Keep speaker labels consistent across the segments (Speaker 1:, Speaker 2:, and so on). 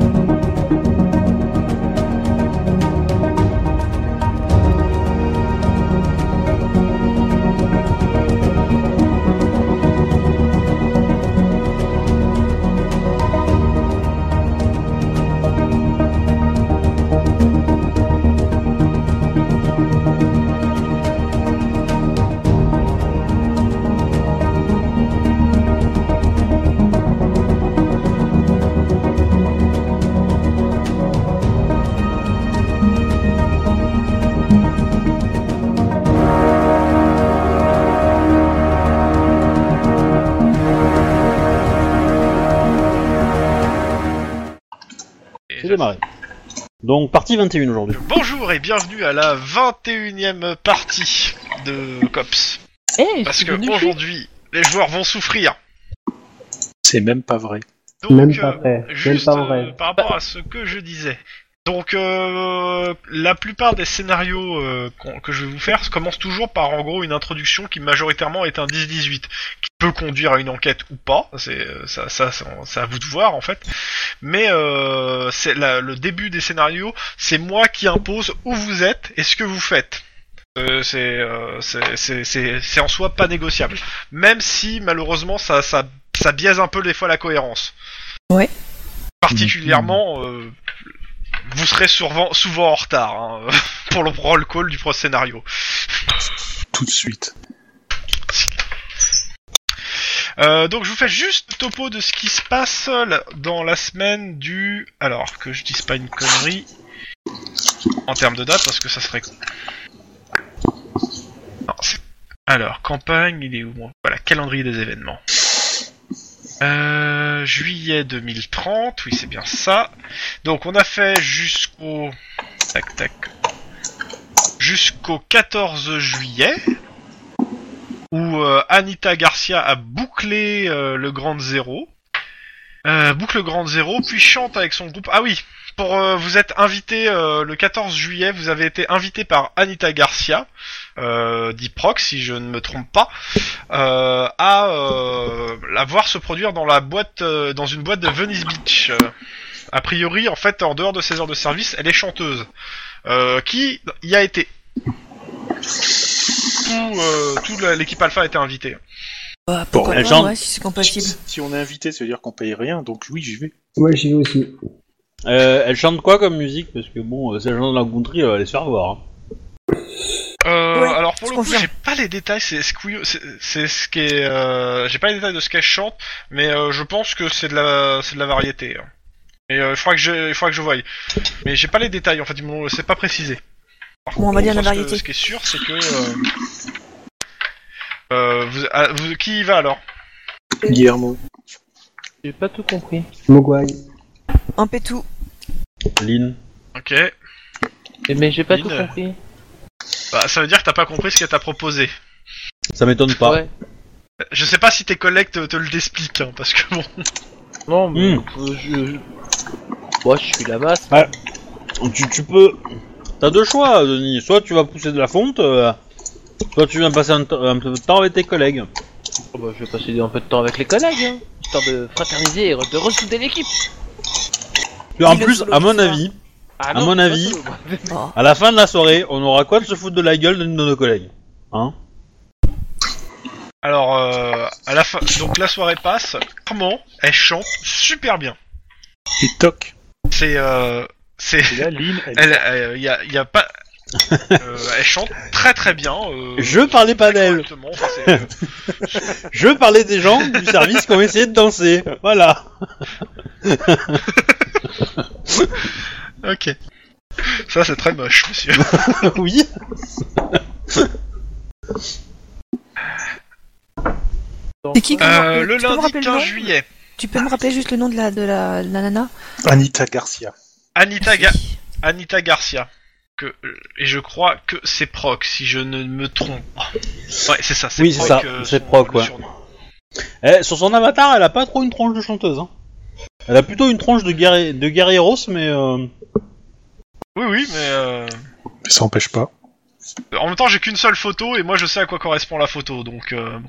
Speaker 1: Et
Speaker 2: C'est démarré. Donc partie 21 aujourd'hui.
Speaker 1: Bonjour et bienvenue à la 21ème partie de COPS.
Speaker 3: Eh,
Speaker 1: Parce
Speaker 3: c'est
Speaker 1: que
Speaker 3: du cul.
Speaker 1: aujourd'hui, les joueurs vont souffrir.
Speaker 4: C'est même pas vrai.
Speaker 1: Donc,
Speaker 5: Même pas
Speaker 1: euh,
Speaker 5: vrai. Même
Speaker 1: juste
Speaker 5: pas
Speaker 1: euh,
Speaker 5: vrai.
Speaker 1: par rapport à ce que je disais. Donc, euh, la plupart des scénarios euh, qu'on- que je vais vous faire commencent toujours par en gros une introduction qui majoritairement est un 10-18, qui peut conduire à une enquête ou pas. C'est euh, ça, ça, c'est c'est à vous de voir en fait. Mais euh, c'est la- le début des scénarios, c'est moi qui impose où vous êtes et ce que vous faites. Euh, c'est euh, c'est- c'est- c'est- c'est en soi pas négociable. Même si malheureusement ça, ça, ça biaise un peu des fois la cohérence.
Speaker 3: Ouais.
Speaker 4: Mm,
Speaker 1: Particulièrement, euh, vous serez souvent, souvent en retard hein, pour le roll call du pro scénario.
Speaker 4: Tout de suite.
Speaker 1: Euh, donc je vous fais juste le topo de ce qui se passe là- dans la semaine du... Alors que je dise pas une connerie en termes de date parce que ça serait... con. Non, c'est- Alors, campagne, il est où mon- Voilà, calendrier des événements. Euh, juillet 2030, oui c'est bien ça. Donc on a fait jusqu'au... Tac tac. Jusqu'au 14 juillet où euh, Anita Garcia a bouclé euh, le Grand Zéro. Euh, boucle le Grand Zéro, puis chante avec son groupe. Ah oui, pour euh, vous êtes invité euh, le 14 juillet, vous avez été invité par Anita Garcia, euh, dit Proc si je ne me trompe pas, euh, à euh, la voir se produire dans la boîte, euh, dans une boîte de Venice Beach. Euh, a priori, en fait, en dehors de ses heures de service, elle est chanteuse, euh, qui y a été tout, euh, tout la- l'équipe Alpha était invitée.
Speaker 3: Bah,
Speaker 4: Bon,
Speaker 3: pourquoi
Speaker 4: la
Speaker 3: pas,
Speaker 2: jambe.
Speaker 3: ouais, si c'est compatible.
Speaker 4: Si on est invité, ça veut dire qu'on paye rien, donc oui, j'y vais.
Speaker 5: Moi j'y vais aussi.
Speaker 2: Euh, elle chante quoi comme musique Parce que bon, euh, c'est la gens de la country, elle va les faire voir. hein.
Speaker 1: Euh,
Speaker 3: Ouais,
Speaker 1: alors pour
Speaker 3: je
Speaker 1: le coup,
Speaker 3: confirme.
Speaker 1: j'ai pas les détails. C'est ce qui, c'est- c'est ce qui est. euh, j'ai pas les détails de ce qu'elle chante, mais euh, je pense que c'est de la, c'est de la variété. hein. Et euh, il faudra que je, il faudra que je voie. Mais j'ai pas les détails. En fait, ils m'ont- c'est pas précisé. Par
Speaker 3: Bon, on va dire la
Speaker 1: ça, ce que-
Speaker 3: variété.
Speaker 1: Ce qui est sûr, c'est que. euh, euh, vous, ah, vous- qui y va alors
Speaker 4: Guillermo.
Speaker 6: J'ai pas tout compris.
Speaker 5: Mogwai.
Speaker 3: Un pétou.
Speaker 2: Lynn.
Speaker 1: Ok.
Speaker 6: Mais- Eh, Mais j'ai pas tout
Speaker 1: Lynn.
Speaker 6: compris.
Speaker 1: Bah, ça veut dire que t'as pas compris ce qu'elle t'a proposé.
Speaker 2: Ça m'étonne pas.
Speaker 6: Ouais.
Speaker 1: Je sais pas si tes collègues te, te le déexpliquent, hein, parce que bon.
Speaker 6: Non, mais
Speaker 2: Hmm.
Speaker 6: euh, je. je- Moi, je suis la masse.
Speaker 2: Tu, tu peux. T'as deux choix, Denis. Soit tu vas pousser de la fonte, euh, soit tu viens passer un, t- un peu de temps avec tes collègues.
Speaker 6: Oh, bah, je vais passer un peu de temps avec les collègues, hein, histoire de fraterniser et de ressouder l'équipe.
Speaker 2: Et en
Speaker 3: Il le
Speaker 2: plus,
Speaker 3: solo
Speaker 2: à mon
Speaker 3: qui sera.
Speaker 2: avis,
Speaker 6: Ah,
Speaker 2: À mon
Speaker 6: c'est pas
Speaker 2: avis.
Speaker 6: solo, moi.
Speaker 3: Oh.
Speaker 2: à la fin de la soirée, on aura quoi de se foutre de la gueule d'une de nos collègues Hein
Speaker 1: Alors, euh, à la fin, donc la soirée passe. Comment Elle chante super bien.
Speaker 4: Et toc.
Speaker 1: C'est, euh, c'est,
Speaker 4: Et là, Lynn, elle,
Speaker 1: elle, euh, y a, y a pas. Euh, elle chante très très bien. euh,
Speaker 2: Je parlais pas
Speaker 1: très
Speaker 2: d'elle.
Speaker 1: correctement, enfin, c'est, euh,
Speaker 2: Je parlais des gens du service qui ont essayé de danser. Voilà.
Speaker 1: ok. Ça c'est très moche, monsieur.
Speaker 2: oui.
Speaker 3: C'est qui
Speaker 1: Euh, le
Speaker 3: tu peux me
Speaker 1: lundi
Speaker 3: rappeler
Speaker 1: 15
Speaker 3: nom
Speaker 1: juillet,
Speaker 3: Tu peux me rappeler juste le nom de la, de la, de la nana
Speaker 4: Anita Garcia.
Speaker 1: Anita, Ga-
Speaker 3: Merci.
Speaker 1: Anita Garcia. Que, euh, et je crois que c'est Proc, si je ne me trompe. pas. Ouais, c'est ça.
Speaker 2: Oui, c'est
Speaker 1: Proc,
Speaker 2: ça,
Speaker 1: euh,
Speaker 2: c'est
Speaker 1: son-
Speaker 2: Proc,
Speaker 1: le
Speaker 2: ouais.
Speaker 1: surnom.
Speaker 2: Eh, sur son avatar, elle a pas trop une tronche de chanteuse. Hein. Elle a plutôt une tronche de, guerri- de guerrieros, mais euh,
Speaker 1: Oui, oui, mais euh,
Speaker 4: Mais ça n'empêche pas.
Speaker 1: en même temps, j'ai qu'une seule photo et moi je sais à quoi correspond la photo, donc. euh, bon.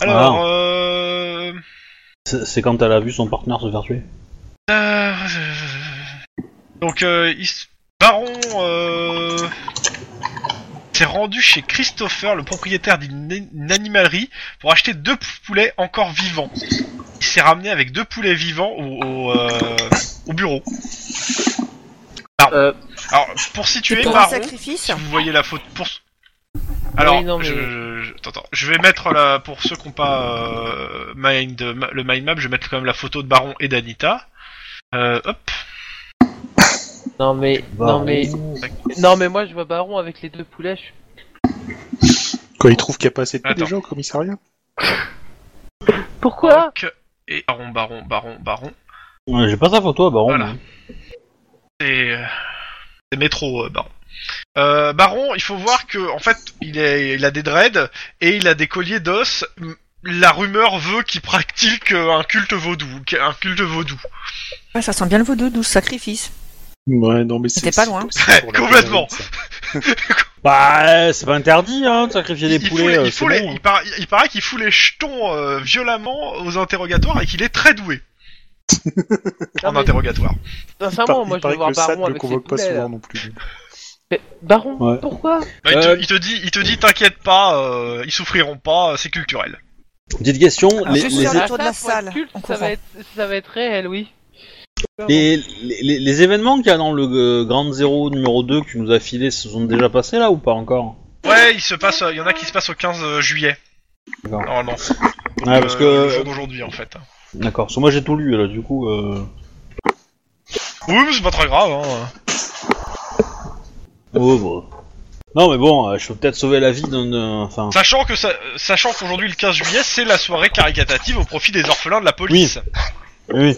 Speaker 1: Alors, euh...
Speaker 2: c'est c'est quand elle a vu son partenaire se faire tuer.
Speaker 1: Euh, Donc, euh, il- Baron euh, s'est rendu chez Christopher, le propriétaire d'une une animalerie, pour acheter deux pou- poulets encore vivants. Il s'est ramené avec deux poulets vivants au, au, euh, au bureau.
Speaker 6: Euh,
Speaker 1: Alors, pour situer
Speaker 3: C'est pour un
Speaker 1: Baron,
Speaker 3: sacrifice
Speaker 1: si vous voyez la faute pour. Alors,
Speaker 6: Oui, non, mais-
Speaker 1: je, je- je- attends, attends. je vais mettre la, pour ceux qui n'ont pas euh, mind, ma- le mind map, je vais mettre quand même la photo de Baron et d'Anita. Euh, hop.
Speaker 6: non mais, non mais, non mais moi je vois Baron avec les deux poulets. je-
Speaker 4: Quoi, il trouve qu'il n'y a pas assez de coups
Speaker 1: Attends.
Speaker 4: déjà au commissariat
Speaker 6: Pourquoi
Speaker 1: Rock et Baron, Baron, Baron, Baron.
Speaker 2: Ouais, J'ai pas sa photo ah bah, à Baron.
Speaker 1: Voilà.
Speaker 2: mais-
Speaker 1: C'est euh, c'est métro, euh, Baron. Euh, Baron, il faut voir que en fait, il, est, il a des dreads et il a des colliers d'os. M- La rumeur veut qu'il pratique euh, un culte vaudou, qu'- un culte vaudou.
Speaker 3: Ouais, ça sent bien le vaudou, d'où le sacrifice.
Speaker 4: Ouais, non, mais c'est.
Speaker 3: C'était pas loin.
Speaker 4: c'est pour la
Speaker 1: Complètement.
Speaker 4: pénurie, ça.
Speaker 2: Bah, euh, c'est pas interdit, hein, de sacrifier des
Speaker 1: Il, fout
Speaker 2: poulets.
Speaker 1: les-
Speaker 2: euh,
Speaker 1: il
Speaker 2: c'est
Speaker 1: fout les-
Speaker 2: bon, hein.
Speaker 1: il para- il paraît qu'il fout les jetons euh, violemment aux interrogatoires et qu'il est très doué en
Speaker 6: Non, mais-
Speaker 1: interrogatoire.
Speaker 4: Il
Speaker 6: Sincèrement,
Speaker 4: paraît-
Speaker 6: moi
Speaker 4: il
Speaker 6: je vais
Speaker 4: paraît
Speaker 6: voir
Speaker 4: que le SAD ne
Speaker 6: Baron
Speaker 4: le
Speaker 6: avec ses hein.
Speaker 4: convoque pas
Speaker 6: poulets. là.
Speaker 4: souvent non plus.
Speaker 6: Mais Baron,
Speaker 2: Ouais.
Speaker 6: pourquoi
Speaker 1: Bah, il,
Speaker 2: Euh,
Speaker 1: te, il te dit, il te dit, t'inquiète pas, euh, ils souffriront pas, c'est culturel.
Speaker 2: Petite question,
Speaker 3: Alors,
Speaker 2: les,
Speaker 3: je suis
Speaker 2: les-
Speaker 3: sûr,
Speaker 6: Ah,
Speaker 3: autour de la
Speaker 6: ça, pour être
Speaker 3: salle,
Speaker 6: culte,
Speaker 3: on
Speaker 6: ça
Speaker 3: comprend.
Speaker 6: va être, ça va être réel, oui.
Speaker 2: les- les- les- les événements qu'il y a dans le euh, Grand Zéro numéro 2 que tu nous as filé se sont déjà passés là ou pas encore
Speaker 1: Ouais, il se passe, il y en a qui se passent au 15 juillet.
Speaker 2: D'accord.
Speaker 1: Normalement.
Speaker 2: Ouais, parce
Speaker 1: Euh,
Speaker 2: que.
Speaker 1: le jour d'aujourd'hui en fait.
Speaker 2: D'accord, parce que moi j'ai tout lu là, du coup. Euh...
Speaker 1: Oui, mais c'est pas très grave. Hein.
Speaker 2: ouais, bon. oh, bah. Non, mais bon, euh, je peux peut-être sauver la vie d'un. d'un- Enfin.
Speaker 1: Sachant que ça, euh, sachant qu'aujourd'hui le 15 juillet, c'est la soirée caritative au profit des orphelins de la police.
Speaker 2: Oui.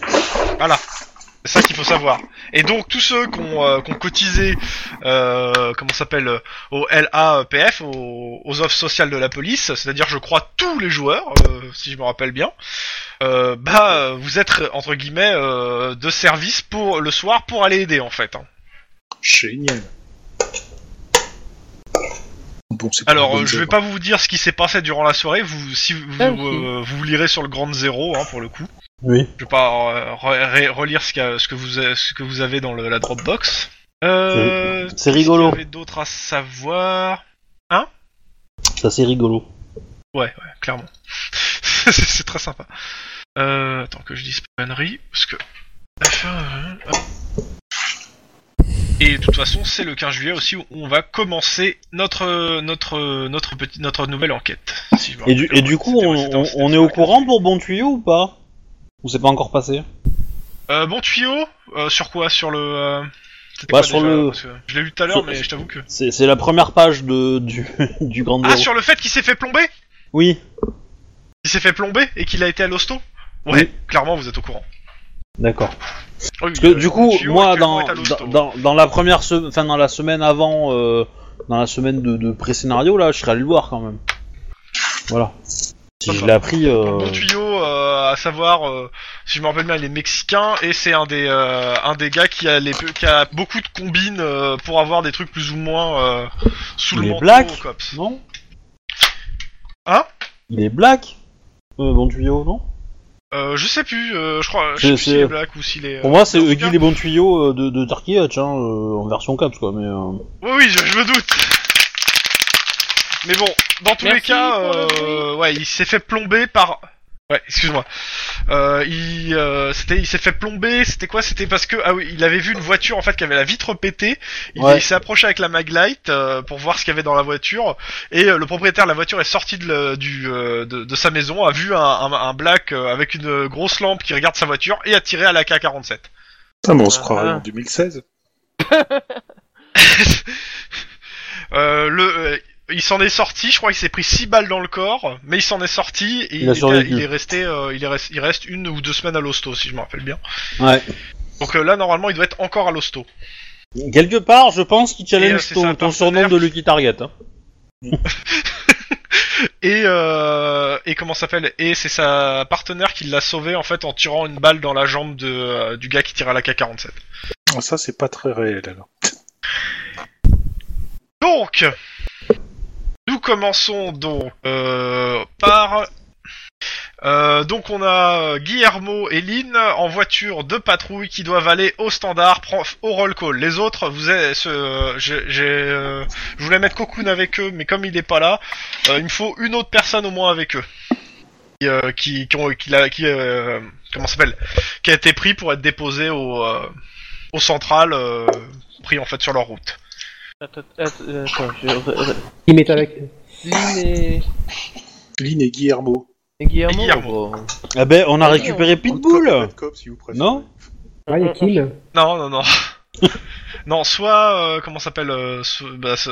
Speaker 1: C'est ça qu'il faut savoir. Et donc tous ceux qui ont, euh, qui ont cotisé, euh, comment ça s'appelle, euh, au LAPF, aux, aux offres sociales de la police, c'est-à-dire je crois tous les joueurs, euh, si je me rappelle bien, euh, bah euh, vous êtes entre guillemets euh, de service pour le soir pour aller aider en fait. hein.
Speaker 4: Génial. Bon, c'est pas une
Speaker 1: Alors
Speaker 4: bonne
Speaker 1: euh, je vais
Speaker 4: job.
Speaker 1: pas vous dire ce qui s'est passé durant la soirée, vous si vous
Speaker 6: Ah,
Speaker 1: euh, vous lirez sur le Grand Zéro hein, pour le coup.
Speaker 2: Oui.
Speaker 1: Je vais pas euh, re- re- relire ce, qu'il y a- ce que vous a- ce que vous avez dans le- la Dropbox. Euh,
Speaker 2: C'est
Speaker 1: Qu'est-ce
Speaker 2: rigolo.
Speaker 1: qu'il y avait d'autre à savoir
Speaker 2: Ça c'est rigolo.
Speaker 1: Ouais, clairement. c'est c'est très sympa. Euh, attends que je dise pas de conneries, parce que... Enfin, euh, hop. Et de toute façon, c'est le 15 juillet aussi où on va commencer notre notre notre petit notre nouvelle enquête. si je me
Speaker 2: Et du,
Speaker 1: rappelle
Speaker 2: et du
Speaker 1: bien.
Speaker 2: coup,
Speaker 1: C'était-
Speaker 2: on,
Speaker 1: c'était-
Speaker 2: on-
Speaker 1: c'était
Speaker 2: on est
Speaker 1: sur
Speaker 2: au
Speaker 1: la carte.
Speaker 2: courant pour Bon Tuyau ou pas Ou c'est pas encore passé
Speaker 1: Euh, bon tuyau, euh, sur quoi Sur le. euh, c'était
Speaker 2: Bah,
Speaker 1: quoi
Speaker 2: sur
Speaker 1: déjà
Speaker 2: le-
Speaker 1: Parce que Je l'ai lu tout à l'heure,
Speaker 2: sur-
Speaker 1: mais je t'avoue que.
Speaker 2: C'est c'est la première page de, du, du Grand
Speaker 1: Ah,
Speaker 2: Zéro.
Speaker 1: sur le fait qu'il s'est fait plomber
Speaker 2: Oui.
Speaker 1: Il s'est fait plomber et qu'il a été à l'hosto Ouais, clairement, vous êtes au courant.
Speaker 2: D'accord.
Speaker 1: Oui,
Speaker 2: Parce que du coup, moi, dans, dans,
Speaker 1: dans
Speaker 2: dans- dans la première se- enfin, dans la semaine avant, euh, dans la semaine de, de pré-scénario, là, je serais allé le voir quand même. Voilà. Si je l'ai appris. euh,
Speaker 1: Bon tuyau, euh, à savoir, euh, si je me rappelle bien, il est mexicain et c'est un des euh, un des gars qui a les peu- qui a beaucoup de combines euh, pour avoir des trucs plus ou moins euh, sous le
Speaker 2: Les
Speaker 1: manteau.
Speaker 2: blacks
Speaker 1: au cops.
Speaker 2: Non
Speaker 1: Hein
Speaker 2: Il est black euh, Bon tuyau, non
Speaker 1: Euh, je sais plus, euh, je crois, je
Speaker 2: C'est-
Speaker 1: sais plus s'il
Speaker 2: c'est-
Speaker 1: est black ou s'il est.
Speaker 2: Pour
Speaker 1: euh,
Speaker 2: moi, c'est
Speaker 1: en tout
Speaker 2: Huggy
Speaker 1: cas-
Speaker 2: les bons tuyaux euh, de, de Turkey Hutch, hein, euh, en version caps, quoi, mais... euh,
Speaker 1: Oui, oui, je, je me doute. Mais bon, dans tous les
Speaker 6: Merci
Speaker 1: cas,
Speaker 6: pour le
Speaker 1: euh, ouais, il s'est fait plomber par. Ouais, excuse-moi. Euh, il, euh, c'était, il s'est fait plomber. C'était quoi C'était parce que ah oui, il avait vu une voiture en fait qui avait la vitre pétée. Il,
Speaker 2: Ouais.
Speaker 1: il s'est approché avec la maglite euh, pour voir ce qu'il y avait dans la voiture. Et euh, le propriétaire de la voiture est sorti de, le- du, euh, de, de sa maison, a vu un, un, un black euh, avec une euh, grosse lampe qui regarde sa voiture et a tiré à la K47.
Speaker 4: Ah, mais on se
Speaker 6: Ah,
Speaker 4: croirait
Speaker 6: ah.
Speaker 4: en 2016.
Speaker 1: Euh, le, euh, il s'en est sorti, je crois qu'il s'est pris 6 balles dans le corps, mais il s'en est sorti et
Speaker 2: Il a
Speaker 1: était-
Speaker 2: survécu.
Speaker 1: il est resté, euh, il, est rest- il reste une ou deux semaines à l'hosto, si je me rappelle bien.
Speaker 2: Ouais.
Speaker 1: Donc euh, là, normalement, il doit être encore à l'hosto.
Speaker 2: Quelque part, je pense qu'il
Speaker 1: Et, euh,
Speaker 2: challenge
Speaker 1: c'est
Speaker 2: ton,
Speaker 1: ça,
Speaker 2: ton
Speaker 1: partenaire
Speaker 2: surnom de Lucky Target. hein.
Speaker 1: Et, euh, et comment ça s'appelle Et c'est sa partenaire qui l'a sauvé en fait en tirant une balle dans la jambe de, euh, du gars qui tire à la K-47.
Speaker 4: Ah, Ça, c'est pas très réel alors.
Speaker 1: Donc, nous commençons donc euh, par. Euh, donc on a Guillermo et Lynn en voiture de patrouille qui doivent aller au standard, prend- au roll call. Les autres, vous êtes, ce- j'ai- j'ai, euh, je voulais mettre Cocoon avec eux, mais comme il n'est pas là, euh, il me faut une autre personne au moins avec eux, qui, euh, qui, qui, ont- qui l'a- qui, euh, comment ça s'appelle, qui a été pris pour être déposé au, euh, au central, euh, pris en fait sur leur route.
Speaker 6: Attends, attends, euh, attends, je...
Speaker 5: Qui m'est avec
Speaker 6: Lynn et...
Speaker 4: Lynn et Guillermo.
Speaker 6: et Guillermo.
Speaker 1: Et Guillermo.
Speaker 6: bon.
Speaker 2: Ah ben, on a
Speaker 6: Ok,
Speaker 2: récupéré Pitbull Non
Speaker 5: Ouais, Ah, il y a
Speaker 7: Ah,
Speaker 5: Kim.
Speaker 1: Non, non, non. non, soit euh, comment ça s'appelle euh, so- bah, ce-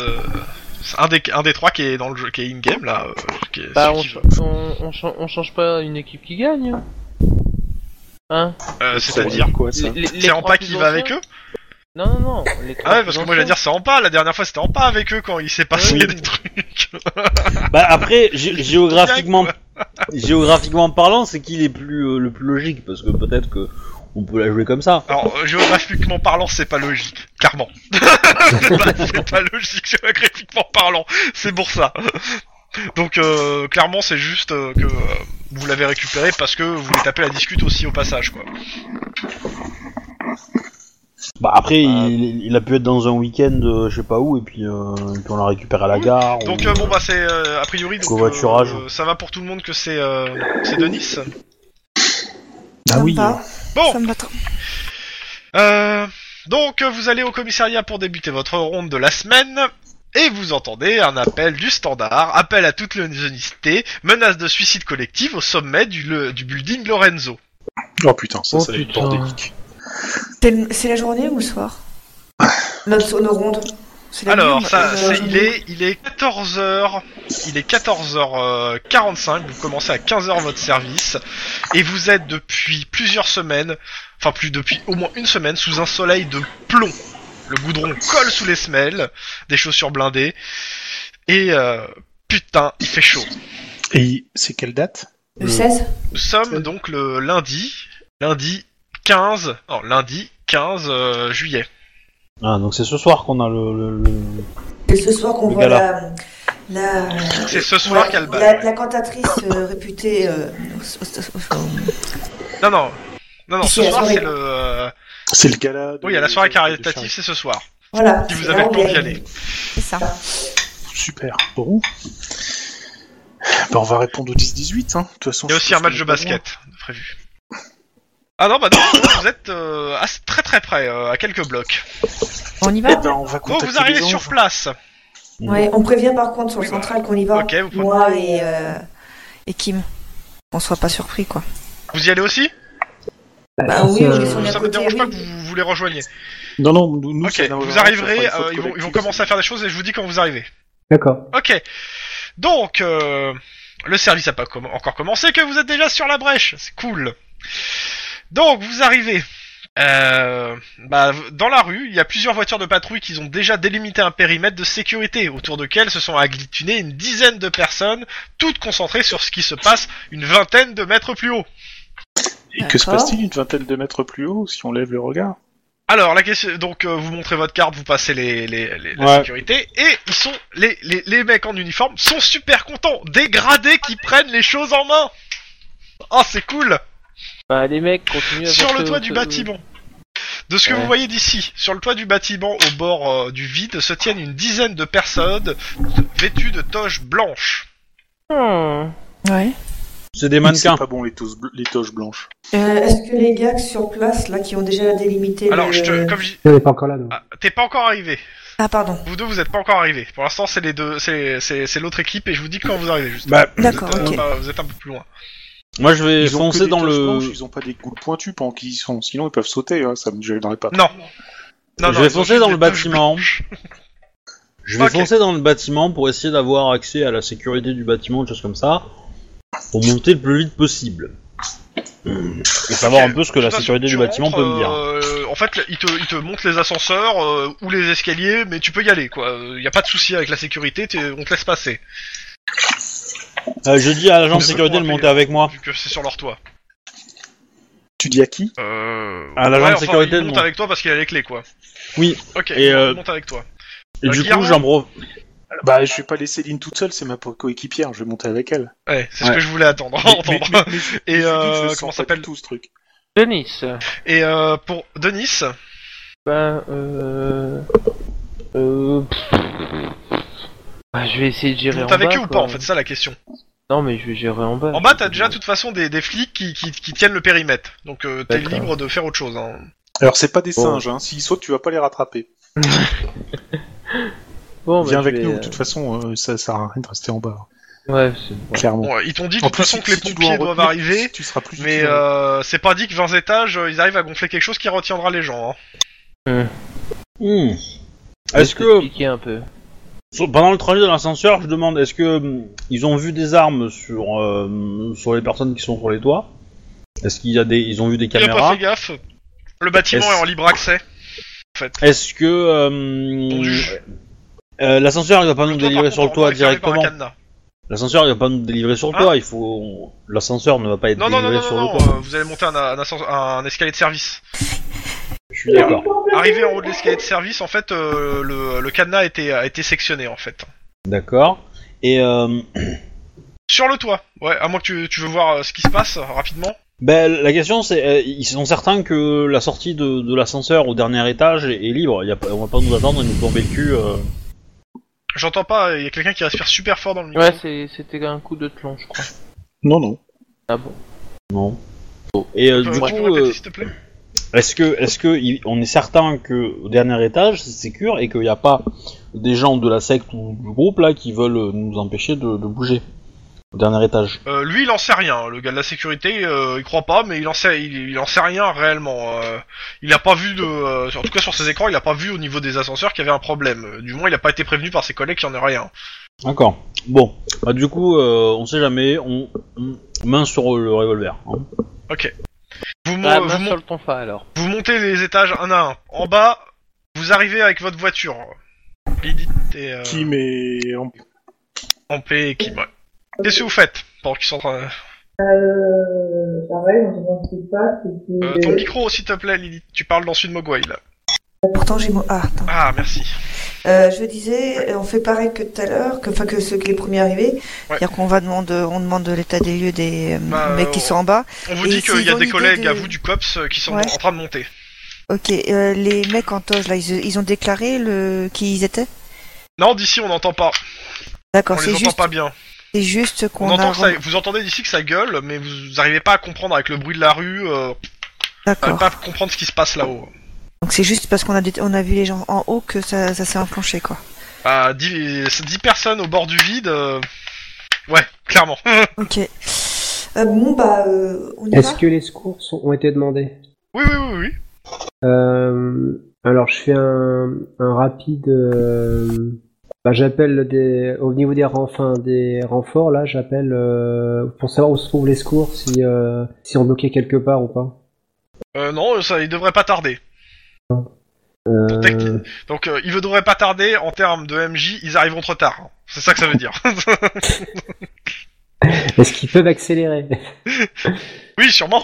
Speaker 1: c'est un des un des trois qui est dans le jeu, qui est in game là. euh, qui est-
Speaker 6: Bah,
Speaker 1: celui
Speaker 6: on,
Speaker 1: qui veut.
Speaker 6: ch- on, on, chan- on change pas une équipe qui gagne. Hein
Speaker 1: Euh, C'est-à-dire,
Speaker 4: quoi ça
Speaker 6: Les- les- les
Speaker 1: c'est en
Speaker 6: trois
Speaker 1: pas
Speaker 6: plus
Speaker 1: qui va avec
Speaker 6: anciens
Speaker 1: eux
Speaker 6: Non, non, non. les trois
Speaker 1: Ah ouais,
Speaker 6: plus
Speaker 1: parce que moi j'allais
Speaker 6: anciens.
Speaker 1: dire c'est en pas. La dernière fois c'était en pas avec eux quand il s'est passé
Speaker 2: Oui.
Speaker 1: des trucs.
Speaker 2: Bah après, gé- géographiquement, géographiquement parlant, c'est qui est plus, euh, le plus logique parce que peut-être que on peut la jouer comme ça.
Speaker 1: Alors euh, géographiquement parlant, c'est pas logique, clairement. c'est pas- c'est pas logique géographiquement parlant. C'est pour ça. Donc euh, clairement, c'est juste euh, que euh, vous l'avez récupéré parce que vous voulez taper la discute aussi au passage quoi.
Speaker 2: Bah après, il, il a pu être dans un week-end, euh, je sais pas où, et puis, euh, et puis on l'a récupéré à la gare.
Speaker 1: Donc
Speaker 2: on-
Speaker 1: euh, bon bah c'est euh, a priori donc,
Speaker 2: Covoiturage.
Speaker 1: euh, ça va pour tout le monde que c'est euh, c'est Denis.
Speaker 2: Ah
Speaker 3: Ça me va.
Speaker 1: Bon
Speaker 3: Ça me va trop.
Speaker 1: euh, donc euh, vous allez au commissariat pour débuter votre ronde de la semaine et vous entendez un appel du standard, appel à toute l'unité, menace de suicide collective au sommet du, le- du building Lorenzo.
Speaker 4: Oh putain, ça,
Speaker 6: Oh,
Speaker 4: ça va être
Speaker 6: putain.
Speaker 4: bordélique.
Speaker 3: C'est le- C'est la journée ou le soir
Speaker 7: Ah.
Speaker 3: Notre nos rondes. C'est la
Speaker 1: Alors
Speaker 3: nuit,
Speaker 1: ça
Speaker 3: euh,
Speaker 1: c'est
Speaker 3: je-
Speaker 1: il est il est 14h il est 14h45 vous commencez à 15h votre service et vous êtes depuis plusieurs semaines enfin plus depuis au moins une semaine sous un soleil de plomb. Le goudron colle sous les semelles des chaussures blindées et euh, putain, il fait chaud.
Speaker 4: Et il- c'est quelle date
Speaker 3: Le 16
Speaker 1: Nous sommes donc le lundi lundi 15 non, lundi 15 euh, juillet.
Speaker 2: Ah, donc c'est ce soir qu'on a le. le- le-
Speaker 7: C'est ce soir qu'on
Speaker 2: Le
Speaker 7: voit
Speaker 2: gala.
Speaker 7: la, la,
Speaker 1: C'est ce soir
Speaker 7: ouais,
Speaker 1: qu'elle bat.
Speaker 7: la, la cantatrice euh, réputée. euh, au- au- au-
Speaker 1: Non non. Non non, ce
Speaker 7: C'est la
Speaker 1: soir
Speaker 7: soirée.
Speaker 1: c'est le euh,
Speaker 4: C'est le gala. de-
Speaker 1: Oui, à la soirée
Speaker 4: de-
Speaker 1: caritative,
Speaker 4: de
Speaker 1: c'est ce soir.
Speaker 7: voilà.
Speaker 1: Si vous
Speaker 7: c'est
Speaker 1: avez
Speaker 7: là
Speaker 1: le
Speaker 7: où
Speaker 1: temps
Speaker 7: elle-
Speaker 1: d'y aller.
Speaker 3: C'est ça.
Speaker 4: Charlie. Super. Bon. Bah, on va répondre au 10-18. Hein. De toute façon,
Speaker 1: Il y a
Speaker 4: je
Speaker 1: aussi un
Speaker 4: pense
Speaker 1: match
Speaker 4: qu'on
Speaker 1: de
Speaker 4: est pas loin.
Speaker 1: basket de prévu. Ah non, bah non, vous êtes euh, à- très très près, euh, à quelques blocs.
Speaker 3: On y va
Speaker 4: Eh ben, on va
Speaker 1: Donc
Speaker 4: contacter
Speaker 1: vous arrivez
Speaker 4: les
Speaker 1: sur
Speaker 4: anges.
Speaker 1: place.
Speaker 7: Ouais, on prévient par contre sur le
Speaker 1: Oui, voilà.
Speaker 7: central qu'on y va.
Speaker 1: Ok, vous, prenez-
Speaker 7: Moi et. euh,
Speaker 3: Et Kim. On soit pas surpris quoi.
Speaker 1: vous y allez aussi
Speaker 7: bah oui, on est
Speaker 1: Ça
Speaker 7: sur le
Speaker 1: me
Speaker 7: côté.
Speaker 1: dérange
Speaker 7: oui.
Speaker 1: pas que vous, vous les rejoigniez.
Speaker 4: Non, non, nous, nous,
Speaker 1: Ok,
Speaker 4: ça n'a-
Speaker 1: vous
Speaker 4: ça fera
Speaker 1: arriverez,
Speaker 4: une faute
Speaker 1: euh, ils, vont, ils vont
Speaker 4: collective.
Speaker 1: commencer à faire des choses et je vous dis quand vous arrivez.
Speaker 5: D'accord.
Speaker 1: Ok, donc euh, le service n'a pas comm- encore commencé, que vous êtes déjà sur la brèche, c'est cool. Donc vous arrivez. Euh, bah, v- dans la rue, il y a plusieurs voitures de patrouille qui ont déjà délimité un périmètre de sécurité autour duquel se sont agglutinées une dizaine de personnes, toutes concentrées sur ce qui se passe une vingtaine de mètres plus haut.
Speaker 4: Et que se
Speaker 3: D'accord.
Speaker 4: passe-t-il une vingtaine de mètres plus haut si on lève le regard
Speaker 1: Alors la question, donc euh, vous montrez votre carte, vous passez les, les, les- la
Speaker 2: Ouais.
Speaker 1: sécurité et ils sont les, les, les mecs en uniforme sont super contents, dégradés qui prennent les choses en main. Oh c'est cool
Speaker 6: Bah, les mecs, continuez à
Speaker 1: sur le
Speaker 6: porter
Speaker 1: toit
Speaker 6: votre-
Speaker 1: du bâtiment. De ce que
Speaker 6: Ouais.
Speaker 1: vous voyez d'ici, sur le toit du bâtiment au bord euh, du vide se tiennent une dizaine de personnes vêtues de toches blanches.
Speaker 6: Hmm.
Speaker 3: Ouais.
Speaker 2: C'est des
Speaker 4: C'est
Speaker 2: mannequins.
Speaker 4: pas bon les, toches bl- les toches blanches.
Speaker 7: Euh, Est-ce que les gars sur place, là, qui ont déjà délimité.
Speaker 1: Alors
Speaker 7: le-
Speaker 1: je
Speaker 3: Euh.
Speaker 1: te, comme je dis-
Speaker 5: On n'est pas encore là, donc.
Speaker 1: ah, t'es pas encore arrivé.
Speaker 3: Ah pardon.
Speaker 1: Vous deux vous êtes pas encore arrivé. Pour l'instant c'est les deux, c'est c'est c'est l'autre équipe et je vous dis quand vous arrivez. Juste.
Speaker 2: Bah,
Speaker 3: D'accord,
Speaker 1: vous, êtes,
Speaker 3: ok.
Speaker 1: euh, vous êtes un peu plus loin.
Speaker 2: Moi je vais
Speaker 4: Ils ont que
Speaker 2: foncer
Speaker 4: des
Speaker 2: dans
Speaker 4: toches
Speaker 2: le.
Speaker 4: blanches, ils ont pas des goules pointues pendant qu'ils y sont. Sinon, ils peuvent sauter. Hein, ça me gênerait pas.
Speaker 1: Non. Non, non,
Speaker 2: je vais
Speaker 1: ils ont
Speaker 2: foncer
Speaker 1: juste
Speaker 2: dans
Speaker 1: des
Speaker 2: le
Speaker 1: toches
Speaker 2: bâtiment. Je vais
Speaker 1: Ok.
Speaker 2: foncer dans le bâtiment pour essayer d'avoir accès à la sécurité du bâtiment, des choses comme ça, pour monter le plus vite possible. Et savoir
Speaker 1: Ok.
Speaker 2: un peu ce que
Speaker 1: De
Speaker 2: la
Speaker 1: toute
Speaker 2: sécurité
Speaker 1: façon,
Speaker 2: du
Speaker 1: tu
Speaker 2: bâtiment
Speaker 1: rentres,
Speaker 2: peut me dire.
Speaker 1: euh, en fait, il te, il te montre les ascenseurs euh, ou les Euh, escaliers, mais tu peux y aller, quoi. Il n'y a pas de souci avec la sécurité, t'es- on te laisse passer.
Speaker 2: Euh, je dis à l'agent de
Speaker 1: Mais
Speaker 2: sécurité de
Speaker 1: pourquoi
Speaker 2: monter avec moi.
Speaker 1: vu que c'est sur leur toit.
Speaker 4: Tu dis à qui
Speaker 1: Euh...
Speaker 2: Ah, l'agent de
Speaker 1: enfin,
Speaker 2: sécurité,
Speaker 1: il monte
Speaker 2: non.
Speaker 1: avec toi parce qu'il a les clés, quoi.
Speaker 2: Oui.
Speaker 1: Ok,
Speaker 2: Et,
Speaker 1: il
Speaker 2: euh,
Speaker 1: monte avec toi.
Speaker 2: Et
Speaker 1: Bah,
Speaker 2: du coup,
Speaker 1: Guillermo.
Speaker 2: j'en prof-
Speaker 4: Bah, je vais pas laisser Lynn toute seule, c'est ma po- coéquipière, je vais monter avec elle.
Speaker 1: Ouais, c'est ce
Speaker 2: ouais.
Speaker 1: que je voulais attendre.
Speaker 4: Mais-
Speaker 1: entendre.
Speaker 4: mais- mais- mais je-
Speaker 1: Et
Speaker 4: je dis que je
Speaker 1: euh,
Speaker 4: sens
Speaker 1: comment ça
Speaker 4: pas
Speaker 1: s'appelle
Speaker 4: du tout ce truc
Speaker 6: Denis.
Speaker 1: Et euh, pour Denis,
Speaker 6: Ben, euh... Euh... pff. Bah, je vais essayer de
Speaker 1: tu
Speaker 6: gérer
Speaker 1: montes
Speaker 6: en
Speaker 1: avec
Speaker 6: bas,
Speaker 1: eux ou pas
Speaker 6: quoi.
Speaker 1: en fait, c'est ça la question.
Speaker 6: Non, mais je vais gérer en bas.
Speaker 1: En bas, t'as déjà de toute façon des, des flics qui, qui, qui tiennent le périmètre, donc euh, t'es
Speaker 6: D'accord.
Speaker 1: libre de faire autre chose. Hein.
Speaker 4: Alors, c'est pas des
Speaker 6: Bon.
Speaker 4: singes, hein. S'ils sautent, tu vas pas les rattraper.
Speaker 6: Bon, bah,
Speaker 4: Viens
Speaker 6: je
Speaker 4: avec
Speaker 6: vais,
Speaker 4: nous,
Speaker 6: euh,
Speaker 4: de toute façon, euh, ça sert à rien de rester en bas.
Speaker 6: Ouais, c'est...
Speaker 4: Clairement.
Speaker 1: Bon, euh, ils t'ont dit de
Speaker 4: En
Speaker 1: toute
Speaker 4: plus,
Speaker 1: façon
Speaker 4: si-
Speaker 1: que les
Speaker 4: si tu
Speaker 1: pompiers
Speaker 4: dois en
Speaker 1: doivent
Speaker 4: retenir,
Speaker 1: arriver,
Speaker 4: Tu seras plus
Speaker 1: mais
Speaker 4: utile.
Speaker 1: euh, c'est pas dit que 20 étages, euh, ils arrivent à gonfler quelque chose qui retiendra les gens. Hein.
Speaker 2: Hmm.
Speaker 6: je vais
Speaker 2: Est-ce que
Speaker 6: t'expliquer un peu.
Speaker 2: sur- pendant le trajet de l'ascenseur, je demande est-ce que hmm, ils ont vu des armes sur euh, sur les personnes qui sont sur les toits Est-ce qu'il y a des ils ont vu des
Speaker 1: Il a pas
Speaker 2: caméras
Speaker 1: fait gaffe. Le bâtiment
Speaker 2: Est-ce-
Speaker 1: est en libre accès.
Speaker 2: Est-ce que euh,
Speaker 1: Ton juge.
Speaker 2: euh, l'ascenseur il va pas nous
Speaker 1: toit, par
Speaker 2: délivrer
Speaker 1: contre,
Speaker 2: sur le
Speaker 1: en
Speaker 2: toit
Speaker 1: bas, est fermé par un
Speaker 2: directement
Speaker 1: cadenas.
Speaker 2: L'ascenseur il va pas nous délivrer sur le
Speaker 1: Hein
Speaker 2: toit, il faut l'ascenseur ne va pas être
Speaker 1: Non, non, non, non,
Speaker 2: délivré sur
Speaker 1: non,
Speaker 2: le toit.
Speaker 1: euh, vous allez monter un, un ascenseur- un escalier de service.
Speaker 2: Je suis d'accord.
Speaker 1: Arrivé en haut de l'escalier de service, en fait, euh, le, le cadenas a été, a été sectionné, en fait.
Speaker 2: D'accord. Et euh,
Speaker 1: Sur le toit, ouais, à moins que tu, tu veux voir euh, ce qui se passe euh, rapidement.
Speaker 2: Ben, la question c'est, euh, ils sont certains que la sortie de, de l'ascenseur au dernier étage est, est libre. Il Y a, pas- on va pas nous attendre et nous tomber le cul. euh.
Speaker 1: J'entends pas, il y a quelqu'un qui respire super fort dans le micro.
Speaker 6: Ouais, c'est- c'était un coup de tlon, je crois.
Speaker 4: Non, non.
Speaker 6: Ah bon
Speaker 2: Non. Et euh,
Speaker 1: Euh,
Speaker 2: du
Speaker 1: tu peux
Speaker 2: coup,
Speaker 1: répéter,
Speaker 2: euh,
Speaker 1: s'il te plaît
Speaker 2: est-ce que, est-ce que il- on est certain que au dernier étage c'est sécure et qu'il n'y a pas des gens de la secte ou du groupe là qui veulent euh, nous empêcher de, de bouger au dernier étage
Speaker 1: Euh, Lui, il en sait rien. Le gars de la sécurité, euh, il croit pas, mais il en sait, il, il en sait rien réellement. euh. il a pas vu de, euh, en tout cas sur ses écrans, il a pas vu au niveau des ascenseurs qu'il y avait un problème. Euh, Du moins, il a pas été prévenu par ses collègues qu'il y en a rien.
Speaker 2: D'accord. Bon, bah du coup, euh, on sait jamais. On, on- main sur le revolver. hein.
Speaker 1: Vous, mo-
Speaker 6: Bah,
Speaker 1: vous
Speaker 6: main
Speaker 1: mon-
Speaker 6: sur le tonfa, alors.
Speaker 1: Vous montez les étages un à un. En bas, vous arrivez avec votre voiture. Lydie et euh,
Speaker 4: Qui, mais. en-
Speaker 1: en paix et Kim. ouais. Qu'est-ce que vous faites pendant qu'ils sont en train
Speaker 8: Euh, pareil, on demande ce qui se passe, et puis...
Speaker 1: Euh, Ton micro, s'il te plaît, Lily. Tu parles dans Sud Mogwai, là.
Speaker 7: Pourtant, j'ai mon. Ah, attends.
Speaker 1: Ah, merci.
Speaker 7: Euh, je disais, euh, on fait pareil que tout à l'heure, que, enfin que ceux qui les premiers arrivés. C'est-à-dire qu'on va demande, on demande l'état des lieux des euh,
Speaker 1: Bah,
Speaker 7: mecs qui
Speaker 1: on-
Speaker 7: sont en bas.
Speaker 1: On vous
Speaker 7: Et
Speaker 1: dit qu'il
Speaker 7: s'ils
Speaker 1: y a
Speaker 7: ont
Speaker 1: des
Speaker 7: l'idée
Speaker 1: collègues
Speaker 7: de-
Speaker 1: à vous du COPS euh, qui sont
Speaker 7: Ouais.
Speaker 1: en train de monter.
Speaker 7: Ok, euh, les mecs en toge, là, ils, ils ont déclaré le... qui ils étaient
Speaker 1: Non, d'ici, on n'entend pas.
Speaker 7: D'accord,
Speaker 1: on les
Speaker 7: c'est
Speaker 1: entend
Speaker 7: juste,
Speaker 1: pas bien.
Speaker 7: c'est juste
Speaker 1: On
Speaker 7: qu'on a...
Speaker 1: entend que ça-
Speaker 7: rem-
Speaker 1: Vous entendez d'ici que ça gueule, mais vous n'arrivez pas à comprendre avec le bruit de la rue, euh, vous n'arrivez
Speaker 7: D'accord.
Speaker 1: pas à comprendre ce qui se passe là-haut.
Speaker 7: Donc c'est juste parce qu'on a, dé- on a vu les gens en haut que ça, ça s'est enclenché, quoi.
Speaker 1: Ah, 10, personnes au bord du vide... euh, Ouais, clairement.
Speaker 7: Ok. Euh, bon, bah, euh, on y
Speaker 5: Est-ce
Speaker 7: va
Speaker 5: que les secours sont- ont été demandés
Speaker 1: oui, oui, oui, oui.
Speaker 5: Euh, alors, je fais un, un rapide. euh, bah, j'appelle des, au niveau des, ren- enfin, des renforts, là, j'appelle euh, pour savoir où se trouvent les secours, si, euh, si on bloquait quelque part ou pas.
Speaker 1: Euh, non, ça, il devrait pas tarder.
Speaker 5: Euh,
Speaker 1: Tactique. Donc, euh, il devrait pas tarder en termes de MJ, ils arriveront trop tard. C'est ça que ça veut dire.
Speaker 5: Est-ce qu'ils peuvent accélérer
Speaker 1: oui, sûrement.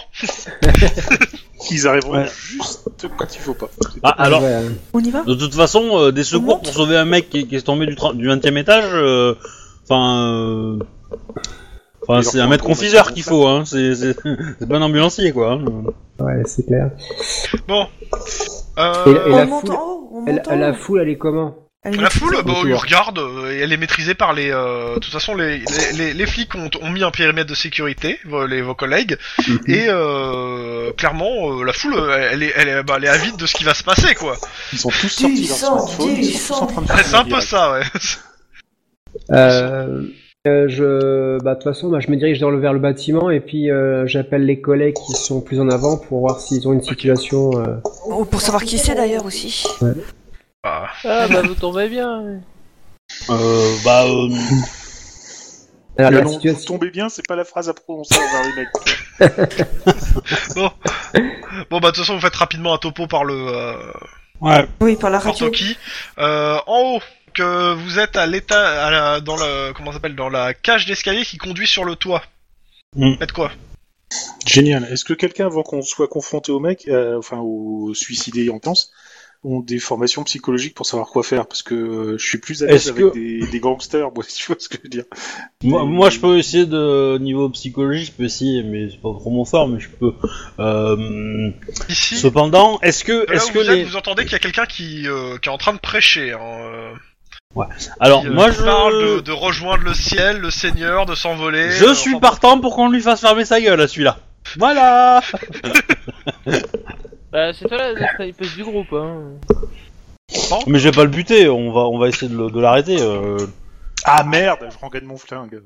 Speaker 4: Ils arriveront
Speaker 2: Ouais.
Speaker 4: juste quand il faut pas.
Speaker 2: Ah, alors,
Speaker 5: Ouais,
Speaker 7: On y va
Speaker 2: De toute façon, euh, des
Speaker 7: On
Speaker 2: secours
Speaker 7: monte
Speaker 2: pour sauver un mec qui, qui est tombé du, 30 du 20 e étage, euh, enfin. euh, Enfin,
Speaker 4: Il leur
Speaker 2: c'est
Speaker 4: faut
Speaker 2: un
Speaker 4: un
Speaker 2: maître
Speaker 4: bon
Speaker 2: confiseur
Speaker 4: maître
Speaker 2: qu'il faut, hein. C'est c'est- c'est pas un ambulancier, quoi. hein.
Speaker 5: ouais, c'est clair.
Speaker 1: Euh,
Speaker 5: Et- et
Speaker 7: on
Speaker 5: la
Speaker 7: monte
Speaker 5: foule-
Speaker 7: en haut, on
Speaker 5: Elle-
Speaker 7: monte en
Speaker 5: la
Speaker 7: haut.
Speaker 5: foule, elle est comment
Speaker 7: Elle est
Speaker 1: la foule, bah,
Speaker 5: autour.
Speaker 1: ils regardent, euh, et elle est maîtrisée par les. euh, De toute façon, les, les, les- les flics ont, ont mis un périmètre de sécurité, vos, les- vos collègues, et euh, clairement, euh, la foule, euh, elle est, elle, est, bah, elle est avide de ce qui va se passer, quoi.
Speaker 4: Ils sont tous sortis leur
Speaker 7: 10,
Speaker 4: smartphone, ils sont tous
Speaker 7: 10,
Speaker 4: en train de
Speaker 1: C'est
Speaker 4: faire
Speaker 1: un peu ça, ouais.
Speaker 5: Euh, euh, je, bah, de toute façon, bah, je me dirige dans le, vers le bâtiment et puis euh, j'appelle les collègues qui sont plus en avant pour voir s'ils ont une situation. euh,
Speaker 7: Oh, pour savoir qui c'est d'ailleurs aussi.
Speaker 1: Bah,
Speaker 6: Ah, bah, vous tombez bien.
Speaker 2: Euh, bah, euh,
Speaker 5: alors,
Speaker 4: Le
Speaker 5: la
Speaker 4: nom, vous
Speaker 5: situation.
Speaker 4: tombez bien, c'est pas la phrase à prononcer envers les mecs.
Speaker 1: bon, bah, de toute façon, vous faites rapidement un topo par le. Euh...
Speaker 2: ouais.
Speaker 7: Oui, par la
Speaker 1: n'importe
Speaker 7: radio.
Speaker 1: qui. Euh, en haut, donc, donc euh, vous êtes à l'état, à la- dans le, comment ça s'appelle, dans la cage d'escalier qui conduit sur le toit.
Speaker 2: Mm.
Speaker 1: Faites quoi
Speaker 4: Génial. Est-ce que quelqu'un, avant qu'on soit confronté au mec, euh, enfin au suicidé en pense, ont des formations psychologiques pour savoir quoi faire Parce que euh, je suis plus à l'aise
Speaker 2: Est-ce que-
Speaker 4: avec des, des gangsters, moi, si tu vois ce que je veux dire.
Speaker 2: Moi, moi, je peux essayer de niveau psychologie, je peux essayer, mais c'est pas trop mon fort, mais je peux. Euh,
Speaker 1: Ici,
Speaker 2: Cependant, est-ce
Speaker 1: de
Speaker 2: que,
Speaker 1: là
Speaker 2: est-ce
Speaker 1: où
Speaker 2: que
Speaker 1: vous, êtes,
Speaker 2: les,
Speaker 1: vous entendez qu'il y a quelqu'un qui, euh, qui est en train de prêcher. hein, euh,
Speaker 2: alors
Speaker 1: qui, euh,
Speaker 2: moi
Speaker 1: qui parle de,
Speaker 2: je,
Speaker 1: de rejoindre le ciel, le Seigneur, de s'envoler.
Speaker 2: je
Speaker 1: euh,
Speaker 2: suis
Speaker 1: enfin,
Speaker 2: partant pour qu'on lui fasse fermer sa gueule à celui-là. Voilà.
Speaker 6: Bah, c'est toi la, la snipeuse du groupe, hein.
Speaker 2: Mais je vais pas le buter, on va, on va essayer de, le- de l'arrêter. euh.
Speaker 4: Ah merde, je rengaine mon flingue.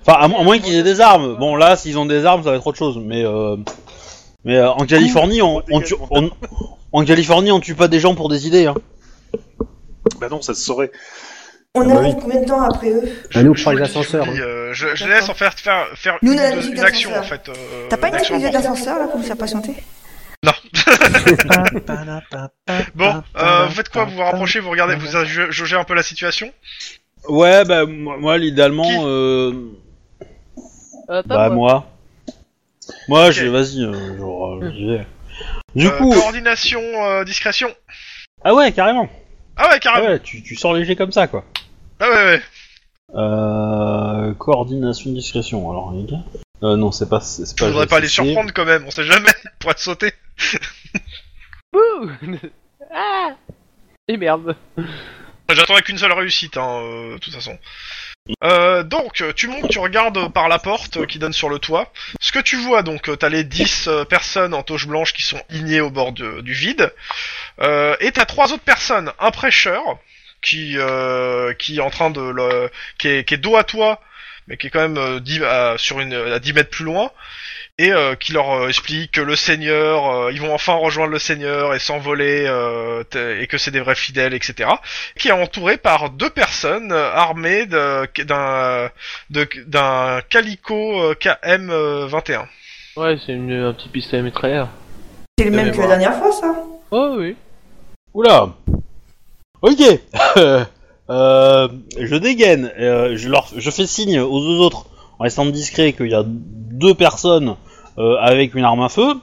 Speaker 2: Enfin, à, mo- à moins qu'ils aient des armes. Bon, là, s'ils ont des armes, ça va être autre chose. Mais, euh, mais euh, en Californie, on, on tue, on- en Californie, on tue pas des gens pour des idées. Hein.
Speaker 4: Bah non, ça se saurait.
Speaker 5: Ah
Speaker 3: On
Speaker 5: bah
Speaker 3: arrive combien de temps après eux
Speaker 5: Ah, nous, on
Speaker 1: je
Speaker 5: prend
Speaker 1: vous
Speaker 5: les
Speaker 1: le dis, je vous
Speaker 5: ascenseurs.
Speaker 1: le dis, euh, je, je
Speaker 7: D'accord.
Speaker 1: laisse en faire faire, faire
Speaker 7: Nous, on
Speaker 1: une,
Speaker 7: a la musique
Speaker 1: une action en
Speaker 7: d'ascenseur.
Speaker 1: fait. euh,
Speaker 7: T'as pas
Speaker 1: une
Speaker 7: une petite
Speaker 1: action
Speaker 7: musique
Speaker 1: importante.
Speaker 7: d'ascenseur là pour me faire patienter
Speaker 1: Bon,
Speaker 7: Ah,
Speaker 1: euh, vous faites quoi Vous vous rapprochez, vous regardez, vous jeu- jaugez un peu la situation.
Speaker 2: Ouais, bah moi, moi,
Speaker 1: Qui
Speaker 2: idéalement, euh,
Speaker 6: Euh, pas
Speaker 2: bah
Speaker 6: moi.
Speaker 2: moi, moi,
Speaker 1: Ok.
Speaker 2: je vas-y, euh, genre, euh, j'y vais. Du
Speaker 1: Euh,
Speaker 2: coup,
Speaker 1: coordination, euh, discrétion.
Speaker 2: ah ouais, carrément.
Speaker 1: Ah ouais,
Speaker 2: Ah
Speaker 1: carrément.
Speaker 2: ouais, tu, tu sors léger comme ça, quoi.
Speaker 1: Ah ouais, ouais.
Speaker 2: Euh, coordination, discrétion. Alors, les gars. Euh, non, c'est pas, c'est c'est
Speaker 1: Je
Speaker 2: pas.
Speaker 1: voudrais pas les
Speaker 2: GCC.
Speaker 1: surprendre quand même. On sait jamais pour être sauté.
Speaker 6: Bouh Ah Et merde.
Speaker 1: J'attendais qu'une seule réussite, hein, euh, de toute façon. Euh, donc, tu montes, tu regardes par la porte euh, qui donne sur le toit. Ce que tu vois, donc, euh, t'as les 10 euh, personnes en toche blanche qui sont ignées au bord de- du vide. Euh, et t'as trois autres personnes. Un prêcheur, qui, euh, qui est en train de... Le, qui, est, qui est dos à toi, mais qui est quand même euh, dix- à- sur une, à 10 mètres plus loin. Et euh, qui leur euh, explique que le Seigneur, euh, ils vont enfin rejoindre le Seigneur et s'envoler, euh, t- et que c'est des vrais fidèles, etc qui est entouré par deux personnes euh, armées de- d'un de- d'un Calico euh, KM21.
Speaker 6: Ouais, c'est une- un petit pistolet mitrailleur.
Speaker 1: Eh
Speaker 7: C'est
Speaker 6: Je
Speaker 7: le
Speaker 1: ben
Speaker 7: même
Speaker 6: vais
Speaker 7: que
Speaker 6: voir.
Speaker 7: la dernière fois ça
Speaker 6: Oh oui.
Speaker 2: Oula. Ok. euh, je dégaine. euh, je leur, je fais signe aux deux autres en restant discret qu'il y a deux personnes euh, avec une arme à feu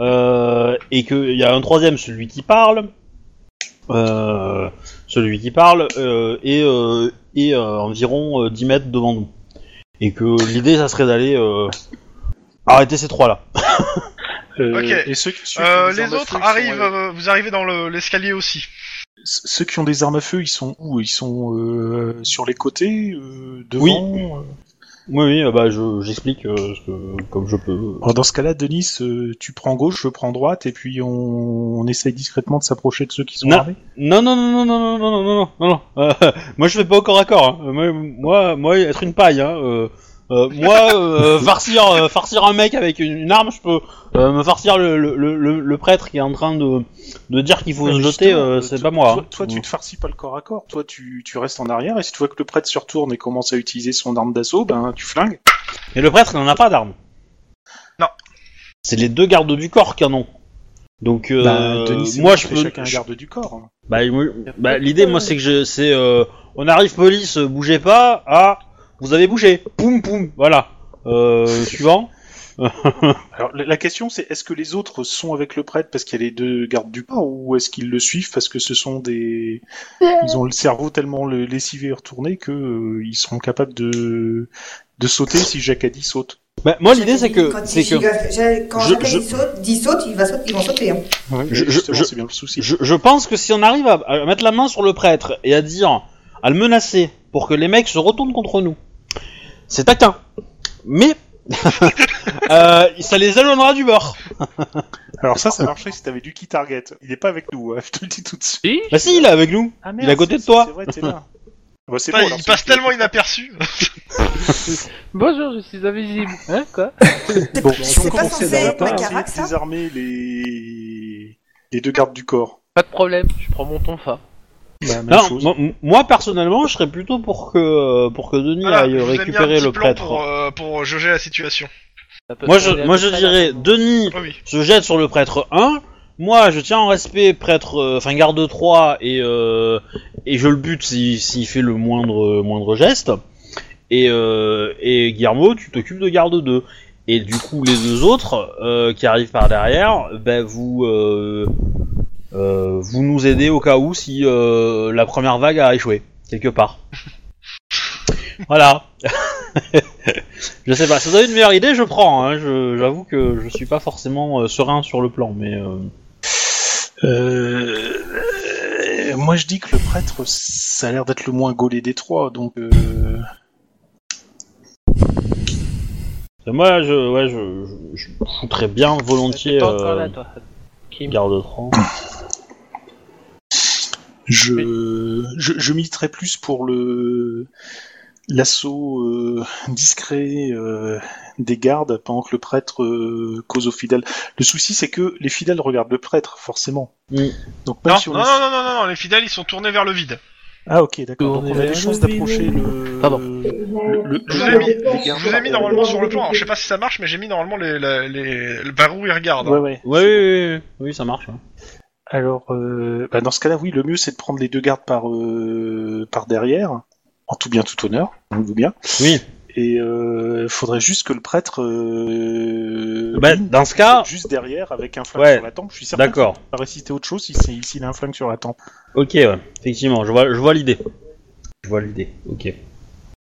Speaker 2: euh, et qu'il y a un troisième, celui qui parle, euh, celui qui parle euh, et, euh, et euh, environ euh, 10 mètres devant nous. Et que l'idée, ça serait d'aller euh, arrêter ces trois-là.
Speaker 4: Euh,
Speaker 1: Ok.
Speaker 4: Et ceux qui suivent
Speaker 1: Euh,
Speaker 4: ont des
Speaker 1: les
Speaker 4: armes à
Speaker 1: autres
Speaker 4: feu, ils sont,
Speaker 1: arrivent,
Speaker 4: euh,
Speaker 1: euh, vous arrivez dans le- l'escalier aussi.
Speaker 4: c- Ceux qui ont des armes à feu, ils sont où Ils sont euh, sur les côtés, euh, devant. euh
Speaker 2: Oui, oui. euh, Bah, je- j'explique euh, ce que- comme je peux.
Speaker 4: Alors, dans ce cas-là, Denis, euh, tu prends gauche, je prends droite, et puis on, on essaye discrètement de s'approcher de ceux qui sont
Speaker 2: Non.
Speaker 4: armés.
Speaker 2: Non, non, non, non, non, non, non, non, non, non, non. Euh, moi, je fais pas au corps à corps. hein. Euh, Moi, moi, moi, être une paille. Hein. Euh, euh, moi, euh, farcir, euh, farcir un mec avec une, une arme, je peux euh, me farcir le, le, le- le, le prêtre qui est en train de, de dire qu'il faut
Speaker 4: Ouais,
Speaker 2: se
Speaker 4: mais
Speaker 2: jeter.
Speaker 4: justement,
Speaker 2: euh,
Speaker 4: euh,
Speaker 2: c'est pas
Speaker 4: toi-
Speaker 2: moi.
Speaker 4: Toi,
Speaker 2: hein.
Speaker 4: toi, tu te farcis pas le corps à corps. Toi, tu, tu restes en arrière, et si tu vois que le prêtre se retourne et commence à utiliser son arme d'assaut, ben tu flingues.
Speaker 2: Mmh. Et le prêtre, il en a pas d'arme.
Speaker 1: Non.
Speaker 2: C'est les deux gardes du corps qui en ont. Donc, euh,
Speaker 4: Ben, Denis et
Speaker 2: moi,
Speaker 4: moi,
Speaker 2: je
Speaker 4: on fait
Speaker 2: peux.
Speaker 4: chacun un
Speaker 2: je-
Speaker 4: garde du corps. hein.
Speaker 2: Bah, oui, bah, l'idée, moi, c'est que je, c'est, euh, on arrive police, euh, bougez pas. Ah, vous avez bougé. Poum poum. Voilà. Euh, suivant.
Speaker 4: Alors, la, la question, c'est est-ce que les autres sont avec le prêtre parce qu'il y a les deux gardes du corps, ou est-ce qu'ils le suivent parce que ce sont des. Ils ont le cerveau tellement le- lessivé et retourné que euh, ils seront capables de, de sauter si Jacadi saute.
Speaker 2: Bah, moi, l'idée, c'est que,
Speaker 7: Quand il-
Speaker 2: c'est que,
Speaker 7: j'ai- Quand
Speaker 2: Je-
Speaker 7: Jacques
Speaker 2: je-
Speaker 7: il saute, dit saute, il va sauter, ils vont sauter. hein.
Speaker 2: Je- je-
Speaker 4: Justement,
Speaker 2: je-
Speaker 4: c'est bien le souci.
Speaker 2: je, je pense que si on arrive à, à mettre la main sur le prêtre et à dire, à le menacer pour que les mecs se retournent contre nous, c'est taquin. Mais, euh, ça les éloignera du bord.
Speaker 4: Alors ça, ça marcherait si t'avais du key target. Il est pas avec nous, hein, je te le dis tout de suite.
Speaker 6: Si
Speaker 2: Bah, si, il est avec nous. Il est à côté de toi.
Speaker 4: hein, C'est vrai, t'es là. Bah, c'est
Speaker 1: Putain, il
Speaker 4: bon, alors,
Speaker 1: passe
Speaker 4: c'est-
Speaker 1: tellement inaperçu.
Speaker 6: Bonjour, je suis invisible. Hein, quoi
Speaker 4: Bon,
Speaker 7: C'est-
Speaker 4: si on
Speaker 7: C'est pas
Speaker 4: commence
Speaker 7: censé
Speaker 4: à
Speaker 7: être
Speaker 4: désarmer-
Speaker 7: Macarac ça
Speaker 4: désarmer les... les deux gardes du corps.
Speaker 6: Pas de problème, je prends mon tonfa.
Speaker 4: Bah, même
Speaker 2: Non,
Speaker 4: chose.
Speaker 2: moi- moi, personnellement, je serais plutôt pour que, pour que Denis
Speaker 1: Voilà,
Speaker 2: aille
Speaker 1: je vous ai mis un
Speaker 2: récupérer
Speaker 1: petit
Speaker 2: le
Speaker 1: plan
Speaker 2: prêtre.
Speaker 1: Pour, euh, pour jauger la situation.
Speaker 6: Ça peut-
Speaker 2: Moi
Speaker 6: on est
Speaker 2: je,
Speaker 6: à
Speaker 2: moi
Speaker 6: peu
Speaker 2: je
Speaker 6: près là,
Speaker 2: dirais,
Speaker 6: maintenant.
Speaker 2: Denis
Speaker 1: Oui, oui.
Speaker 2: se jette sur le prêtre 1, moi, je tiens en respect prêtre, euh, enfin garde 3 et euh, et je le bute s'il s'il fait le moindre euh, moindre geste. Et euh, et Guillermo, tu t'occupes de garde 2. Et du coup, les deux autres euh, qui arrivent par derrière, ben vous euh, euh, vous nous aidez au cas où si euh, la première vague a échoué quelque part. voilà. je sais pas. Si vous avez une meilleure idée, je prends. hein. Je- J'avoue que je suis pas forcément euh, serein sur le plan, mais euh,
Speaker 4: Euh, euh, moi, je dis que le prêtre, ça a l'air d'être le moins gaulé des trois, donc. euh,
Speaker 2: moi, je, ouais, je, je, je foutrais bien volontiers
Speaker 6: T'es pas encore là,
Speaker 2: euh,
Speaker 6: toi. Kim.
Speaker 2: garde 3.
Speaker 4: Je, je, je militerai plus pour le l'assaut euh, discret euh, des gardes pendant que le prêtre euh, cause aux fidèles. Le souci, c'est que les fidèles regardent le prêtre, forcément.
Speaker 2: Oui.
Speaker 4: Donc même
Speaker 1: Non,
Speaker 4: si
Speaker 1: non,
Speaker 4: on
Speaker 1: non,
Speaker 4: laisse-
Speaker 1: non, non, non, non, les fidèles ils sont tournés vers le vide.
Speaker 4: Ah ok, d'accord.
Speaker 6: Tournez
Speaker 4: Donc on a des
Speaker 6: vers
Speaker 4: chances
Speaker 6: le
Speaker 4: d'approcher
Speaker 6: vide.
Speaker 4: le...
Speaker 6: Pardon.
Speaker 1: le- je vous ai mis- Je vous ai mis normalement sur le plan, alors je sais pas si ça marche, mais j'ai mis normalement les, les, les, le- par où ils regardent.
Speaker 4: Ouais, ouais.
Speaker 2: Ouais, oui, oui, oui, oui, ça marche. hein.
Speaker 4: Alors, euh, bah, dans ce cas-là, oui, le mieux, c'est de prendre les deux gardes par, euh, par derrière, en tout bien, tout honneur, on le veut bien.
Speaker 2: Oui.
Speaker 4: Et euh, faudrait juste que le prêtre... euh,
Speaker 2: Ben, dans ce cas,
Speaker 4: juste derrière avec un flingue
Speaker 2: Ouais.
Speaker 4: sur la tempe. Je suis certain
Speaker 2: d'accord.
Speaker 4: qu'il va réciter autre chose s'il s'il- s'il a un flingue sur la tempe.
Speaker 2: Ok, ouais. effectivement, je vois, je vois l'idée. Je vois l'idée, ok.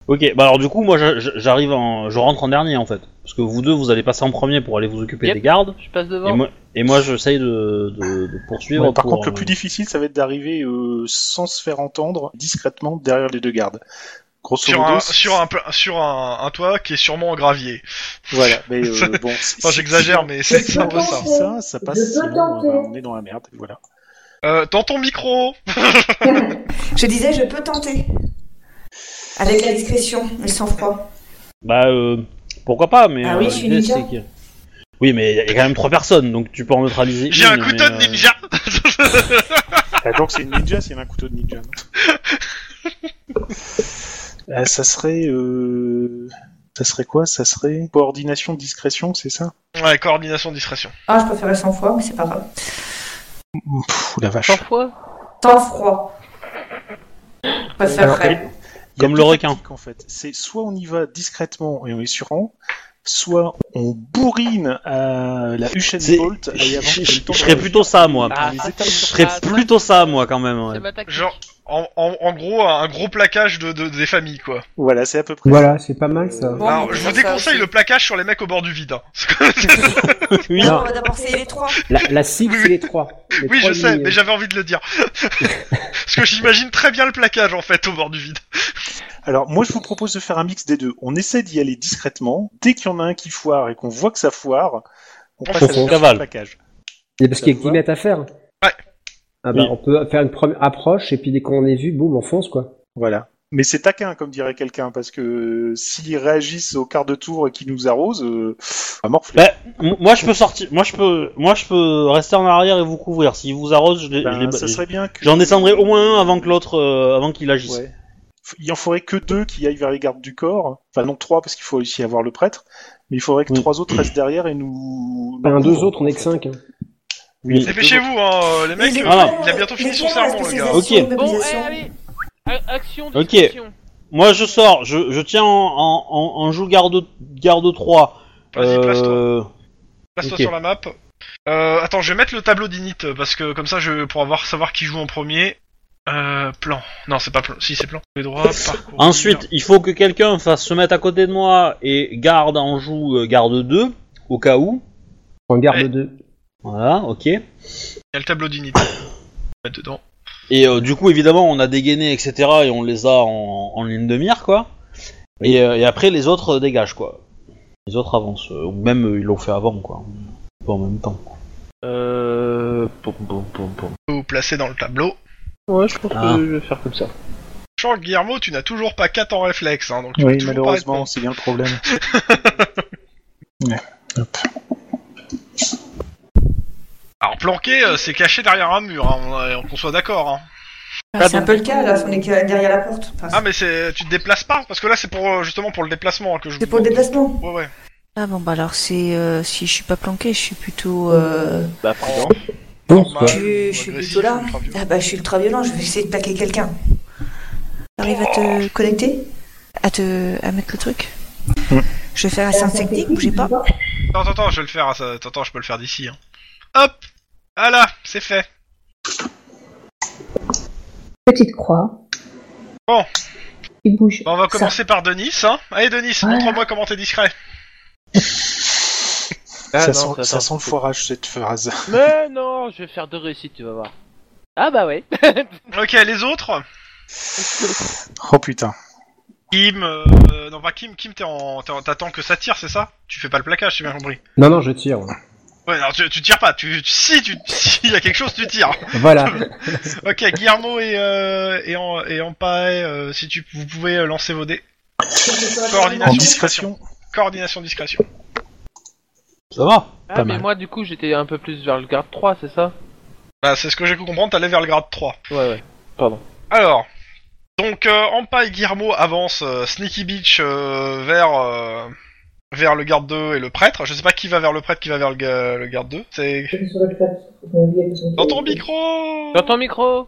Speaker 2: Ok, bah alors du coup, moi je- je- j'arrive en. Je rentre en dernier en fait. Parce que vous deux, vous allez passer en premier pour aller vous occuper
Speaker 6: Yep.
Speaker 2: des gardes.
Speaker 6: Je passe
Speaker 2: Et
Speaker 6: devant.
Speaker 2: moi, et moi j'essaye de, de, de poursuivre.
Speaker 4: Ouais, par
Speaker 2: pour,
Speaker 4: contre, le plus
Speaker 2: euh,
Speaker 4: difficile, ça va être d'arriver euh, sans se faire entendre, discrètement derrière les deux gardes. Grosso
Speaker 1: Sur,
Speaker 4: modo,
Speaker 1: un,
Speaker 4: c'est-
Speaker 1: sur, un, pla- sur un, un toit qui est sûrement en gravier.
Speaker 4: Voilà, mais euh, bon. si-
Speaker 1: Enfin,
Speaker 4: si-
Speaker 1: j'exagère,
Speaker 4: si-
Speaker 1: mais c'est c'est un peu ça.
Speaker 4: si ça, ça passe.
Speaker 8: Je peux
Speaker 4: sinon,
Speaker 8: tenter.
Speaker 4: bah, on est dans la merde. et Voilà.
Speaker 1: Euh, dans ton micro
Speaker 7: Je disais, je peux tenter. Avec la discrétion et le sang-froid.
Speaker 2: Bah, euh, pourquoi pas, mais.
Speaker 7: Ah
Speaker 2: euh,
Speaker 7: oui, je suis
Speaker 2: l'idée,
Speaker 7: ninja.
Speaker 2: c'est que- Oui, mais il y a- il y a quand même trois personnes, donc tu peux en neutraliser.
Speaker 1: J'ai un
Speaker 2: une,
Speaker 1: couteau de
Speaker 2: mais, euh,
Speaker 1: ninja
Speaker 4: Ah, donc c'est une ninja s'il y en a un couteau de ninja. non Euh, ça serait. euh, Ça serait quoi Ça serait coordination, discrétion, c'est ça
Speaker 1: Ouais, coordination, discrétion.
Speaker 7: Ah, je préférais sang-froid, mais c'est pas grave.
Speaker 4: Pfff, la vache.
Speaker 6: Cent fois
Speaker 7: Sang-froid. Je
Speaker 4: Alors,
Speaker 7: préférerais.
Speaker 4: Il y a
Speaker 2: Comme
Speaker 4: deux
Speaker 2: le requin.
Speaker 4: tactiques, En fait, c'est soit on y va discrètement et on est sur rang, soit on bourrine à la Usain
Speaker 2: C'est-
Speaker 4: Bolt.
Speaker 2: Je
Speaker 4: et avant
Speaker 2: je-
Speaker 4: que le
Speaker 2: je-
Speaker 4: temps
Speaker 2: je serais
Speaker 4: de-
Speaker 2: plutôt ça, moi.
Speaker 6: Ah,
Speaker 4: les
Speaker 6: ah,
Speaker 4: étapes
Speaker 6: ah,
Speaker 2: Je serais
Speaker 6: ah,
Speaker 2: plutôt ça, moi, quand même. ouais.
Speaker 6: C'est ma tactique.
Speaker 1: Genre, en, en, en gros, un gros plaquage de, de- des familles, quoi.
Speaker 4: Voilà, c'est à peu près.
Speaker 5: Voilà, c'est pas mal ça.
Speaker 7: Bon,
Speaker 1: Alors,
Speaker 7: mais
Speaker 1: je
Speaker 7: ça,
Speaker 1: vous
Speaker 7: ça
Speaker 1: déconseille
Speaker 7: aussi.
Speaker 1: le plaquage sur les mecs au bord du vide. hein.
Speaker 2: Oui.
Speaker 5: Non.
Speaker 7: On va d'abord essayer les trois.
Speaker 5: La, la cible, c'est les trois. Les
Speaker 1: oui,
Speaker 5: trois
Speaker 1: je sais,
Speaker 5: lignes.
Speaker 1: mais j'avais envie de le dire. Parce que j'imagine très bien le plaquage, en fait, au bord du vide.
Speaker 4: Alors, moi, je vous propose de faire un mix des deux. On essaie d'y aller discrètement. Dès qu'il y en a un qui foire et qu'on voit que ça foire, on passe à la
Speaker 2: On
Speaker 4: version
Speaker 2: cavale.
Speaker 4: plaquage.
Speaker 5: Et parce qu'il y a
Speaker 4: Ça
Speaker 5: 10
Speaker 4: te va
Speaker 5: mètres à faire.
Speaker 1: Ouais.
Speaker 5: Ah bah,
Speaker 2: Oui.
Speaker 5: on peut faire une première approche et puis dès qu'on est vu, boum, on fonce quoi.
Speaker 4: Voilà. Mais c'est taquin, comme dirait quelqu'un, parce que euh, s'ils réagissent au quart de tour et qu'ils nous arrosent, euh, à morfler.
Speaker 2: Bah, m- moi je peux sortir, moi je peux, moi je peux rester en arrière et vous couvrir. Si vous arrose, je les-
Speaker 4: Ben,
Speaker 2: Bah, je les-
Speaker 4: ça serait bien que...
Speaker 2: j'en descendrai au moins un avant que l'autre, euh, avant qu'il agisse.
Speaker 4: Ouais. F- Il en faudrait que deux qui aillent vers les gardes du corps. Enfin, non, trois, parce qu'il faut aussi avoir le prêtre. Mais il faudrait que
Speaker 2: Oui.
Speaker 4: trois autres restent derrière et nous.
Speaker 5: Enfin, deux autres, on est que cinq. hein.
Speaker 2: Oui.
Speaker 1: Dépêchez-vous, hein, euh, les mecs.
Speaker 7: Mais
Speaker 1: euh,
Speaker 2: voilà.
Speaker 1: Il a bientôt fini son
Speaker 7: lesquels ont la
Speaker 1: serment, le gars.
Speaker 7: spécialisation
Speaker 2: Ah. Ok.
Speaker 7: de
Speaker 6: Bon, eh,
Speaker 7: mobilisation
Speaker 6: allez A- Action,
Speaker 2: Ok.
Speaker 6: discrétion.
Speaker 2: Moi je sors, je, je tiens en, en, en, en joue garde garde 3.
Speaker 1: Vas-y, place-toi.
Speaker 2: Euh,
Speaker 1: Place-toi
Speaker 2: ok.
Speaker 1: sur la map. Euh, attends, je vais mettre le tableau d'init, parce que comme ça, je pour avoir savoir qui joue en premier. Euh, plan. Non, c'est pas plan. Si, c'est plan. Les droits, parcours.
Speaker 2: Ensuite, il faut que quelqu'un fasse se mettre à côté de moi et garde en joue euh, garde 2 au cas où.
Speaker 5: On garde
Speaker 1: Ouais.
Speaker 5: deux.
Speaker 2: Voilà, ok.
Speaker 1: Il y a le tableau d'init. Mettre dedans.
Speaker 2: Et euh, du coup, évidemment, on a dégainé, etc. et on les a en, en ligne de mire, quoi. Et, euh, et après, les autres euh, dégagent, quoi. Les autres avancent. euh, Ou même, euh, ils l'ont fait avant, quoi. Pas en même temps.
Speaker 6: Euh. Pom, pom, pom, pom.
Speaker 1: Vous placez dans le tableau.
Speaker 6: Ouais, je pense
Speaker 2: Ah.
Speaker 6: que je vais faire comme ça.
Speaker 1: Sachant que Guillermo, tu n'as toujours pas 4 en réflexe, hein, donc tu peux
Speaker 4: Oui,
Speaker 1: toujours
Speaker 4: malheureusement,
Speaker 1: pas
Speaker 4: c'est bien le problème. Ouais. Hop.
Speaker 1: être- Alors, planquer, euh, c'est caché derrière un mur, hein, on, euh, qu'on soit d'accord. Hein.
Speaker 7: Enfin, C'est un peu le cas là, on est derrière la porte. Enfin,
Speaker 1: Ah, mais c'est, tu te déplaces pas Parce que là, c'est pour euh, justement pour le déplacement hein, que je
Speaker 7: c'est pour le déplacement.
Speaker 1: Ouais, ouais.
Speaker 7: Ah bon, bah alors c'est euh, si je suis pas planqué, je suis plutôt. euh,
Speaker 6: Bah, prudent.
Speaker 1: normal.
Speaker 5: c'est
Speaker 1: ou
Speaker 7: Je, je suis
Speaker 1: agressif,
Speaker 7: plutôt là.
Speaker 1: ou ultra-violent.
Speaker 7: Ah bah, je suis ultra violent, je vais essayer de plaquer quelqu'un. T'arrives à te connecter À te à mettre le truc
Speaker 3: Hmm.
Speaker 7: Je vais faire la science Ah, technique, bougez pas.
Speaker 1: Attends, attends, attends, je vais le faire. hein, ça- Attends, attends, je peux le faire d'ici. hein. Hop Voilà, c'est fait.
Speaker 8: Petite croix.
Speaker 1: Bon.
Speaker 8: Il bouge.
Speaker 1: Bah, on va
Speaker 8: Ça.
Speaker 1: commencer par Denis. Hein. Allez, Denis,
Speaker 8: Ouais.
Speaker 1: montre-moi comment t'es discret.
Speaker 6: Ah,
Speaker 1: Ah
Speaker 4: ça,
Speaker 6: non,
Speaker 4: sent,
Speaker 6: ça
Speaker 4: ça
Speaker 6: sent-
Speaker 4: sent le foirage cette phrase.
Speaker 6: Mais non, je vais faire deux réussites, tu vas voir. Ah bah ouais.
Speaker 1: Ok, les autres
Speaker 4: Oh putain.
Speaker 1: Kim, euh, non pas Kim, Kim, t'es en, t'es en- t'attends que ça tire, c'est ça Tu fais pas le plaquage, j'ai bien compris.
Speaker 5: Non, non, je tire. ouais.
Speaker 1: Ouais, non, tu, tu tires pas, tu, tu- si tu, s'il y a quelque chose, tu tires.
Speaker 5: Voilà.
Speaker 1: Ok, Guillermo et euh, et en et Ampae, euh, si tu, vous pouvez euh, lancer vos dés.
Speaker 4: En
Speaker 1: Coordination,
Speaker 4: discrétion.
Speaker 1: coordination, discrétion.
Speaker 2: Ça va
Speaker 6: Ah
Speaker 2: Pas
Speaker 6: mais
Speaker 2: mal.
Speaker 6: moi du coup j'étais un peu plus vers le garde 3, c'est ça
Speaker 1: Bah, c'est ce que j'ai cru comprendre. T'allais vers le grade 3.
Speaker 6: Ouais ouais. Pardon.
Speaker 1: Alors, donc euh, Ampa et Guillermo avancent euh, Sneaky Beach euh, vers euh, vers le garde 2 et le prêtre. Je sais pas qui va vers le prêtre, qui va vers le, ga- le garde 2. C'est
Speaker 8: Je suis sur le chat. Mais oui, elles sont-
Speaker 1: dans ton micro.
Speaker 6: Dans ton micro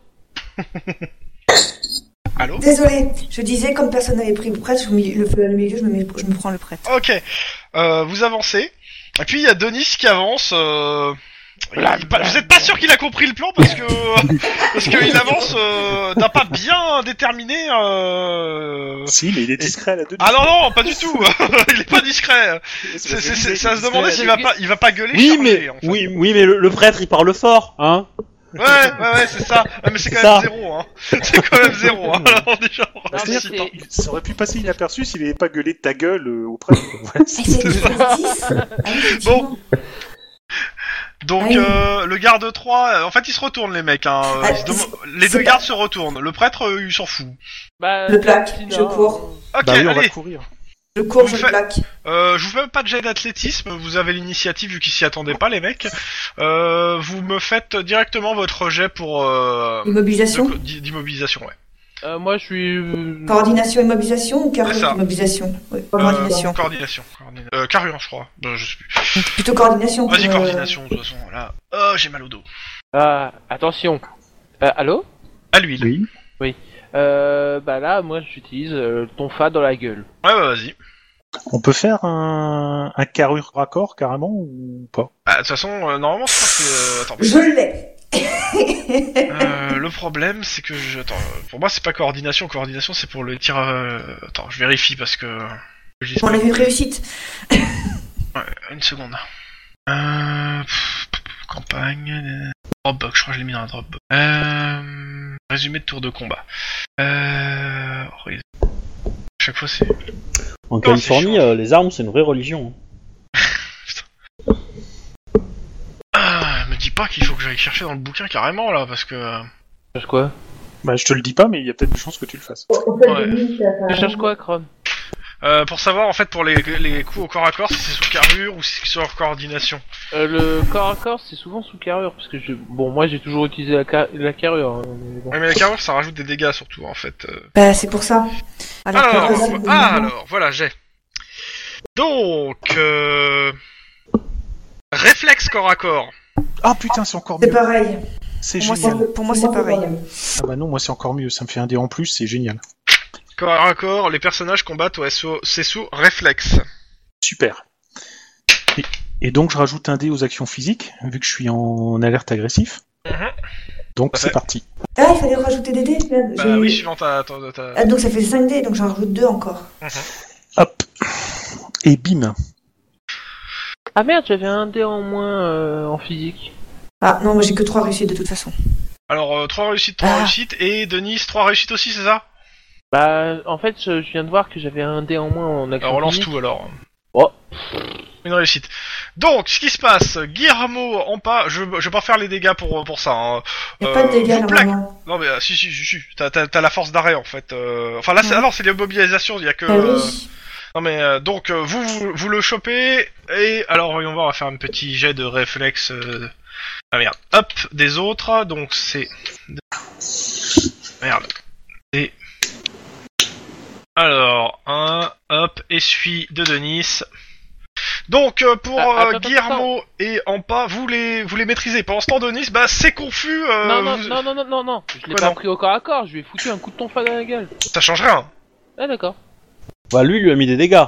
Speaker 1: Allô.
Speaker 7: Désolée, je disais, comme personne n'avait pris le prêtre, je me- le, le milieu, je me, mets- je me prends le prêtre.
Speaker 1: Ok. Euh, vous avancez. Et puis il y a Denis qui avance. euh, il- il- pas- vous êtes pas sûr qu'il a compris le plan parce que parce qu'il avance euh, d'un pas bien déterminé. euh.
Speaker 4: Si, mais il est discret à la deux.
Speaker 1: Ah non non, pas du tout. il est pas discret. C'est- c'est- c'est- c'est à se demander s'il va pas, il va pas gueuler.
Speaker 2: Oui,
Speaker 1: charger,
Speaker 2: mais,
Speaker 1: en fait.
Speaker 2: oui, oui, mais le, le prêtre, il parle fort, hein
Speaker 1: Ouais, ouais, ouais, c'est ça. Ah, mais c'est quand
Speaker 2: C'est
Speaker 1: même
Speaker 2: ça.
Speaker 1: zéro, hein. C'est quand même zéro, hein. Alors, déjà, on
Speaker 4: Bah,
Speaker 6: Non, mais
Speaker 1: réussit.
Speaker 6: c'est-
Speaker 4: Ça aurait pu passer inaperçu s'il n'avait pas gueulé de ta gueule euh, au prêtre. Voilà,
Speaker 7: Ah,
Speaker 4: c'est-
Speaker 7: c'est 10 Ah oui, effectivement.
Speaker 2: Ah
Speaker 1: Donc,
Speaker 7: Aïe.
Speaker 1: euh, le garde 3, euh, en fait, ils se retournent, les mecs, hein. Euh,
Speaker 7: Ah,
Speaker 1: ils se demo- les
Speaker 7: c'est
Speaker 1: deux
Speaker 7: pas-
Speaker 1: gardes se retournent. Le prêtre, euh, il s'en fout.
Speaker 6: Bah,
Speaker 7: Le plaque,
Speaker 6: Tina,
Speaker 7: je cours.
Speaker 1: Ok,
Speaker 4: Bah oui, on va
Speaker 1: allez.
Speaker 4: courir.
Speaker 7: Je cours,
Speaker 1: Vous
Speaker 7: je
Speaker 1: faites-
Speaker 7: plaque.
Speaker 1: Euh, je vous fais même pas de jet d'athlétisme. Vous avez l'initiative vu qu'ils s'y attendaient pas, les mecs. Euh, vous me faites directement votre jet pour, euh, de
Speaker 7: Immobilisation
Speaker 1: co- d'i- d'immobilisation, ouais.
Speaker 6: Euh, moi je suis... euh,
Speaker 7: Coordination, immobilisation ou
Speaker 1: C'est ça.
Speaker 7: carrure Immobilisation. Oui,
Speaker 1: Euh,
Speaker 7: coordination.
Speaker 1: coordination. coordina- Euh, carrure, je crois. Euh, je sais plus.
Speaker 7: Plutôt coordination.
Speaker 1: Vas-y,
Speaker 7: pour, euh,
Speaker 1: coordination, de toute façon, là. Oh, j'ai mal au dos.
Speaker 6: Ah, attention. Euh, allô
Speaker 1: À l'huile.
Speaker 4: Oui.
Speaker 6: Euh, bah là, moi j'utilise euh, ton fa dans la gueule.
Speaker 1: Ouais, bah, vas-y.
Speaker 4: On peut faire un, un carrure raccord carrément ou pas
Speaker 1: Bah, de toute façon, euh, normalement, je crois que. euh, attends,
Speaker 7: Je l'ai.
Speaker 1: euh, le problème, c'est que. Je... Attends, euh, pour moi, c'est pas coordination. Coordination, c'est pour le tir. euh, Attends, je vérifie parce que. que je dise
Speaker 7: On
Speaker 1: pas-
Speaker 7: a vu une réussite.
Speaker 1: Une seconde. Euh... pff, pff, Campagne. euh, Dropbox, je crois que je l'ai mis dans la Dropbox. Euh... Résumé de tour de combat. Euh... horizon. Chaque fois, c'est.
Speaker 2: En
Speaker 1: c'est
Speaker 2: Californie,
Speaker 1: chaud.
Speaker 2: euh, les armes, c'est une vraie religion. hein.
Speaker 1: Ah, me dis pas qu'il faut que j'aille chercher dans le bouquin carrément là, parce que. euh,
Speaker 6: Je cherche quoi
Speaker 4: Bah, je te le dis pas, mais il y a peut-être des chances que tu le fasses.
Speaker 8: Au fait,
Speaker 1: Ouais.
Speaker 8: des minutes, ça- ça-
Speaker 6: Je cherche quoi, Chrome
Speaker 1: Euh, pour savoir en fait pour les, les coups au corps à corps si c'est sous carrure ou si c'est sur coordination.
Speaker 6: euh, Le corps à corps, c'est souvent sous carrure, parce que je... Bon, moi j'ai toujours utilisé la, ca- la carrure. hein, mais bon.
Speaker 4: Ah,
Speaker 1: Ouais, mais la carrure ça rajoute des dégâts surtout en fait. euh.
Speaker 7: Bah, c'est pour ça. Alors,
Speaker 1: Alors,
Speaker 7: que-
Speaker 1: vo- ah, alors, voilà, j'ai. Donc, euh... réflexe corps à corps.
Speaker 4: Ah putain, c'est encore
Speaker 7: c'est
Speaker 4: mieux.
Speaker 7: pareil.
Speaker 3: Eh
Speaker 4: C'est
Speaker 3: ben,
Speaker 7: Pour moi,
Speaker 4: génial.
Speaker 7: c'est- Pour moi, c'est pareil.
Speaker 4: Ah bah non, moi c'est encore mieux. Ça me fait un dé en plus, c'est génial.
Speaker 1: Corps à corps, les personnages combattent au SO, c'est sous réflexe.
Speaker 4: Super. Et, et donc je rajoute un dé aux actions physiques, vu que je suis en alerte agressif.
Speaker 1: Mhm.
Speaker 4: Donc
Speaker 1: Tout à
Speaker 4: c'est
Speaker 1: fait.
Speaker 4: parti.
Speaker 7: Ah, il fallait rajouter des dés. merde,
Speaker 1: Bah
Speaker 7: j'ai-
Speaker 1: oui, suivant ta... ta- ta-
Speaker 7: Ah, donc ça fait 5 dés, donc j'en rajoute 2 encore.
Speaker 4: Hop. Et bim.
Speaker 6: Ah merde, j'avais un dé en moins euh, en physique.
Speaker 7: Ah, non, moi j'ai que 3 réussites de toute façon.
Speaker 1: Alors, 3 réussites, 3
Speaker 7: Ah.
Speaker 1: réussites, et Denis, 3 réussites aussi, c'est ça
Speaker 6: Bah, en fait, je je viens de voir que j'avais un dé en moins
Speaker 7: Ah
Speaker 6: en action
Speaker 1: Alors, relance
Speaker 6: physique.
Speaker 1: tout alors.
Speaker 6: Oh.
Speaker 1: Une réussite. Donc, ce qui se passe, Guillermo, en pas, je, je vais pas faire les dégâts pour, pour ça. hein.
Speaker 7: Y'a
Speaker 1: Euh,
Speaker 7: a pas de dégâts
Speaker 1: je plaque.
Speaker 7: normalement.
Speaker 1: Non mais euh, si si si, si. t'as t'as- t'as la force d'arrêt en fait. euh, Enfin là c'est
Speaker 7: Ouais.
Speaker 1: alors c'est l'immobilisation, il y a que.
Speaker 7: Ah
Speaker 1: euh,
Speaker 7: Mm. oui.
Speaker 1: Non mais euh, donc euh, vous, vous vous le chopez et alors voyons voir on va faire un petit jet de réflexe. euh, Ah merde. Hop des autres donc c'est. Merde. Et alors un hop essuie de Denis. Donc euh, pour
Speaker 6: Ah, attends,
Speaker 1: euh,
Speaker 6: attends,
Speaker 1: Guillermo et Ampa, vous les vous les maîtrisez. Pendant ce temps, Denis, bah c'est confus. euh,
Speaker 6: non, non,
Speaker 1: vous-
Speaker 6: non, non, non, non, non, je l'ai
Speaker 1: Quoi,
Speaker 6: pas
Speaker 1: non
Speaker 6: pris au corps à corps, je lui ai foutu un coup de tonfa dans la gueule.
Speaker 1: Ça change rien.
Speaker 6: Ah d'accord.
Speaker 2: Bah lui, il lui a mis des dégâts.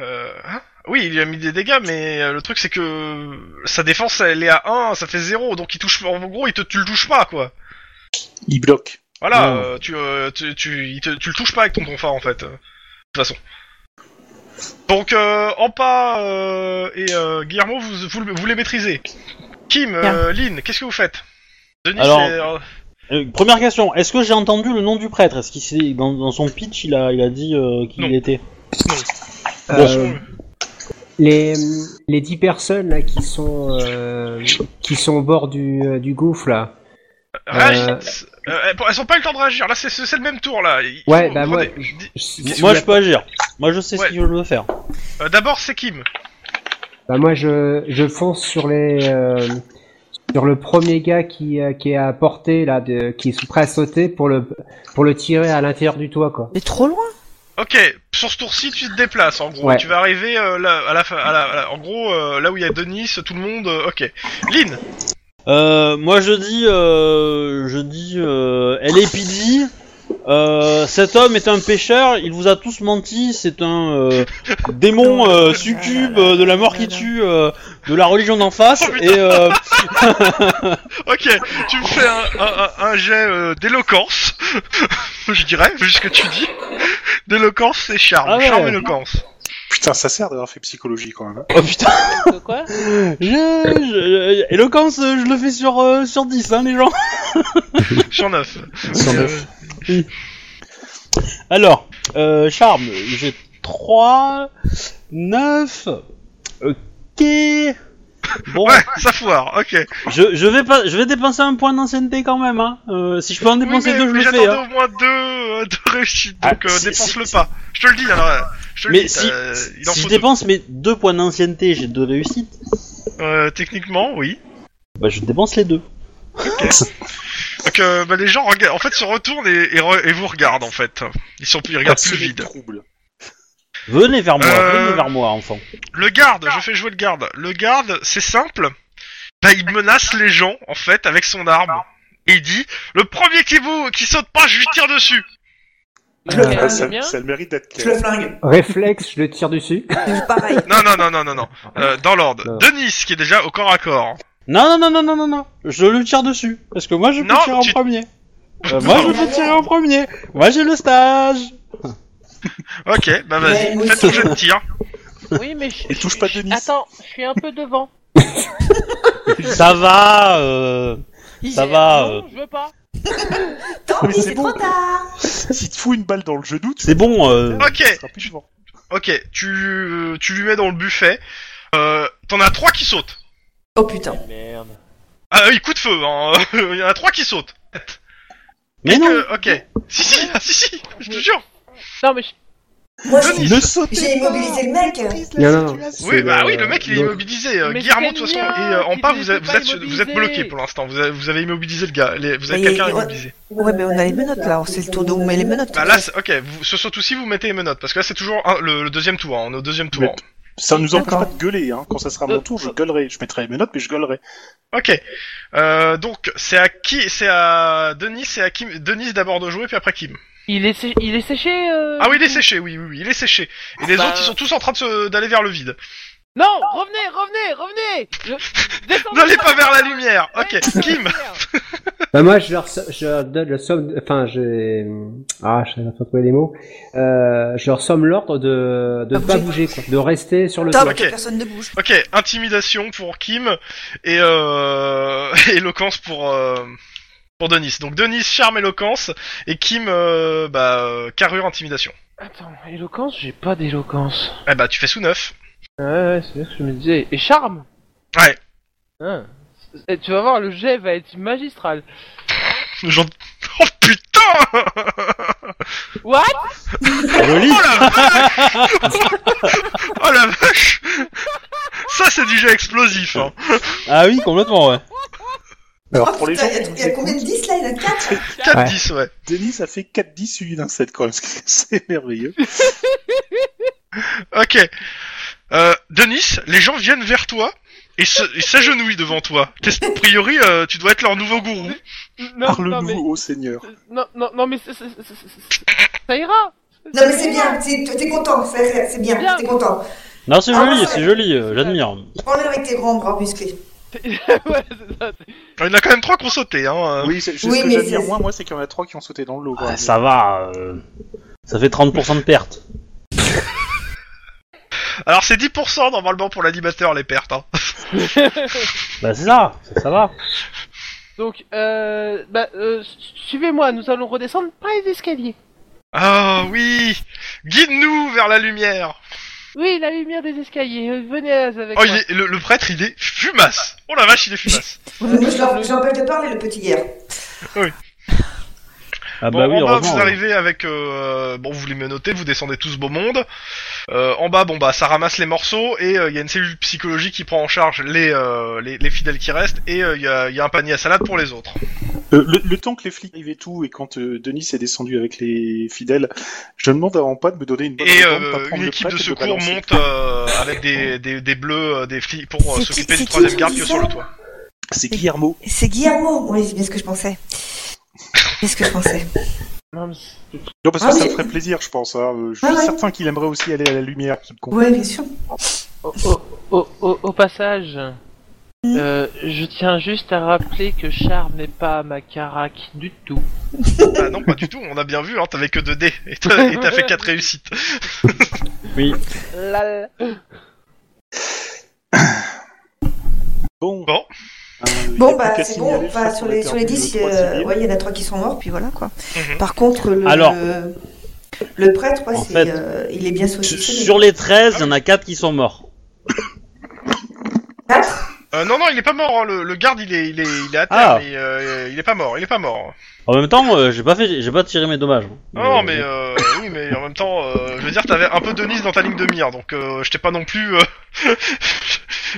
Speaker 1: Euh, hein oui, il lui a mis des dégâts, mais euh, le truc c'est que sa défense elle est à 1, ça fait 0, donc il touche. En gros, il te tu le touches pas quoi.
Speaker 4: Il bloque.
Speaker 1: Voilà,
Speaker 2: Non.
Speaker 1: euh, tu, euh, tu tu il te- tu le touches pas avec ton tonfa en fait. euh, de toute façon. Donc euh, Ampa euh, et euh, Guillermo, vous, vous le- vous les maîtrisez. Kim, euh, Lynn, qu'est-ce que vous faites Denis,
Speaker 2: Alors,
Speaker 1: c'est, euh,
Speaker 2: Euh, première question, est-ce que j'ai entendu le nom du prêtre Est-ce qu'il s'est- dans, dans son pitch, il a, il a dit euh, qui
Speaker 1: Non.
Speaker 2: il était
Speaker 5: Euh, les, les 10 personnes là, qui, sont, euh, qui sont au bord du, euh, du gouffre, là.
Speaker 1: Réagissent. Euh, elles- elles ont pas eu le temps de réagir. Là, c'est c'est- c'est le même tour là. Il-
Speaker 5: Ouais,
Speaker 1: faut-
Speaker 5: bah,
Speaker 1: faut
Speaker 5: moi,
Speaker 1: des-
Speaker 5: je-
Speaker 1: des-
Speaker 5: si- si
Speaker 2: Moi,
Speaker 5: vous
Speaker 2: je peux agir. Moi, je sais
Speaker 1: Ouais.
Speaker 2: ce qu'il veut faire.
Speaker 1: Euh, D'abord, c'est Kim.
Speaker 5: Bah moi je, je fonce sur les euh, sur le premier gars qui, euh, qui est à portée là de, qui est prêt à sauter pour le pour le tirer à l'intérieur du toit quoi.
Speaker 7: Mais trop loin
Speaker 1: Ok, sur ce tour-ci, tu te déplaces. En gros,
Speaker 5: Ouais.
Speaker 1: tu vas arriver euh, là, à la fin. à la- à la- en gros, euh, là où il y a Denis, tout le monde. euh, ok. Lynn.
Speaker 2: Euh, moi, je dis, euh, je dis, euh, LAPD, euh, cet homme est un pêcheur, il vous a tous menti, c'est un euh, démon euh, succube euh, de la mort qui tue, euh, de la religion d'en face,
Speaker 1: Oh, putain.
Speaker 2: et euh,
Speaker 1: Ok, tu me fais un, un, un- un jet euh, d'éloquence, je dirais, vu ce que tu dis. D'éloquence, c'est charme.
Speaker 2: Ah ouais.
Speaker 1: Charme, éloquence.
Speaker 4: Putain, ça sert d'avoir fait psychologie quand même. hein.
Speaker 2: oh putain,
Speaker 6: Que Euh, Quoi
Speaker 2: je, je- éloquence, euh, je le fais sur euh, sur 10, hein, les gens.
Speaker 1: Sur Euh, 9.
Speaker 4: Sur neuf.
Speaker 2: Alors, euh, charme, j'ai 3, 9, ok. Bon,
Speaker 1: Ouais, ça foire, ok.
Speaker 2: je, je, vais pas, je vais dépenser un point d'ancienneté quand même, hein. Euh, si je peux en
Speaker 1: Oui,
Speaker 2: dépenser
Speaker 1: mais,
Speaker 2: deux, je
Speaker 1: mais
Speaker 2: le fais.
Speaker 1: j'attendais
Speaker 2: Hein.
Speaker 1: au moins deux, euh, deux réussites,
Speaker 2: Ah,
Speaker 1: donc euh,
Speaker 2: si-
Speaker 1: dépense-le
Speaker 2: si-
Speaker 1: pas. Je te le dis, alors, euh, je te le
Speaker 2: Mais
Speaker 1: dis,
Speaker 2: si,
Speaker 1: t'as- euh, il en
Speaker 2: si je
Speaker 1: faut deux.
Speaker 2: dépense mes deux points d'ancienneté, j'ai deux réussites,
Speaker 1: Euh, techniquement, oui.
Speaker 2: bah je dépense les deux.
Speaker 1: Donc, euh, bah, les gens regardent, en fait, se retournent et, et re- et vous regardent, en fait. Ils sont plus, ils regardent plus
Speaker 4: Assumer
Speaker 1: vide.
Speaker 4: le trouble.
Speaker 2: Venez vers moi,
Speaker 1: Euh.
Speaker 2: venez vers moi, enfant.
Speaker 1: Le garde, je fais jouer le garde. Le garde, c'est simple. Bah, il menace les gens, en fait, avec son arme. Et il dit, le premier qui vous, qui saute pas, je lui tire dessus.
Speaker 6: Le
Speaker 5: Euh,
Speaker 6: gars,
Speaker 4: Ah,
Speaker 6: il est
Speaker 4: ça,
Speaker 6: bien
Speaker 4: ça a le mérite d'être
Speaker 7: Je le
Speaker 4: clair.
Speaker 7: flingue.
Speaker 5: Réflexe, je le tire dessus.
Speaker 7: C'est pareil.
Speaker 1: Non, non, non, non, non, non. Euh, dans l'ordre.
Speaker 5: Non.
Speaker 1: Denis, qui est déjà au corps à corps.
Speaker 2: Non, non, non, non, non, non, non, je le tire dessus, parce que moi je peux
Speaker 1: Non,
Speaker 2: tirer en
Speaker 1: tu-
Speaker 2: premier. Euh, moi je peux tirer en premier, moi j'ai le stage.
Speaker 1: Ok, bah vas-y,
Speaker 7: Ouais, oui.
Speaker 1: fais ton jeu de tir.
Speaker 6: Oui mais je...
Speaker 4: Et touche pas Denis.
Speaker 6: Attends, je suis un peu devant.
Speaker 2: Ça va, euh... Ça va,
Speaker 1: euh.
Speaker 6: Non, je veux pas.
Speaker 7: Tant
Speaker 4: Mais
Speaker 7: pis,
Speaker 4: c'est
Speaker 7: c'est
Speaker 4: bon.
Speaker 7: trop tard
Speaker 4: Si tu fous une balle dans le genou, tu
Speaker 2: c'est bon. Euh...
Speaker 1: Ok,
Speaker 4: seras plus vivant.
Speaker 1: ok, tu, tu lui mets dans le buffet. Euh, t'en as trois qui sautent.
Speaker 7: Oh putain.
Speaker 6: Merde.
Speaker 1: Ah, oui, coup de feu, hein. Il y en a trois qui sautent.
Speaker 2: Mais non.
Speaker 1: Euh, ok. Si, si, si, si, je te jure.
Speaker 6: Non mais je...
Speaker 7: Moi, je-
Speaker 1: Denis.
Speaker 2: Ne sautez
Speaker 7: j'ai immobilisé le mec
Speaker 5: Non, non, non.
Speaker 1: Oui,
Speaker 5: C'est
Speaker 1: bah
Speaker 5: le-
Speaker 1: oui, le mec il est
Speaker 5: l'autre.
Speaker 1: immobilisé. Euh,
Speaker 6: Mais
Speaker 1: Guillermo, de
Speaker 6: c'est
Speaker 1: toute façon, et
Speaker 6: bien,
Speaker 1: euh,
Speaker 6: tu
Speaker 1: Ampa,
Speaker 6: ne
Speaker 1: vous, êtes-
Speaker 6: peux
Speaker 1: vous,
Speaker 6: pas
Speaker 1: êtes, vous êtes
Speaker 6: immobiliser.
Speaker 1: bloqué pour l'instant. Vous avez, vous avez immobilisé le gars. Les- vous avez
Speaker 7: Mais
Speaker 1: quelqu'un
Speaker 7: il-
Speaker 1: immobilisé.
Speaker 7: Ouais, mais on a les menottes là, c'est le tour d'où on met les menottes.
Speaker 1: Bah là, c'est- ok, vous, ce surtout si vous mettez les menottes, parce que là c'est toujours un- le, le deuxième tour. hein, on est au deuxième tour.
Speaker 4: Mais- Ça ne nous empêche
Speaker 7: D'accord.
Speaker 4: pas de gueuler, hein. Quand ça sera
Speaker 6: Euh,
Speaker 4: mon tour, je gueulerai. Je mettrai mes notes, mais je gueulerai.
Speaker 1: Ok. Euh, donc c'est à qui C'est à Denis, c'est à Kim. Denis d'abord de jouer, puis après Kim.
Speaker 6: Il est, sé- il est séché euh...
Speaker 1: Ah oui, il est séché, oui, oui, oui, il est séché. Et les
Speaker 6: Bah-
Speaker 1: autres, ils sont tous en train de se- d'aller vers le vide.
Speaker 6: Non, revenez, revenez, revenez Je- Descendez
Speaker 1: N'allez pas vers la lumière. Ok,
Speaker 6: Ouais,
Speaker 1: Kim.
Speaker 5: Bah moi je leur, je leur donne le somme, enfin j'ai, ah je sais pas trouver les mots, euh, je leur somme l'ordre de de pas
Speaker 7: Pas bouger.
Speaker 5: bouger quoi, de rester sur le
Speaker 7: Top,
Speaker 5: toit.
Speaker 1: ok.
Speaker 7: personne ne bouge.
Speaker 1: Ok, intimidation pour Kim et euh, éloquence pour euh, pour Denis. Donc Denis charme éloquence et Kim euh, bah euh, carrure intimidation.
Speaker 6: Attends, éloquence, j'ai pas d'éloquence.
Speaker 1: Eh bah tu fais sous neuf.
Speaker 6: Ouais, ouais, c'est bien ce que je me disais. Et charme
Speaker 1: Ouais.
Speaker 6: Hein. Et tu vas voir, le jet va être magistral.
Speaker 1: Genre- Oh putain
Speaker 6: What
Speaker 2: Joli.
Speaker 1: Oh la vache Oh la vache Ça c'est du jeu explosif. Hein.
Speaker 2: Ah oui, complètement, ouais.
Speaker 4: Alors,
Speaker 7: Oh
Speaker 4: pour les gens
Speaker 7: putain, il y a-
Speaker 4: qui
Speaker 7: il
Speaker 4: nous
Speaker 7: y a combien de
Speaker 4: écoutent,
Speaker 7: 10 là Il y en a 4
Speaker 5: Ouais.
Speaker 1: 4-10 ouais.
Speaker 4: Denis a fait 4-10 suivi d'un 7 quand même. C'est merveilleux.
Speaker 1: Ok. Euh, Denis, les gens viennent vers toi et se- et s'agenouillent devant toi. T'es- A priori, euh, tu dois être leur nouveau gourou.
Speaker 6: Non, non,
Speaker 4: Parle-nous,
Speaker 6: mais...
Speaker 4: ô Seigneur.
Speaker 6: Non, non, non, mais c'est- c'est- c'est- c'est- c'est- ça ira
Speaker 3: Non, mais c'est bien, c'est- t'es content, c'est c'est bien,
Speaker 6: Bien.
Speaker 3: t'es content.
Speaker 2: Non, c'est
Speaker 3: Ah
Speaker 2: joli,
Speaker 3: ouais.
Speaker 2: c'est joli, euh, j'admire.
Speaker 3: Prends-le avec tes grands bras musclés.
Speaker 6: Ouais, c'est ça, c'est-
Speaker 1: Il y en a quand même trois qui ont sauté. Hein.
Speaker 4: Oui, c'est- c'est
Speaker 3: Oui,
Speaker 4: ce que
Speaker 3: mais
Speaker 4: j'admire
Speaker 3: c'est-
Speaker 4: moins, moi, c'est qu'il y en a trois qui ont sauté dans l'eau. quoi.
Speaker 2: Ah, ça va, euh, ça fait 30% de perte.
Speaker 1: Alors c'est 10% normalement pour l'animateur les pertes. Hein.
Speaker 2: Bah c'est ça, ça, ça va.
Speaker 6: Donc, euh, bah, euh, su- suivez-moi, nous allons redescendre par les escaliers.
Speaker 1: Ah oui Guide-nous vers la lumière
Speaker 6: Oui, la lumière des escaliers, euh, venez avec
Speaker 1: Oh, il
Speaker 6: moi.
Speaker 1: est- le, le prêtre, il est fumasse Oh la vache, il est fumasse
Speaker 3: Euh, Moi, je leur- je l'empêche de parler, le petit hier.
Speaker 2: Ah
Speaker 1: Bon,
Speaker 2: bah oui,
Speaker 1: en bas,
Speaker 2: heureusement.
Speaker 1: vous arrivez avec... euh, bon, vous les menotez, vous descendez tous beau monde. Euh, en bas, bon bah, ça ramasse les morceaux, et euh, il y a une cellule psychologique qui prend en charge les, euh, les, les fidèles qui restent, et euh, il y, a, il y a un panier à salade pour les autres.
Speaker 4: Euh, le, le temps que les flics arrivent et tout, et quand euh, Denis est descendu avec les fidèles, je demande à Rampa de me donner une bonne
Speaker 1: et
Speaker 4: raison de
Speaker 1: euh,
Speaker 4: pas prendre
Speaker 1: une
Speaker 4: le
Speaker 1: équipe
Speaker 4: prêtre
Speaker 1: de
Speaker 4: et
Speaker 1: secours
Speaker 4: balancer.
Speaker 1: monte euh, avec des, des, des bleus, euh, des flics, pour euh,
Speaker 7: C'est qui-
Speaker 1: s'occuper
Speaker 7: c'est
Speaker 1: du
Speaker 7: qui
Speaker 1: troisième
Speaker 7: qui
Speaker 1: garde
Speaker 7: dit
Speaker 1: qui est sur
Speaker 7: ça
Speaker 1: le toit.
Speaker 4: C'est Guillermo.
Speaker 7: C'est Guillermo Oui, c'est bien ce que je pensais. C'est ce que je pensais.
Speaker 6: Non, mais c'est-
Speaker 4: Non, parce que
Speaker 3: Ah,
Speaker 4: ça
Speaker 3: mais-
Speaker 4: me ferait plaisir, je pense. hein. Euh, Je suis
Speaker 3: Ah, ouais.
Speaker 4: certain qu'il aimerait aussi aller à la lumière. qu'il comprend.
Speaker 3: Ouais, bien sûr.
Speaker 6: au, au- au- au- au passage, euh, je tiens juste à rappeler que Char n'est pas ma carac du tout.
Speaker 1: Ah non, pas du tout, on a bien vu, hein, t'avais que 2 dés, et t'as et t'as fait 4 réussites.
Speaker 6: Lal.
Speaker 4: Bon.
Speaker 1: Bon.
Speaker 4: Euh, il y a
Speaker 3: Bon,
Speaker 4: plus
Speaker 3: bah,
Speaker 4: qu'à
Speaker 3: c'est
Speaker 4: signaler,
Speaker 3: bon,
Speaker 4: je
Speaker 3: bah,
Speaker 4: pense
Speaker 3: sur,
Speaker 4: qu'on a
Speaker 3: les, sur les
Speaker 4: perdu
Speaker 3: 10,
Speaker 4: deux, trois
Speaker 3: euh,
Speaker 4: civils.
Speaker 3: ouais, il y en a 3 qui sont morts, puis voilà quoi.
Speaker 1: Mhm.
Speaker 3: Par contre, le,
Speaker 2: Alors,
Speaker 3: le, le prêtre, ouais,
Speaker 2: en
Speaker 3: c'est,
Speaker 2: fait,
Speaker 3: euh, il est bien saucissonné.
Speaker 2: Sur les 13, il y en a 4 qui sont morts.
Speaker 1: Euh, non, non, il est pas mort, hein, le, le garde il est, il est, il est à terre,
Speaker 2: Ah.
Speaker 1: mais euh, il est pas mort, il est pas mort.
Speaker 2: En même temps, euh, j'ai pas fait, j'ai pas tiré mes dommages.
Speaker 1: Non, non, mais euh, oui, mais en même temps, euh, je veux dire, t'avais un peu de Nice dans ta ligne de mire, donc euh, je t'ai pas non plus. euh,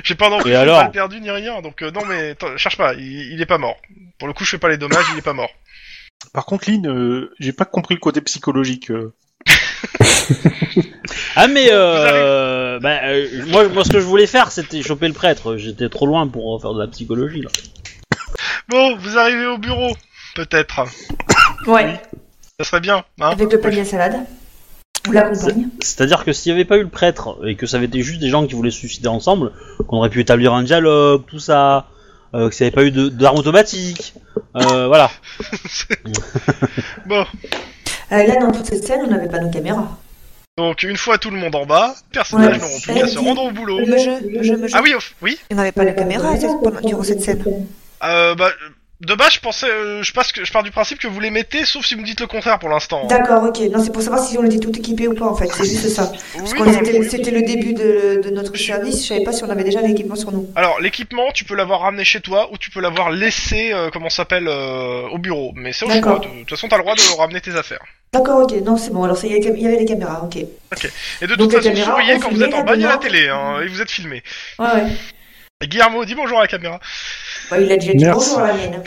Speaker 1: J'ai pas non plus
Speaker 2: Et alors
Speaker 1: mal perdu ni rien, donc euh, non, mais attends, cherche pas, il, il est pas mort. Pour le coup, je fais pas les dommages, il est pas mort.
Speaker 4: Par contre, Lynn, euh, j'ai pas compris le côté psychologique. euh.
Speaker 2: Ah mais euh, bah, euh, moi, moi, ce que je voulais faire, c'était choper le prêtre. J'étais trop loin pour euh, faire de la psychologie là.
Speaker 1: Bon, vous arrivez au bureau, peut-être.
Speaker 3: Ouais,
Speaker 1: Ça serait bien, hein
Speaker 3: avec le panier à salade. Ou la compagne.
Speaker 2: C'est-à-dire que s'il n'y avait pas eu le prêtre et que ça avait été juste des gens qui voulaient se suicider ensemble, qu'on aurait pu établir un dialogue, tout ça, euh, que ça avait pas eu de- d'armes automatiques, euh, voilà.
Speaker 1: Bon,
Speaker 3: Euh, là, dans toute cette scène, on n'avait pas nos caméras.
Speaker 1: donc une fois tout le monde en bas, personnages
Speaker 3: Ouais.
Speaker 1: n'auront plus qu'à se rendre au boulot.
Speaker 7: Le jeu, le jeu, le jeu.
Speaker 1: Ah oui, au f- oui
Speaker 7: Il n'y avait pas la caméra c'est- pendant- durant cette scène.
Speaker 1: Euh, bah, de base, je pensais, euh, je, passe que, je pars du principe que vous les mettez, sauf si vous me dites le contraire pour l'instant. hein.
Speaker 3: D'accord, ok. Non, c'est pour savoir si on était tout équipé ou pas en fait, c'est juste ça.
Speaker 1: Oui,
Speaker 3: Parce
Speaker 1: non,
Speaker 3: qu'on était-
Speaker 1: oui.
Speaker 3: c'était le début de, de notre service, je savais pas si on avait déjà l'équipement sur nous.
Speaker 1: Alors, l'équipement, tu peux l'avoir ramené chez toi ou tu peux l'avoir laissé, euh, comment ça s'appelle, euh, au bureau. Mais c'est au choix.
Speaker 3: D'accord.
Speaker 1: De de toute façon, t'as le droit de ramener tes affaires.
Speaker 3: D'accord, ok. Non, c'est bon, alors ça, il y avait il y avait les caméras, ok.
Speaker 1: Et de toute
Speaker 3: Donc, les
Speaker 1: façon,
Speaker 3: caméras
Speaker 1: souriez
Speaker 3: ont
Speaker 1: quand vous
Speaker 3: filmé
Speaker 1: êtes en
Speaker 3: la
Speaker 1: bas, il y a la
Speaker 3: demeure.
Speaker 1: télé, hein, et vous êtes filmé.
Speaker 3: Ouais, ouais.
Speaker 1: Et Guillermo, dis bonjour à la caméra.
Speaker 3: Bah, il a déjà dit
Speaker 4: Merci.
Speaker 3: bonjour à la mienne.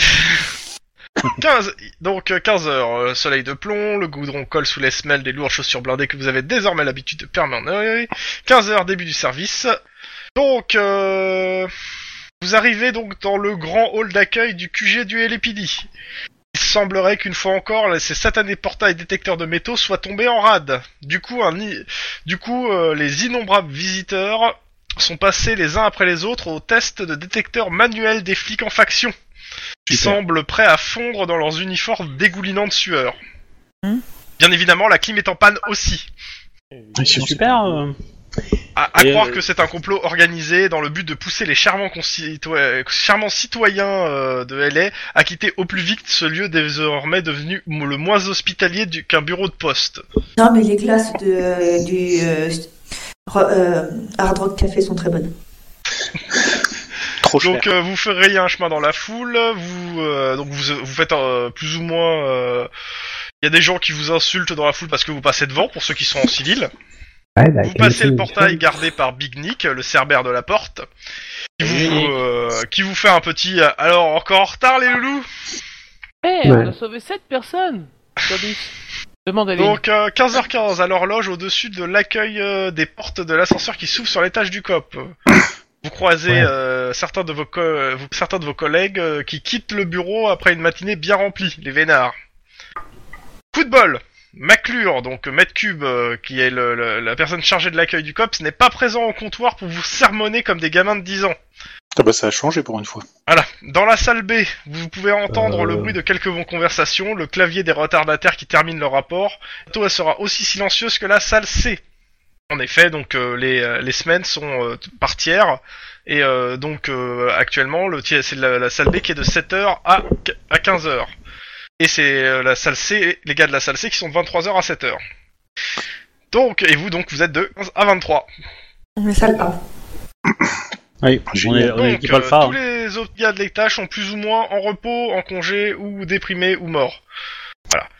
Speaker 1: 15, donc euh, 15h, soleil de plomb, le goudron colle sous les semelles des lourdes chaussures blindées que vous avez désormais l'habitude de permanent. 15h, début du service. Donc, euh, vous arrivez donc dans le grand hall d'accueil du QG du Lépidi. Il semblerait qu'une fois encore, là, ces satanés portails détecteurs de métaux soient tombés en rade. Du coup, un i- du coup euh, les innombrables visiteurs sont passés les uns après les autres au test de détecteur manuel des flics en faction qui
Speaker 4: Super.
Speaker 1: semblent prêts à fondre dans leurs uniformes dégoulinants de sueur.
Speaker 7: Hmm.
Speaker 1: Bien évidemment, la clim est en panne aussi.
Speaker 2: C'est super. euh.
Speaker 1: À, à
Speaker 2: Et,
Speaker 1: croire
Speaker 2: euh,
Speaker 1: que c'est un complot organisé dans le but de pousser les charmants, concitoy- charmants citoyens euh, de LA à quitter au plus vite ce lieu désormais devenu m- le moins hospitalier du- qu'un bureau de poste.
Speaker 3: Non, mais les glaces de, euh, du euh, st- re- euh, Hard Rock Café sont très bonnes.
Speaker 4: Trop cher.
Speaker 1: Donc euh, vous ferez un chemin dans la foule, vous euh, donc vous, vous faites euh, plus ou moins. euh, Il y a des gens qui vous insultent dans la foule parce que vous passez devant pour ceux qui sont en civil.
Speaker 5: Ouais, bah,
Speaker 1: Vous
Speaker 5: quel
Speaker 1: passez le
Speaker 5: film,
Speaker 1: portail
Speaker 5: tu
Speaker 1: gardé par Big Nick, le cerbère de la porte, qui vous, euh, qui vous fait un petit euh, Alors, encore en retard les loulous
Speaker 6: Eh,
Speaker 5: Ouais.
Speaker 6: on a sauvé 7 personnes sur 10. Demande à Lynn.
Speaker 1: Donc euh, 15h15 à l'horloge au-dessus de l'accueil euh, des portes de l'ascenseur qui s'ouvrent sur l'étage du COP. Vous croisez
Speaker 5: Ouais.
Speaker 1: euh, certains, de vos co- euh, vous- certains de vos collègues euh, qui quittent le bureau après une matinée bien remplie, les vénards. Coup de bol Maclure, donc euh, Maître Cube, euh, qui est le- le- la personne chargée de l'accueil du COPS, n'est pas présent au comptoir pour vous sermonner comme des gamins de 10 ans.
Speaker 4: Ah bah ça a changé pour une fois.
Speaker 1: Voilà. Dans la salle B, vous pouvez entendre
Speaker 2: Euh.
Speaker 1: le bruit de quelques bonnes conversations, le clavier des retardataires qui terminent leur rapport. Bientôt, elle sera aussi silencieuse que la salle C. En effet, donc euh, les, euh, les semaines sont euh, t- par tiers, et euh, donc euh, actuellement, le tiers- c'est la, la salle B qui est de 7h à, qu- à 15h. Et c'est euh, la salle C, les gars de la salle C qui sont de 23h à 7h. Donc, et vous, donc, vous êtes de 15 à 23.
Speaker 7: Mais ça le pas.
Speaker 2: Ah Oui, on
Speaker 4: Génial.
Speaker 2: est, on est
Speaker 1: Donc,
Speaker 2: équipe
Speaker 1: euh,
Speaker 2: alpha. hein.
Speaker 1: tous les autres gars de l'étage sont plus ou moins en repos, en congé, ou déprimés, ou morts.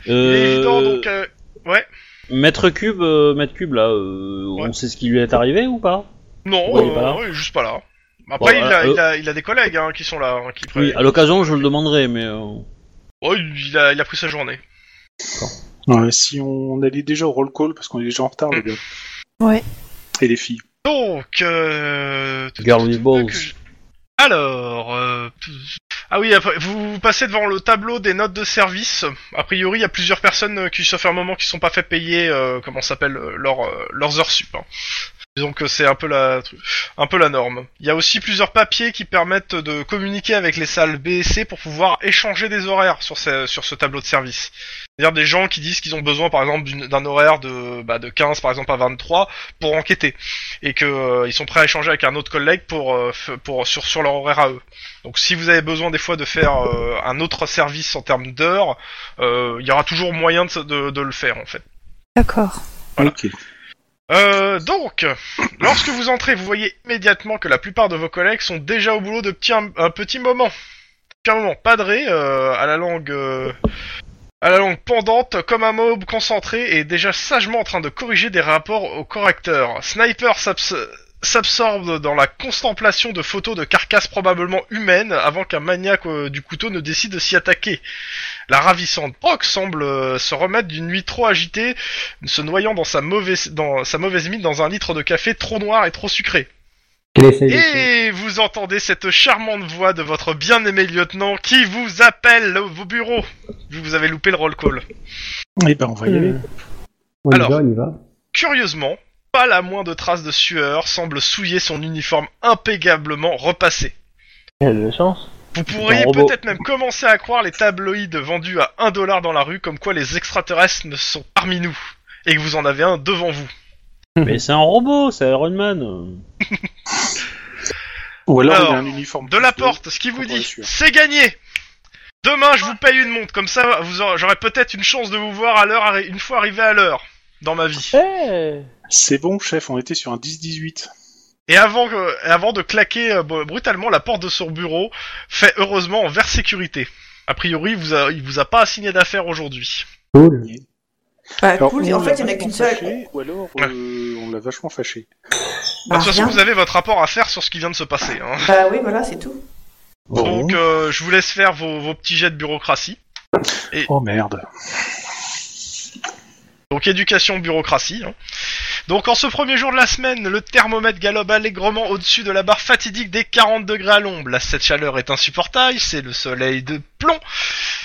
Speaker 1: Il est
Speaker 2: Euh,
Speaker 1: évident, donc... euh,
Speaker 2: Maître Cube, euh, Maître Cube là, euh,
Speaker 1: Ouais.
Speaker 2: on sait ce qui lui est arrivé ou pas
Speaker 1: non,
Speaker 2: bon, il est
Speaker 1: euh,
Speaker 2: pas là.
Speaker 1: non, il est juste pas là. Après,
Speaker 2: Bon,
Speaker 1: il, a,
Speaker 2: euh,
Speaker 1: il, a, il a des collègues hein, qui sont là, hein, qui
Speaker 2: Oui,
Speaker 1: prennent-
Speaker 2: à l'occasion je le demanderai, mais euh,
Speaker 1: Oh, il, a, il a pris sa journée.
Speaker 4: Ouais, si on allait déjà au roll call parce qu'on est déjà en retard les gars.
Speaker 7: Ouais.
Speaker 4: Et les filles.
Speaker 1: Donc... Euh... tout-
Speaker 2: Girl
Speaker 1: tout-
Speaker 2: with
Speaker 1: tout-
Speaker 2: balls.
Speaker 1: que je- Alors... euh, Ah oui, après, vous passez devant le tableau des notes de service. A priori, il y a plusieurs personnes euh, qui, sauf un moment, qui se sont pas fait payer, euh, comment ça s'appelle, euh, leur, euh, leurs heures sup. hein. Disons que c'est un peu la, un peu la norme. Il y a aussi plusieurs papiers qui permettent de communiquer avec les salles B et C pour pouvoir échanger des horaires sur ce, sur ce tableau de service. C'est-à-dire des gens qui disent qu'ils ont besoin, par exemple, d'une- d'un horaire de, bah, de 15, par exemple, à 23 pour enquêter. Et que euh, ils sont prêts à échanger avec un autre collègue pour, euh, f- pour, sur, sur leur horaire à eux. Donc si vous avez besoin des fois de faire euh, un autre service en termes d'heures, euh, il y aura toujours moyen de, de- de le faire en fait.
Speaker 7: D'accord.
Speaker 4: Ok.
Speaker 1: Euh, donc, lorsque vous entrez, vous voyez immédiatement que la plupart de vos collègues sont déjà au boulot depuis un, un petit moment. Depuis un moment, padré, euh, à la langue... euh, à la langue pendante, comme un mob concentré, et déjà sagement en train de corriger des rapports au correcteur. Sniper s'abs- s'absorbe dans la contemplation de photos de carcasses probablement humaines avant qu'un maniaque euh, du couteau ne décide de s'y attaquer. La ravissante Brock semble euh, se remettre d'une nuit trop agitée, se noyant dans sa mauvaise, dans sa mauvaise mine dans un litre de café trop noir et trop sucré.
Speaker 5: Quel essaye de tuer.
Speaker 1: Et vous entendez cette charmante voix de votre bien-aimé lieutenant qui vous appelle au- au bureau. Vous vous avez loupé le roll call.
Speaker 4: Eh ben on va y aller.
Speaker 5: On
Speaker 1: alors.
Speaker 5: y va, on y va.
Speaker 1: Curieusement, pas la moindre trace de sueur semble souiller son uniforme impeccablement repassé.
Speaker 6: Quelle chance.
Speaker 1: Vous pourriez
Speaker 2: Un robot.
Speaker 1: peut-être même commencer à croire les tabloïds vendus à 1 dollar dans la rue comme quoi les extraterrestres ne sont parmi nous et que vous en avez un devant vous.
Speaker 2: mais c'est un robot, c'est Iron Man.
Speaker 4: Ou alors,
Speaker 1: Alors,
Speaker 4: il a un uniforme.
Speaker 1: De la porte, ce qui vous
Speaker 4: Encore
Speaker 1: dit,
Speaker 4: sûr.
Speaker 1: c'est gagné Demain, je vous paye une montre, comme ça, vous aurez- j'aurai peut-être une chance de vous voir à l'heure, arri- une fois arrivé à l'heure, dans ma vie.
Speaker 6: Eh
Speaker 4: C'est bon chef, on était sur un 10-18.
Speaker 1: Et avant, que- avant de claquer euh, br- brutalement la porte de son bureau, fait heureusement envers sécurité. A priori, il vous a, il vous a pas assigné d'affaires aujourd'hui.
Speaker 5: Cool.
Speaker 7: Bah,
Speaker 4: Alors,
Speaker 7: cool.
Speaker 4: ou on
Speaker 7: En fait,
Speaker 4: l'a
Speaker 7: il n'y en a
Speaker 4: vachement
Speaker 7: qu'une seule.
Speaker 4: fâché, Ou alors
Speaker 1: Ouais.
Speaker 4: euh, on l'a vachement fâché.
Speaker 1: De
Speaker 7: Bah,
Speaker 1: toute façon,
Speaker 7: rien.
Speaker 1: vous avez votre rapport à faire sur ce qui vient de se passer. Hein.
Speaker 7: Bah oui, voilà, c'est tout.
Speaker 1: Donc, euh, je vous laisse faire vos, vos petits jets de bureaucratie.
Speaker 4: Oh merde.
Speaker 1: Donc, éducation, bureaucratie. hein. Donc, en ce premier jour de la semaine, le thermomètre galope allègrement au-dessus de la barre fatidique des 40 degrés à l'ombre. Là, Cette chaleur est insupportable, c'est le soleil de plomb.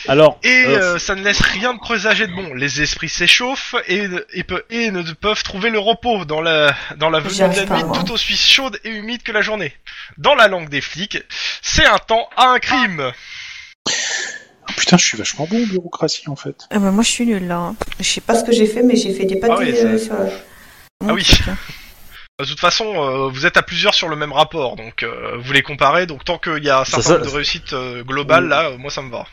Speaker 2: Alors,
Speaker 1: Et
Speaker 2: euh,
Speaker 1: euh, ça ne laisse rien de présager de bon. Les esprits s'échauffent et, et, pe- et ne peuvent trouver le repos dans la, dans la venue
Speaker 7: J'y arrive
Speaker 1: de la
Speaker 7: pas,
Speaker 1: nuit
Speaker 7: moi.
Speaker 1: tout aussi chaude et humide que la journée. Dans la langue des flics, c'est un temps à un crime.
Speaker 4: Oh, putain, je suis vachement bon en bureaucratie en fait.
Speaker 7: Ah bah, moi, je suis nulle là. hein. Je sais pas.
Speaker 3: Pas ce que j'ai fait, mais j'ai fait des pâtés
Speaker 1: Ah oui, ça-
Speaker 3: euh, sur la-
Speaker 7: mon
Speaker 1: Ah oui.
Speaker 7: truc, hein.
Speaker 1: De toute façon, euh, vous êtes à plusieurs sur le même rapport, donc euh, vous les comparez, donc tant qu'il y a un certain
Speaker 2: ça- Mm.
Speaker 1: nombre de réussites euh, globales, là, euh, moi ça me va.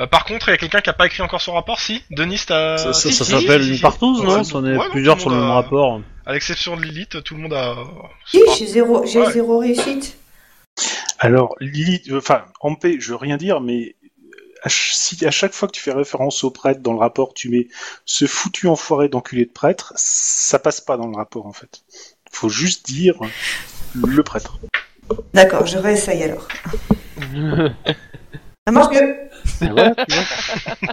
Speaker 1: Euh, par contre, il y a quelqu'un qui a pas écrit encore son rapport, si Denis, t'as...
Speaker 2: ça, ça-
Speaker 1: Euh, si,
Speaker 2: ça
Speaker 1: si,
Speaker 2: s'appelle
Speaker 1: si, si,
Speaker 2: une
Speaker 1: si.
Speaker 2: partouze,
Speaker 1: Ouais,
Speaker 2: non Si On est
Speaker 1: ouais, non,
Speaker 2: plusieurs
Speaker 1: tout
Speaker 2: sur le
Speaker 1: monde
Speaker 2: même
Speaker 1: a-
Speaker 2: rapport.
Speaker 1: À l'exception de Lilith, tout le monde a...
Speaker 3: Si, j'ai zéro, j'ai
Speaker 1: Ouais.
Speaker 3: zéro réussite.
Speaker 4: Alors Lilith, euh, enfin Ampé, je veux rien dire, mais euh, à ch- si à chaque fois que tu fais référence au prêtre dans le rapport, tu mets ce foutu enfoiré d'enculé de prêtre, ça passe pas dans le rapport en fait. Faut juste dire le prêtre.
Speaker 3: D'accord, je réessaye alors.
Speaker 7: Ça marche
Speaker 3: Parce que-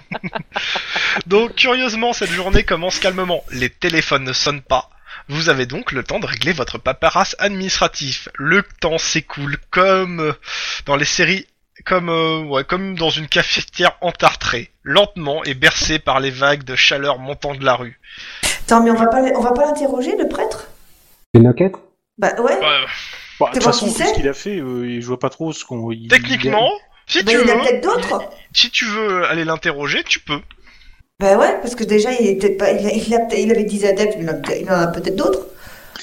Speaker 1: Donc, curieusement, cette journée commence calmement. Les téléphones ne sonnent pas. Vous avez donc le temps de régler votre paperasse administratif. Le temps s'écoule comme euh, dans les séries, comme, euh, ouais, comme dans une cafetière entartrée, lentement et bercée par les vagues de chaleur montant de la rue.
Speaker 3: Attends, mais on va pas, on va pas l'interroger, le prêtre
Speaker 5: Une enquête
Speaker 3: Bah ouais.
Speaker 1: Euh,
Speaker 4: Bah, De
Speaker 3: C'est
Speaker 4: toute
Speaker 3: bon,
Speaker 4: façon,
Speaker 3: tu
Speaker 4: tout
Speaker 3: sais.
Speaker 4: ce qu'il a fait, euh, je vois pas trop ce qu'on. il-
Speaker 1: techniquement, si
Speaker 3: Bah,
Speaker 1: tu
Speaker 3: il y en
Speaker 1: veux,
Speaker 3: a peut-être d'autres.
Speaker 1: si tu veux aller l'interroger, tu peux.
Speaker 3: Bah ouais, parce que déjà, il, était pas, il, a- il, a peut-être- il avait 10 adeptes, mais il en a- il en a peut-être d'autres.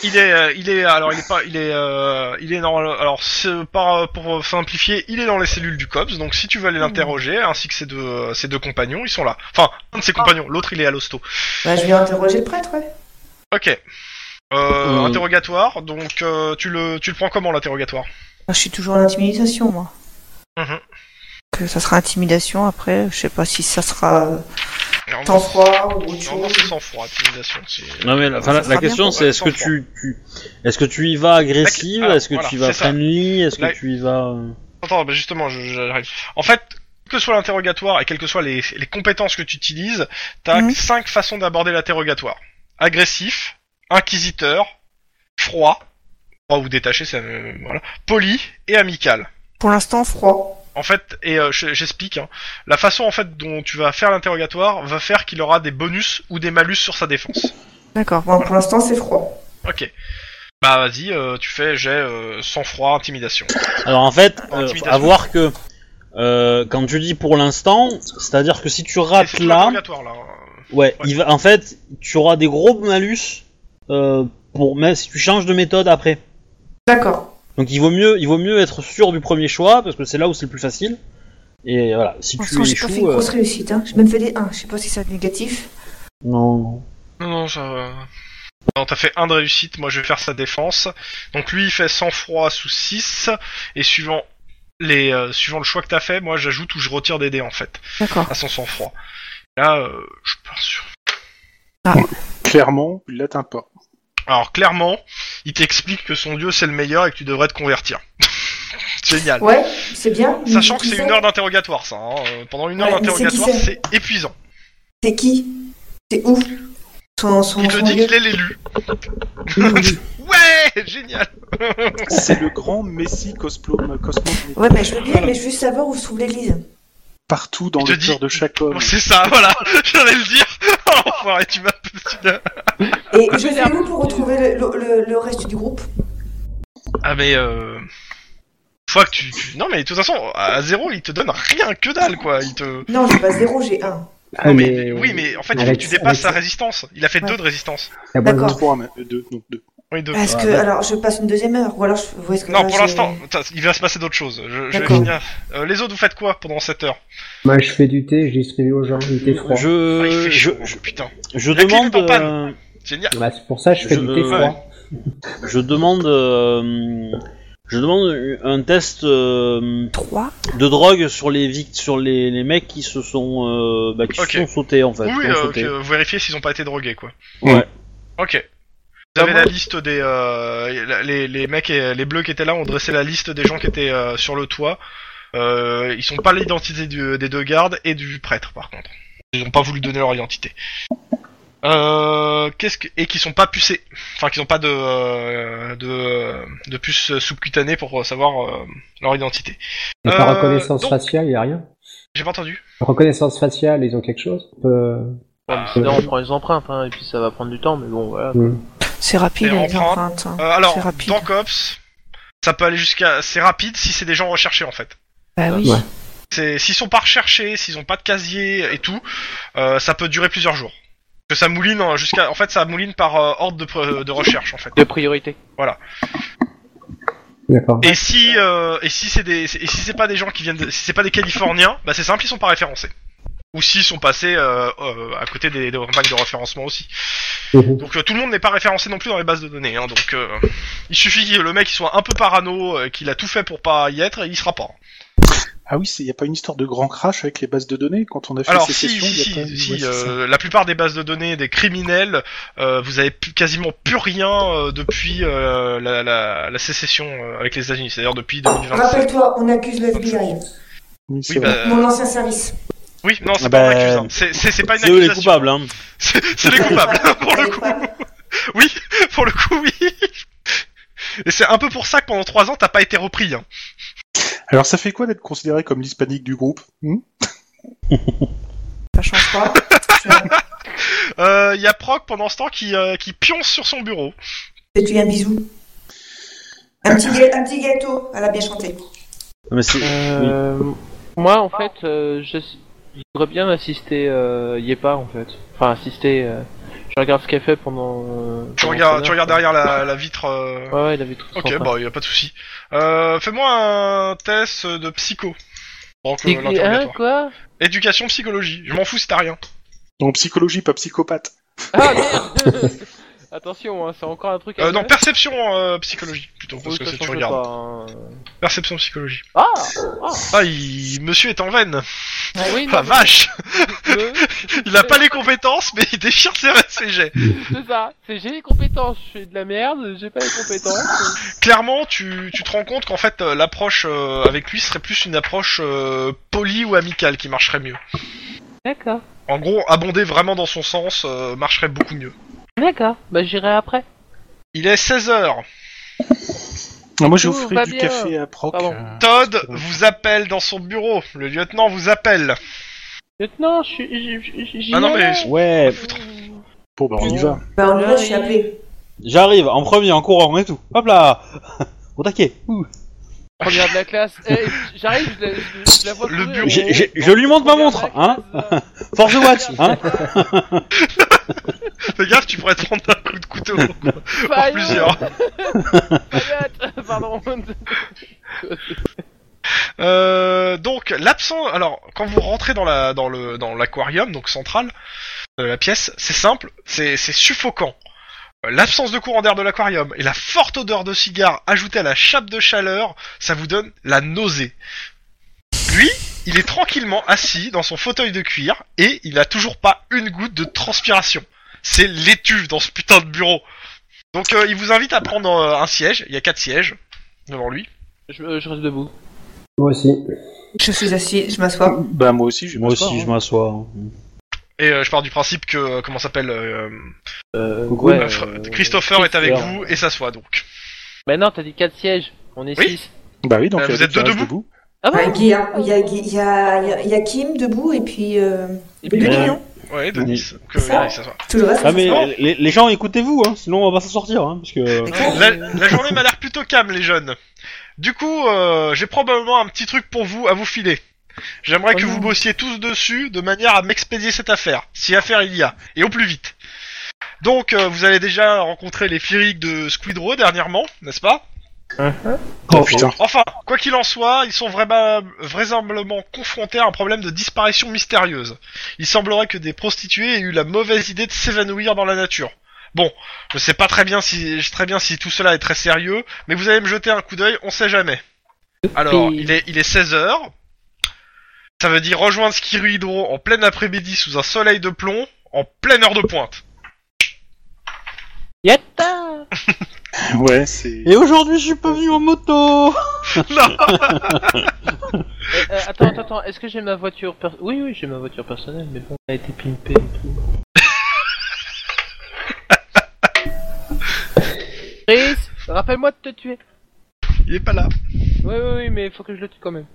Speaker 1: Il est, euh, il est, alors il est pas, il est, euh, il est dans, le- alors c'est par- pour simplifier, il est dans les cellules du cops. Donc si tu veux aller l'interroger, ainsi que ses deux, euh, ses deux compagnons, ils sont là. Enfin, un de ses compagnons, l'autre il est à l'hosto.
Speaker 3: Bah, je vais interroger le prêtre, ouais.
Speaker 1: Ok. Euh,
Speaker 2: Euh.
Speaker 1: Interrogatoire. Donc euh, tu le, tu le prends comment l'interrogatoire
Speaker 7: Moi, je suis toujours à l'intimidation, moi.
Speaker 1: Mhm.
Speaker 7: Que ça sera intimidation après, je sais pas si ça sera euh,
Speaker 1: Alors,
Speaker 3: Temps froid ou autre
Speaker 1: Normalement,
Speaker 3: chose.
Speaker 1: c'est sans froid, intimidation. c'est-
Speaker 2: Non mais la, enfin,
Speaker 7: Ça
Speaker 2: la-
Speaker 7: sera
Speaker 2: la
Speaker 7: bien
Speaker 2: question
Speaker 7: pour-
Speaker 2: c'est est-ce que
Speaker 1: ouais, sans
Speaker 2: tu, tu est-ce que tu y vas agressive,
Speaker 1: Alors,
Speaker 2: est-ce que
Speaker 1: voilà,
Speaker 2: tu y vas
Speaker 1: c'est ça.
Speaker 2: friendly, est-ce que
Speaker 1: Là-
Speaker 2: tu y vas euh,
Speaker 1: Attends, bah justement, je- j'arrive. En fait, quel que soit l'interrogatoire et quelles que soient les, les compétences que tu utilises, t'as
Speaker 7: Mhm.
Speaker 1: cinq façons d'aborder l'interrogatoire. Agressif, inquisiteur, froid, froid ou détaché, ça, me- voilà, poli et amical.
Speaker 7: pour l'instant froid.
Speaker 1: En fait, et euh, je- j'explique, hein, la façon en fait dont tu vas faire l'interrogatoire va faire qu'il aura des bonus ou des malus sur sa défense.
Speaker 7: D'accord.
Speaker 3: Bon, pour l'instant, c'est froid.
Speaker 1: Ok. Bah vas-y, euh, tu fais j'ai euh, sang-froid, intimidation.
Speaker 2: Alors en fait,
Speaker 1: En
Speaker 2: euh,
Speaker 1: intimidation.
Speaker 2: à voir que euh, quand tu dis pour l'instant, c'est-à-dire que si tu
Speaker 1: Et
Speaker 2: rates
Speaker 1: c'est tout
Speaker 2: là,
Speaker 1: l'interrogatoire là. hein.
Speaker 2: ouais, il va, en fait, tu auras des gros malus euh, pour même si tu changes de méthode après.
Speaker 3: D'accord.
Speaker 2: Donc il vaut mieux, il vaut mieux être sûr du premier choix parce que c'est là où c'est le plus facile. Et voilà, si
Speaker 7: Pour
Speaker 2: tu
Speaker 7: l'instant, j'ai pas fait une
Speaker 2: échoues, euh,
Speaker 3: Grosse réussite, hein. J'ai même fait des 1. Je sais pas si c'est négatif.
Speaker 2: non.
Speaker 1: Non, non, ça va. Non, t'as fait un de réussite, moi je vais faire sa défense. Donc lui, il fait sang-froid sous 6, et suivant les, euh, suivant le choix que t'as fait, moi j'ajoute ou je retire des dés en fait,
Speaker 7: D'accord.
Speaker 1: à son sang-froid. Là, euh, je suis pas sûr.
Speaker 4: Clairement, il l'atteint pas.
Speaker 1: Alors clairement, il t'explique que son dieu c'est le meilleur et que tu devrais te convertir. Génial.
Speaker 3: Ouais, c'est bien. mais
Speaker 1: Sachant
Speaker 3: qui
Speaker 1: que c'est une heure d'interrogatoire, ça. hein. Euh, Pendant une heure
Speaker 3: Ouais, mais c'est qui
Speaker 1: d'interrogatoire,
Speaker 3: c'est
Speaker 1: c'est épuisant.
Speaker 3: C'est qui C'est où Son, son,
Speaker 1: Il te
Speaker 3: son
Speaker 1: dit
Speaker 3: lieu
Speaker 1: qu'il est l'élu. ouais, génial.
Speaker 4: C'est le grand messie cosmo euh, cosmopolite.
Speaker 3: Ouais, mais je veux bien, mais je veux savoir où se trouve l'église.
Speaker 4: Partout dans
Speaker 1: Il te
Speaker 4: le
Speaker 1: dit-
Speaker 4: cœur de chaque homme.
Speaker 1: Bon, c'est ça, voilà. J'allais le dire. Oh, l'enfoiré, tu m'as. tu m'as-
Speaker 3: Et je vais où pour retrouver le, le, le- le reste du groupe
Speaker 1: Ah mais euh... Fois que tu, tu- Non mais de toute façon, à zéro, il te donne rien que dalle, quoi. Il te...
Speaker 3: Non, j'ai pas 0, j'ai 1.
Speaker 5: Ah,
Speaker 1: Oui, mais en fait, il faut que
Speaker 5: Avec-
Speaker 1: tu dépasses sa
Speaker 5: avec-
Speaker 1: résistance. Il a fait
Speaker 7: Ouais.
Speaker 1: deux de résistance.
Speaker 5: la boîte-
Speaker 3: D'accord.
Speaker 4: Trois, mais- euh, deux, non, deux.
Speaker 1: Oui, deux.
Speaker 7: Parce
Speaker 2: Bah, Ah,
Speaker 7: que
Speaker 2: bah.
Speaker 7: alors je passe une deuxième heure ou alors je
Speaker 3: Où est-ce que
Speaker 1: Non,
Speaker 3: là,
Speaker 1: pour
Speaker 3: j'ai-
Speaker 1: l'instant, Attends, il va se passer d'autres choses. Je, je vais
Speaker 3: D'accord.
Speaker 1: finir. Euh, les autres, vous faites quoi pendant cette heure
Speaker 5: Moi, je fais du thé, je distribue aux gens du thé froid.
Speaker 1: Ah, Il fait
Speaker 2: Je, Euh, je,
Speaker 1: chaud, putain.
Speaker 2: je
Speaker 1: La clim est
Speaker 2: demande,
Speaker 1: en panne.
Speaker 2: euh,
Speaker 1: Génial.
Speaker 5: Bah, c'est pour ça que je fais
Speaker 2: Je-
Speaker 5: du thé
Speaker 2: euh,
Speaker 5: froid.
Speaker 2: je demande, euh, je demande un test. euh,
Speaker 7: 3.
Speaker 2: de drogue sur les vict sur les, les mecs qui se sont euh, bah, qui se
Speaker 1: Ok.
Speaker 2: sont sautés en fait.
Speaker 1: oui,
Speaker 2: qui ont
Speaker 1: euh,
Speaker 2: sauté.
Speaker 1: que- vérifier s'ils ont pas été drogués, quoi.
Speaker 2: Ouais.
Speaker 1: Ok.
Speaker 7: Bah,
Speaker 1: Vous avez la liste des euh, la- les, les mecs et les bleus qui étaient là ont dressé la liste des gens qui étaient euh, sur le toit. Euh, ils sont pas l'identité du- des deux gardes et du prêtre par contre. Ils ont pas voulu donner leur identité. Euh, qu'est-ce que et qui sont pas pucés, enfin qui ont pas de euh, de de puce subcutanée pour savoir euh, leur identité.
Speaker 5: Et par
Speaker 1: Euh,
Speaker 5: reconnaissance
Speaker 1: donc-
Speaker 5: faciale, il y a rien.
Speaker 1: J'ai pas entendu.
Speaker 5: Reconnaissance faciale, ils ont quelque chose On peut- euh,
Speaker 6: Là, on prend les empreintes, hein, et puis ça va prendre du temps, mais bon, voilà.
Speaker 5: Hmm.
Speaker 7: C'est rapide
Speaker 1: Et
Speaker 7: les
Speaker 1: empreinte.
Speaker 7: empreintes. hein.
Speaker 1: Euh, alors
Speaker 7: C'est rapide.
Speaker 1: dans cops, ça peut aller jusqu'à c'est rapide si c'est des gens recherchés en fait.
Speaker 7: Bah oui.
Speaker 5: Ouais.
Speaker 1: C'est s'ils sont pas recherchés, s'ils ont pas de casier et tout, euh, ça peut durer plusieurs jours. Que ça mouline hein, jusqu'à, en fait, ça mouline par euh, ordre de, pre- de recherche en fait.
Speaker 6: De priorité.
Speaker 5: D'accord.
Speaker 1: Et si euh, et si c'est des et si c'est pas des gens qui viennent, de, si c'est pas des Californiens, bah c'est simple, ils sont pas référencés. Ou s'ils sont passés euh, euh, à côté des, des campagnes de référencement aussi.
Speaker 5: Mhm.
Speaker 1: Donc euh, tout le monde n'est pas référencé non plus dans les bases de données. Hein, donc euh, il suffit que le mec il soit un peu parano, euh, qu'il a tout fait pour pas y être, et il sera pas.
Speaker 4: Ah oui, il n'y a pas une histoire de grand crash avec les bases de données quand on a fait
Speaker 1: Alors
Speaker 4: ces
Speaker 1: si,
Speaker 4: sessions
Speaker 1: si,
Speaker 4: il y a pas-
Speaker 1: si, si,
Speaker 4: ouais, c'est ça.
Speaker 1: euh, la plupart des bases de données des criminels, euh, vous avez plus- quasiment plus rien euh, depuis euh, la, la- la sécession euh, avec les États-Unis, c'est-à-dire depuis 2027.
Speaker 3: Rappelle-toi, on accuse le FBI,
Speaker 4: Oui, Ah, c'est
Speaker 1: Oui,
Speaker 4: vrai.
Speaker 1: bah,
Speaker 3: mon ancien service.
Speaker 1: Oui, non, c'est
Speaker 2: Ah
Speaker 1: pas
Speaker 2: bah,
Speaker 1: un accusant. C'est- C'est c'est pas une
Speaker 2: C'est eux les
Speaker 1: accusation.
Speaker 2: coupables, hein.
Speaker 1: C'est c'est les coupables, hein, pour le coup. Oui, pour le coup, oui. Et c'est un peu pour ça que pendant trois ans, t'as pas été repris. Hein.
Speaker 4: Alors, ça fait quoi d'être considéré comme l'hispanique du groupe hmm
Speaker 7: Ça change pas.
Speaker 1: Euh, y a Proc pendant ce temps qui, euh, qui pionce sur son bureau.
Speaker 3: Fais-tu un bisou un petit, ga- un petit gâteau, elle a bien chanté.
Speaker 2: Non, mais c'est-
Speaker 6: Euh, Moi, en fait, euh, je je voudrais bien assister euh, Yepa, en fait. Enfin, assister. euh, Je regarde ce qu'elle fait pendant. euh,
Speaker 1: Tu
Speaker 6: pendant son
Speaker 1: regardes, tu
Speaker 6: heure,
Speaker 1: regardes
Speaker 6: quoi.
Speaker 1: derrière la, la vitre. euh,
Speaker 6: Ouais, ouais, il avait tout
Speaker 1: Ok, bah y a pas de souci. Euh, Fais-moi un test de psycho. Pendant que
Speaker 6: Hein,
Speaker 1: l'interrogatoire.
Speaker 6: quoi
Speaker 1: Éducation psychologie. Je m'en fous si t'as rien.
Speaker 4: En psychologie, pas psychopathe.
Speaker 6: Ah merde Attention, hein, c'est encore un truc à
Speaker 1: Euh, non,
Speaker 6: faire.
Speaker 1: perception euh, psychologie plutôt
Speaker 6: Oui,
Speaker 1: parce que
Speaker 6: ça
Speaker 1: c'est
Speaker 6: change
Speaker 1: tu regardes.
Speaker 6: pas, hein.
Speaker 1: Perception psychologie.
Speaker 6: Ah
Speaker 1: Ah, il... monsieur est en veine.
Speaker 6: Oui, non,
Speaker 1: La vache.
Speaker 6: le-
Speaker 1: Il a pas les compétences, mais il déchire ses, ses jets.
Speaker 6: C'est ça, c'est j'ai les compétences, je fais de la merde, j'ai pas les compétences.
Speaker 1: Clairement, tu, tu te rends compte qu'en fait, euh, l'approche euh, avec lui serait plus une approche euh, polie ou amicale qui marcherait mieux.
Speaker 6: D'accord.
Speaker 1: En gros, abonder vraiment dans son sens euh, marcherait beaucoup mieux.
Speaker 6: D'accord, bah j'irai après.
Speaker 1: Il est 16h.
Speaker 4: Ah, moi, j'ai
Speaker 6: Tout va
Speaker 4: offert du
Speaker 6: bien.
Speaker 4: café à Proc.
Speaker 6: Pardon.
Speaker 4: euh,
Speaker 1: Todd vous appelle dans son bureau. Le lieutenant vous appelle.
Speaker 6: Maintenant, je suis. je- je- j'y
Speaker 1: Ah non,
Speaker 6: vais.
Speaker 1: mais-
Speaker 2: Ouais,
Speaker 4: Bon, bah, on y va.
Speaker 3: Bah, on y va, je suis appelée.
Speaker 2: j'arrive en premier, en courant et tout. Hop là Au taquet. Ouh.
Speaker 6: Première de la classe. Eh, j'arrive, je, la- je- je la vois
Speaker 1: Le
Speaker 6: courir.
Speaker 1: bureau.
Speaker 2: J'ai- j'ai- je lui montre ma
Speaker 6: Première
Speaker 2: montre,
Speaker 6: de la
Speaker 2: hein.
Speaker 6: classe, euh,
Speaker 2: Force Watch, hein.
Speaker 1: Fais gaffe, tu pourrais te prendre un coup de couteau.
Speaker 6: Fayot,
Speaker 1: plusieurs.
Speaker 6: Fayette, Pardon.
Speaker 1: Euh, donc l'absent. Alors quand vous rentrez dans la dans le dans l'aquarium donc central de la pièce, c'est simple, c'est c'est suffocant. Euh, L'absence de courant d'air de l'aquarium et la forte odeur de cigare ajoutée à la chape de chaleur, ça vous donne la nausée. Lui, il est tranquillement assis dans son fauteuil de cuir et il a toujours pas une goutte de transpiration. C'est l'étuve dans ce putain de bureau. Donc euh, il vous invite à prendre euh, un siège. Il y a quatre sièges devant lui.
Speaker 6: Je, euh, je reste debout.
Speaker 5: Moi aussi.
Speaker 3: Je suis assise, je m'assois.
Speaker 4: Bah, moi aussi, je
Speaker 2: Moi
Speaker 4: m'assois,
Speaker 2: aussi, je
Speaker 4: hein.
Speaker 2: m'assois. hein.
Speaker 1: Et euh, je pars du principe que euh, comment s'appelle euh,
Speaker 6: Euh,
Speaker 2: Coucou.
Speaker 6: ouais,
Speaker 1: Euh,
Speaker 6: euh,
Speaker 1: Fr- Christopher est avec
Speaker 6: Christopher.
Speaker 1: vous et s'assoit donc.
Speaker 6: Bah non, t'as dit 4 sièges, on est
Speaker 1: Oui.
Speaker 6: 6.
Speaker 4: Bah oui, donc
Speaker 1: Euh,
Speaker 4: il y a
Speaker 1: vous êtes
Speaker 4: quelqu'un
Speaker 1: deux debout
Speaker 6: Ah
Speaker 3: Ouais,
Speaker 6: bon
Speaker 3: Guy, hein. Il y a, Guy- il y a- il y a- il y a Kim debout et puis euh,
Speaker 6: Et puis,
Speaker 2: Euh,
Speaker 6: Lyon.
Speaker 1: Ouais, Denis. Donc, euh,
Speaker 3: Ça.
Speaker 1: il s'assoit.
Speaker 3: tout le reste.
Speaker 2: Ah mais
Speaker 1: Non.
Speaker 2: les, les gens écoutez-vous hein, sinon on va pas s'en sortir hein, parce que
Speaker 1: La, la journée m'a l'air plutôt calme, les jeunes. Du coup, euh, j'ai probablement un petit truc pour vous à vous filer. J'aimerais que vous bossiez tous dessus de manière à m'expédier cette affaire, si affaire il y a, et au plus vite. Donc, euh, vous avez déjà rencontré les Fyriques de Squid Row dernièrement, n'est-ce pas
Speaker 4: Oh putain.
Speaker 1: Enfin, quoi qu'il en soit, ils sont vraima- vraisemblablement confrontés à un problème de disparition mystérieuse. Il semblerait que des prostituées aient eu la mauvaise idée de s'évanouir dans la nature. Bon, je sais pas très bien si je sais très bien si tout cela est très sérieux, mais vous allez me jeter un coup d'œil, on sait jamais. Alors, il est il est 16h. Ça veut dire rejoindre Skiri Hydro en plein après-midi sous un soleil de plomb en pleine heure de pointe.
Speaker 6: Yatta
Speaker 4: Ouais, c'est.
Speaker 2: et aujourd'hui je suis pas venu en moto.
Speaker 1: Non.
Speaker 6: Euh, euh, Attends, attends, attends, est-ce que j'ai ma voiture per- Oui, oui, j'ai ma voiture personnelle, mais bon, elle a été pimpée et tout. Chris, rappelle-moi de te tuer.
Speaker 1: il est pas là.
Speaker 6: Oui, oui, oui, mais faut que je le tue quand même.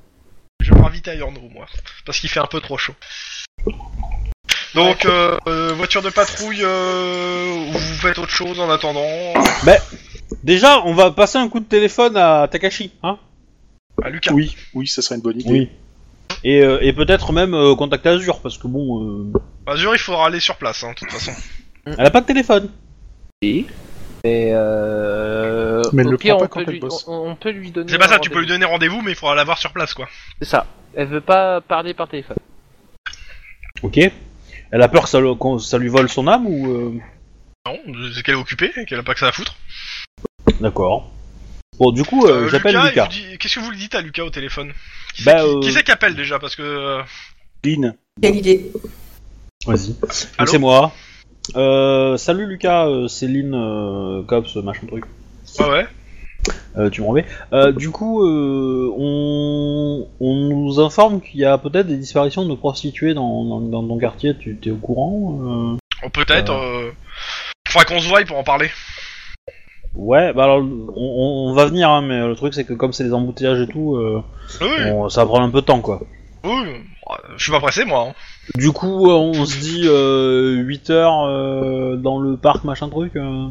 Speaker 1: Je vais m'inviter à Yandro, moi. Parce qu'il fait un peu trop chaud. Donc, euh, euh, voiture de patrouille, euh, ou vous faites autre chose en attendant.
Speaker 2: Déjà on va passer un coup de téléphone à Takashi hein.
Speaker 1: À Lucas.
Speaker 4: Oui, oui, ça serait une bonne idée.
Speaker 2: Et, euh, et peut-être même euh, contacter Azure parce que bon euh,
Speaker 1: Azure, Bah, il faudra aller sur place, hein, de toute façon.
Speaker 2: elle a pas de téléphone.
Speaker 6: Oui. Et euh.
Speaker 4: Mais elle
Speaker 6: au
Speaker 4: le
Speaker 6: pire,
Speaker 4: prend pas
Speaker 6: on
Speaker 4: quand
Speaker 6: peut
Speaker 4: elle
Speaker 6: lui-
Speaker 4: bosse.
Speaker 6: on- on peut lui donner.
Speaker 1: C'est pas
Speaker 6: un
Speaker 1: ça, tu peux lui
Speaker 6: rendez-vous.
Speaker 1: donner rendez-vous, mais il faudra l'avoir sur place, quoi.
Speaker 6: C'est ça. Elle veut pas parler par téléphone.
Speaker 2: Ok. Elle a peur que ça, le- qu'on- ça lui vole son âme ou euh,
Speaker 1: Non, c'est qu'elle est occupée, qu'elle a pas que ça à foutre.
Speaker 2: d'accord. Bon du coup euh,
Speaker 1: Euh,
Speaker 2: j'appelle
Speaker 1: il
Speaker 2: Lucas.
Speaker 1: vous dit- Qu'est-ce que vous lui dites à Lucas au téléphone Qui c'est
Speaker 2: Bah,
Speaker 1: qui,
Speaker 2: euh,
Speaker 1: qui c'est qui appelle déjà Parce que. euh,
Speaker 4: Lynn.
Speaker 3: Quelle idée.
Speaker 2: Vas-y.
Speaker 1: Allô
Speaker 2: Donc, C'est moi. Euh, salut Lucas, euh, Céline, euh, Cops, machin truc.
Speaker 1: Ah ouais
Speaker 2: euh, tu me remets. Euh, du coup, euh, on, on nous informe qu'il y a peut-être des disparitions de prostituées dans, dans, dans ton quartier. Tu t'es au courant euh
Speaker 1: On peut-être. Euh... Faudra qu'on se voie pour en parler.
Speaker 2: Ouais, bah alors on, on- on va venir, hein, mais le truc c'est que comme c'est des embouteillages et tout, euh,
Speaker 1: Oui,
Speaker 2: on- ça va prendre un peu de temps quoi.
Speaker 1: oui. Je suis pas pressé, moi. hein.
Speaker 2: Du coup, euh, on se dit euh, 8 heures euh, dans le parc machin truc. euh.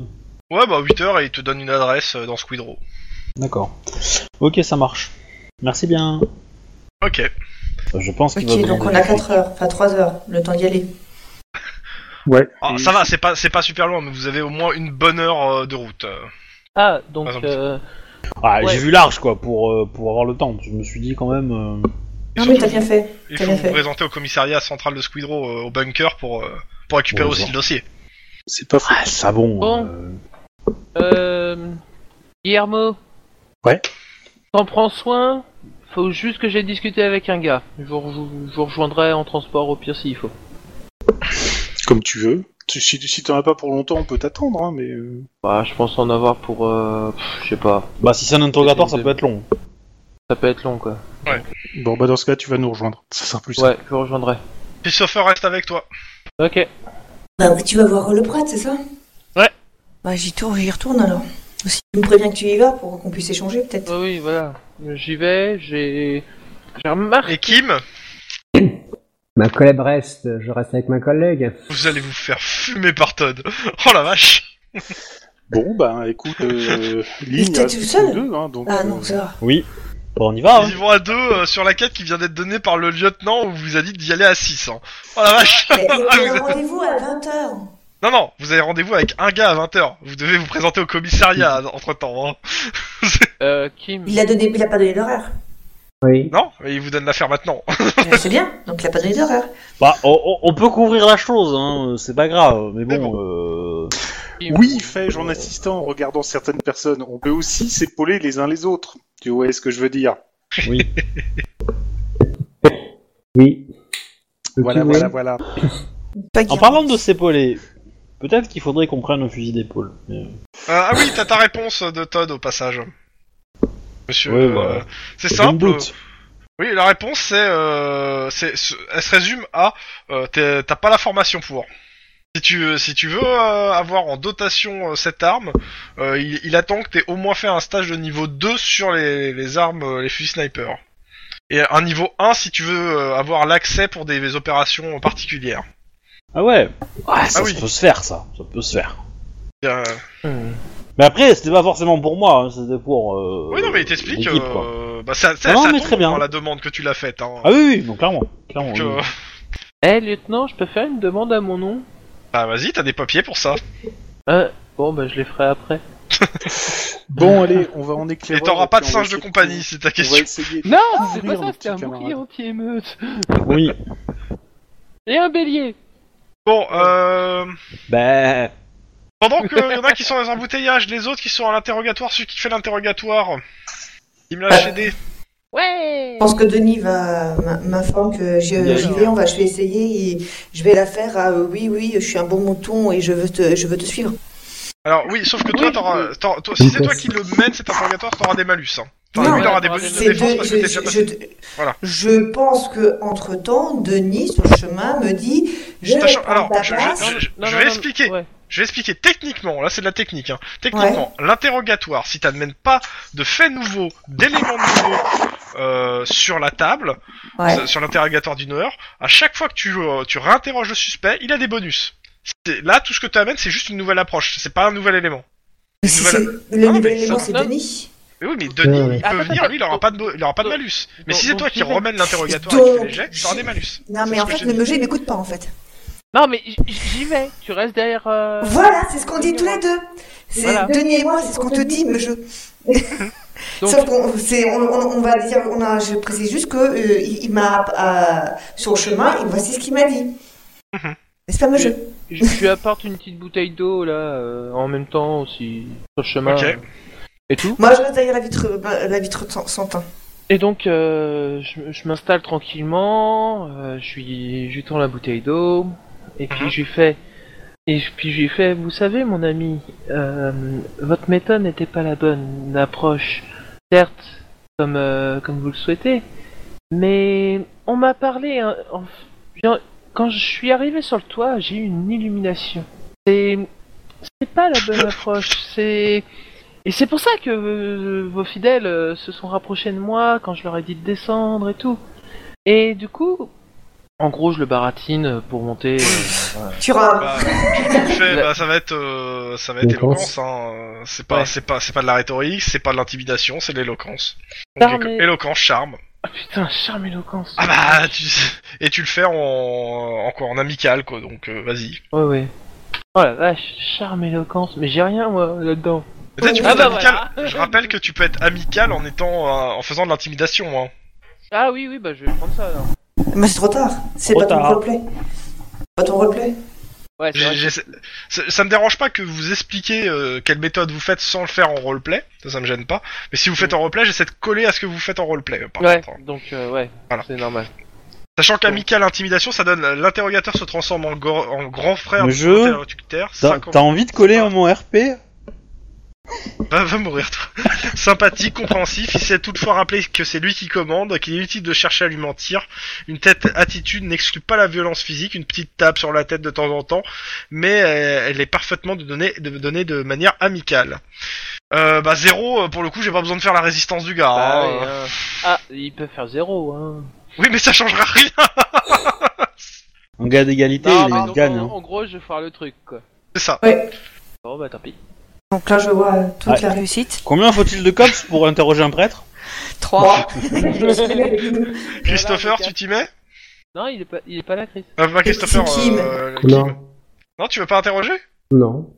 Speaker 1: Ouais, bah 8h et il te donne une adresse euh, dans Squidrow.
Speaker 2: D'accord. Ok, ça marche. Merci bien.
Speaker 1: Ok.
Speaker 2: Je pense qu'il va
Speaker 3: Ok,
Speaker 2: vous
Speaker 3: donc on
Speaker 2: envoyer-
Speaker 3: a 4 heures, enfin 3 heures, le temps d'y aller.
Speaker 4: Ouais.
Speaker 1: Ah,
Speaker 4: Et-
Speaker 1: ça va, c'est pas, c'est pas super loin, mais vous avez au moins une bonne heure euh, de route. euh.
Speaker 6: Ah, donc.
Speaker 1: Par exemple.
Speaker 6: euh,
Speaker 2: Ah,
Speaker 6: Ouais.
Speaker 2: J'ai vu large quoi pour, euh, pour avoir le temps. Je me suis dit quand même. euh,
Speaker 1: Et
Speaker 3: Non, mais
Speaker 1: surtout,
Speaker 3: t'as bien fait.
Speaker 1: il
Speaker 3: t'as
Speaker 1: faut
Speaker 3: bien
Speaker 1: vous
Speaker 3: fait.
Speaker 1: présenter au commissariat central de Squidrow, euh, au bunker, pour, euh, pour récupérer
Speaker 2: Bon,
Speaker 1: aussi
Speaker 2: bon.
Speaker 1: le dossier.
Speaker 4: C'est pas faux.
Speaker 2: Ah, ça bon.
Speaker 6: Bon.
Speaker 2: euh,
Speaker 6: Euh, Guillermo.
Speaker 4: Ouais.
Speaker 6: T'en prends soin. Faut juste que j'ai discuté avec un gars. Je vous, re- je vous rejoindrai en transport au pire s'il faut.
Speaker 4: Comme tu veux. Tu- Si, si t'en as pas pour longtemps, on peut t'attendre, hein, mais. euh,
Speaker 6: Bah, je pense en avoir pour, euh, pff, je sais pas.
Speaker 2: Bah, si c'est un interrogatoire, ça peut être long.
Speaker 6: Ça peut être long quoi.
Speaker 4: Bon, bah dans ce cas, tu vas nous rejoindre. Ça sera plus simple.
Speaker 6: Ouais, je vous rejoindrai.
Speaker 1: Christopher reste avec toi.
Speaker 6: Ok.
Speaker 3: Bah, tu vas voir le prêtre, c'est ça
Speaker 6: Ouais.
Speaker 3: Bah, j'y tourne, j'y retourne alors. Ou si tu me préviens que tu y vas pour qu'on puisse échanger, peut-être.
Speaker 6: Ah Oui, oui, voilà. J'y vais. J'ai, j'ai remarqué.
Speaker 1: Et Kim,
Speaker 5: Ma collègue reste, je reste avec ma collègue.
Speaker 1: vous allez vous faire fumer par Todd. Oh la vache
Speaker 4: Bon, bah écoute, euh, Lynn, il
Speaker 3: t'es
Speaker 4: reste
Speaker 3: tout
Speaker 4: plus
Speaker 3: seul
Speaker 4: que deux, hein, donc.
Speaker 3: Ah
Speaker 4: euh,
Speaker 3: non, ça va.
Speaker 2: Oui. Bon, on y
Speaker 3: Ah.
Speaker 2: va. hein.
Speaker 1: Ils y vont à deux euh, sur la quête qui vient d'être donnée par le lieutenant où vous a dit d'y aller à 6. hein. Oh la vache
Speaker 3: Mais il y
Speaker 1: vous
Speaker 3: a un
Speaker 1: êtes-
Speaker 3: rendez-vous à 20h.
Speaker 1: Non, non, vous avez rendez-vous avec un gars à 20h. Vous devez vous présenter au commissariat entre-temps. hein.
Speaker 6: Euh, Kim.
Speaker 3: Il a, donné, il a pas donné d'horaire.
Speaker 5: Oui.
Speaker 1: Non Mais il vous donne l'affaire maintenant.
Speaker 3: Bah, c'est bien, donc il a pas donné d'horaire.
Speaker 2: Bah, on, on- on peut couvrir la chose, hein, euh, c'est pas grave, mais bon.
Speaker 1: Mais bon.
Speaker 2: euh,
Speaker 6: Kim.
Speaker 4: Oui, fais-je en assistant en regardant certaines personnes. On peut aussi s'épauler les uns les autres. Tu vois ce que je veux dire
Speaker 5: Oui. Le
Speaker 4: Voilà,
Speaker 5: kiwi.
Speaker 4: voilà, voilà.
Speaker 7: Pas
Speaker 2: En
Speaker 7: Guillermo.
Speaker 2: parlant de s'épauler, peut-être qu'il faudrait qu'on prenne un fusil d'épaule. mais-
Speaker 1: Euh, ah oui, t'as ta réponse de Todd au passage. Monsieur.
Speaker 2: Ouais,
Speaker 1: euh,
Speaker 2: voilà.
Speaker 1: C'est
Speaker 2: Une
Speaker 1: simple.
Speaker 2: bloute.
Speaker 1: Oui, la réponse c'est, euh, c'est- ce- elle se résume à euh, t'es- t'as pas la formation pour. Si tu si tu veux euh, avoir en dotation euh, cette arme, euh, il, il attend que t'aies au moins fait un stage de niveau 2 sur les, les armes euh, les fusils sniper. Et un niveau 1 si tu veux euh, avoir l'accès pour des, des opérations particulières.
Speaker 2: Ah ouais. Ah, ça,
Speaker 1: Ah oui.
Speaker 2: ça peut se faire, ça. Ça peut se faire.
Speaker 1: Euh,
Speaker 6: Hmm.
Speaker 2: Mais après, c'était pas forcément pour moi, hein, c'était pour. euh,
Speaker 1: oui non mais il t'explique.
Speaker 2: l'équipe, quoi.
Speaker 1: euh, bah ça, ça,
Speaker 2: Ah non,
Speaker 1: ça
Speaker 2: mais
Speaker 1: tombe
Speaker 2: très bien.
Speaker 1: dans la demande que tu l'as faite. Hein.
Speaker 2: Ah oui, oui, donc clairement. clairement
Speaker 1: Donc,
Speaker 2: oui.
Speaker 1: euh,
Speaker 6: Eh, lieutenant, je peux faire une demande à mon nom
Speaker 1: bah vas-y t'as des papiers pour ça.
Speaker 6: Euh, bon, bah, je les ferai après.
Speaker 4: Bon, allez, on va en
Speaker 1: Et
Speaker 4: éclairer.
Speaker 1: t'auras pas de
Speaker 4: puis on va
Speaker 1: singe de
Speaker 4: essayer
Speaker 1: compagnie c'est ta
Speaker 4: On va
Speaker 1: question.
Speaker 4: essayer. de-
Speaker 6: Non,
Speaker 4: Ah,
Speaker 6: c'est pas
Speaker 4: merde,
Speaker 6: ça,
Speaker 4: mon
Speaker 6: c'était un
Speaker 4: petit camarade.
Speaker 6: bouclier anti-émeute.
Speaker 1: euh,
Speaker 2: Oui.
Speaker 6: Et un bélier.
Speaker 1: Bon euh.
Speaker 2: Bah.
Speaker 1: Pendant qu'il y en a qui sont dans les embouteillages, les autres qui sont à l'interrogatoire, celui qui fait l'interrogatoire, il me lâche aider.
Speaker 3: Je pense que Denis va m- m'informe que j'y
Speaker 2: Bien
Speaker 3: j'y
Speaker 2: sûr.
Speaker 3: vais, on va, je vais essayer et je vais la faire à euh, oui, oui, je suis un bon mouton et je veux te, je veux te suivre.
Speaker 1: Alors oui, sauf que toi, t'auras, t'auras- toi, si c'est toi qui le mène cet interrogatoire, t'auras des malus. Hein. Enfin,
Speaker 3: Non,
Speaker 1: lui, il aura des
Speaker 6: c'est
Speaker 1: bonus de
Speaker 3: C'est
Speaker 1: défense
Speaker 3: de-
Speaker 1: parce que
Speaker 3: je,
Speaker 1: t'es déjà
Speaker 3: je-
Speaker 1: passé.
Speaker 3: je-
Speaker 1: Voilà.
Speaker 3: je pense que entre temps, Denis sur le chemin me dit je vais
Speaker 1: Sachant-
Speaker 3: prendre
Speaker 1: alors,
Speaker 3: ta
Speaker 1: je-
Speaker 3: place.
Speaker 1: je- vais expliquer.
Speaker 6: ouais.
Speaker 1: Je vais expliquer techniquement, là c'est de la technique, hein. techniquement, l'interrogatoire, si t'amènes pas de faits nouveaux, d'éléments nouveaux euh, sur la table,
Speaker 3: Ouais.
Speaker 1: sur- sur l'interrogatoire d'une heure, à chaque fois que tu, euh, tu réinterroges le suspect, il a des bonus. C'est- Là, tout ce que tu amènes, c'est juste une nouvelle approche, c'est pas un nouvel élément.
Speaker 3: Mais si
Speaker 1: nouvelle-
Speaker 3: c'est- Le
Speaker 1: Ah,
Speaker 3: nouvel
Speaker 1: mais
Speaker 3: élément,
Speaker 6: ça-
Speaker 3: c'est
Speaker 6: non.
Speaker 3: Denis.
Speaker 1: Mais oui, mais Denis,
Speaker 5: ouais.
Speaker 1: il peut
Speaker 6: Attends,
Speaker 1: venir,
Speaker 6: attends,
Speaker 1: lui, il aura pas de, bo- il aura pas de malus. Mais
Speaker 6: Donc-
Speaker 1: si c'est
Speaker 6: donc
Speaker 1: toi qui
Speaker 6: j'y vais.
Speaker 1: remène l'interrogatoire et qui fait les jets, t'auras des malus.
Speaker 3: Non,
Speaker 1: C'est
Speaker 3: mais
Speaker 1: ce
Speaker 3: en
Speaker 1: que
Speaker 3: fait,
Speaker 1: j'ai
Speaker 3: le
Speaker 1: dit.
Speaker 3: MG m'écoute pas en fait.
Speaker 6: Non, mais j- j'y vais. Tu restes derrière. euh,
Speaker 3: Voilà, c'est ce qu'on dit tous les deux. C'est
Speaker 6: Voilà.
Speaker 3: Denis et moi, c'est ce qu'on te dit, mais je.
Speaker 6: Donc-
Speaker 3: Sauf qu'on c'est- on, on- on va dire, on a, je précise juste que euh, il, il m'a euh, sur le chemin et voici ce qu'il m'a dit.
Speaker 7: Mhm.
Speaker 3: N'est-ce pas, Mejeu
Speaker 6: Je je lui apporte une petite bouteille d'eau là, euh, en même temps aussi sur le chemin
Speaker 1: Ok.
Speaker 6: euh, et tout.
Speaker 3: Moi, je reste derrière la vitre, bah, la vitre sans, sans teint.
Speaker 6: Et donc euh, je, je m'installe tranquillement, euh, je lui je lui tends la bouteille d'eau et puis je lui fais Et je- puis je lui fais, vous savez mon ami, euh, votre méthode n'était pas la bonne approche, certes, comme, euh, comme vous le souhaitez, mais on m'a parlé, hein, en- bien- quand je suis arrivé sur le toit, j'ai eu une illumination. C'est, c'est pas la bonne approche, c'est... Et c'est pour ça que euh, vos fidèles euh, se sont rapprochés de moi quand je leur ai dit de descendre et tout. Et du coup, en gros, je le baratine pour monter. euh, voilà.
Speaker 3: Tu rames.
Speaker 1: Bah, tu le fais,
Speaker 6: La-
Speaker 1: bah, ça va être, euh, ça va être
Speaker 5: L'éloquence.
Speaker 1: l'éloquence. Hein. euh, C'est pas,
Speaker 6: Ouais.
Speaker 1: c'est pas, c'est pas de la rhétorique, c'est pas de l'intimidation, c'est de l'éloquence. Donc,
Speaker 6: Charme
Speaker 1: éco-
Speaker 6: et-
Speaker 1: Éloquence, charme.
Speaker 6: Ah putain, charme éloquence.
Speaker 1: Ah bah, tu... et tu le fais en, en quoi, en amical quoi. Donc, euh, vas-y.
Speaker 6: Ouais, ouais. Oh la vache, charme éloquence, mais j'ai rien moi là-dedans.
Speaker 1: Mais ça, tu peux
Speaker 6: Ah
Speaker 1: être
Speaker 6: bah,
Speaker 1: amical-
Speaker 6: voilà.
Speaker 1: Je rappelle que tu peux être amical en étant, euh, en faisant de l'intimidation. Hein.
Speaker 6: Ah oui, oui, bah je vais prendre ça alors.
Speaker 3: Mais c'est trop tard. C'est
Speaker 2: Trop
Speaker 3: pas ton
Speaker 2: tard.
Speaker 3: replay. Pas ton replay.
Speaker 6: Ouais, c'est
Speaker 1: J'ai-
Speaker 6: vrai.
Speaker 1: j'ai- ça- ça me dérange pas que vous expliquiez euh, quelle méthode vous faites sans le faire en roleplay, ça, ça me gêne pas. Mais si vous faites en roleplay, j'essaie de coller à ce que vous faites en roleplay. euh, Par
Speaker 6: Mm. Ouais,
Speaker 1: contre, hein.
Speaker 6: donc euh, ouais,
Speaker 1: Voilà.
Speaker 6: c'est normal.
Speaker 1: Sachant qu'amical intimidation, ça donne l'interrogateur se transforme en, gor- en grand frère
Speaker 2: Le
Speaker 1: du
Speaker 2: jeu,
Speaker 1: interlocuteur.
Speaker 2: T'as
Speaker 1: Cinquante-
Speaker 2: t'as envie de coller un mot RP
Speaker 1: Va, va mourir toi. Sympathique, compréhensif, il sait toutefois rappeler que c'est lui qui commande, qu'il est inutile de chercher à lui mentir. Une tête attitude n'exclut pas la violence physique, une petite tape sur la tête de temps en temps, mais euh, elle est parfaitement de donner de, donner de manière amicale. Euh, bah zéro, euh, pour le coup, j'ai pas besoin de faire la résistance du gars.
Speaker 6: Ah,
Speaker 1: hein.
Speaker 6: ouais, hein. ah, il peut faire zéro, hein.
Speaker 1: Oui, mais ça changera rien.
Speaker 2: Un gars d'égalité,
Speaker 6: Non,
Speaker 2: il
Speaker 6: mais donc,
Speaker 2: gagne.
Speaker 6: en,
Speaker 2: hein.
Speaker 6: en gros, je vais faire le truc quoi.
Speaker 1: C'est ça.
Speaker 6: Bon bah tant pis.
Speaker 3: Donc là, je vois euh, toute
Speaker 2: Ouais.
Speaker 3: la
Speaker 7: La
Speaker 3: rue.
Speaker 7: réussite.
Speaker 2: Combien faut-il de cops pour interroger un prêtre
Speaker 7: 3.
Speaker 1: Christopher,
Speaker 6: Voilà,
Speaker 1: tu t'y mets
Speaker 6: Non, il est pas, il est pas là, Chris.
Speaker 1: Euh, bah, Christopher,
Speaker 3: C'est Kim.
Speaker 1: euh,
Speaker 5: Non,
Speaker 1: Kim. Non, tu veux pas interroger
Speaker 5: non.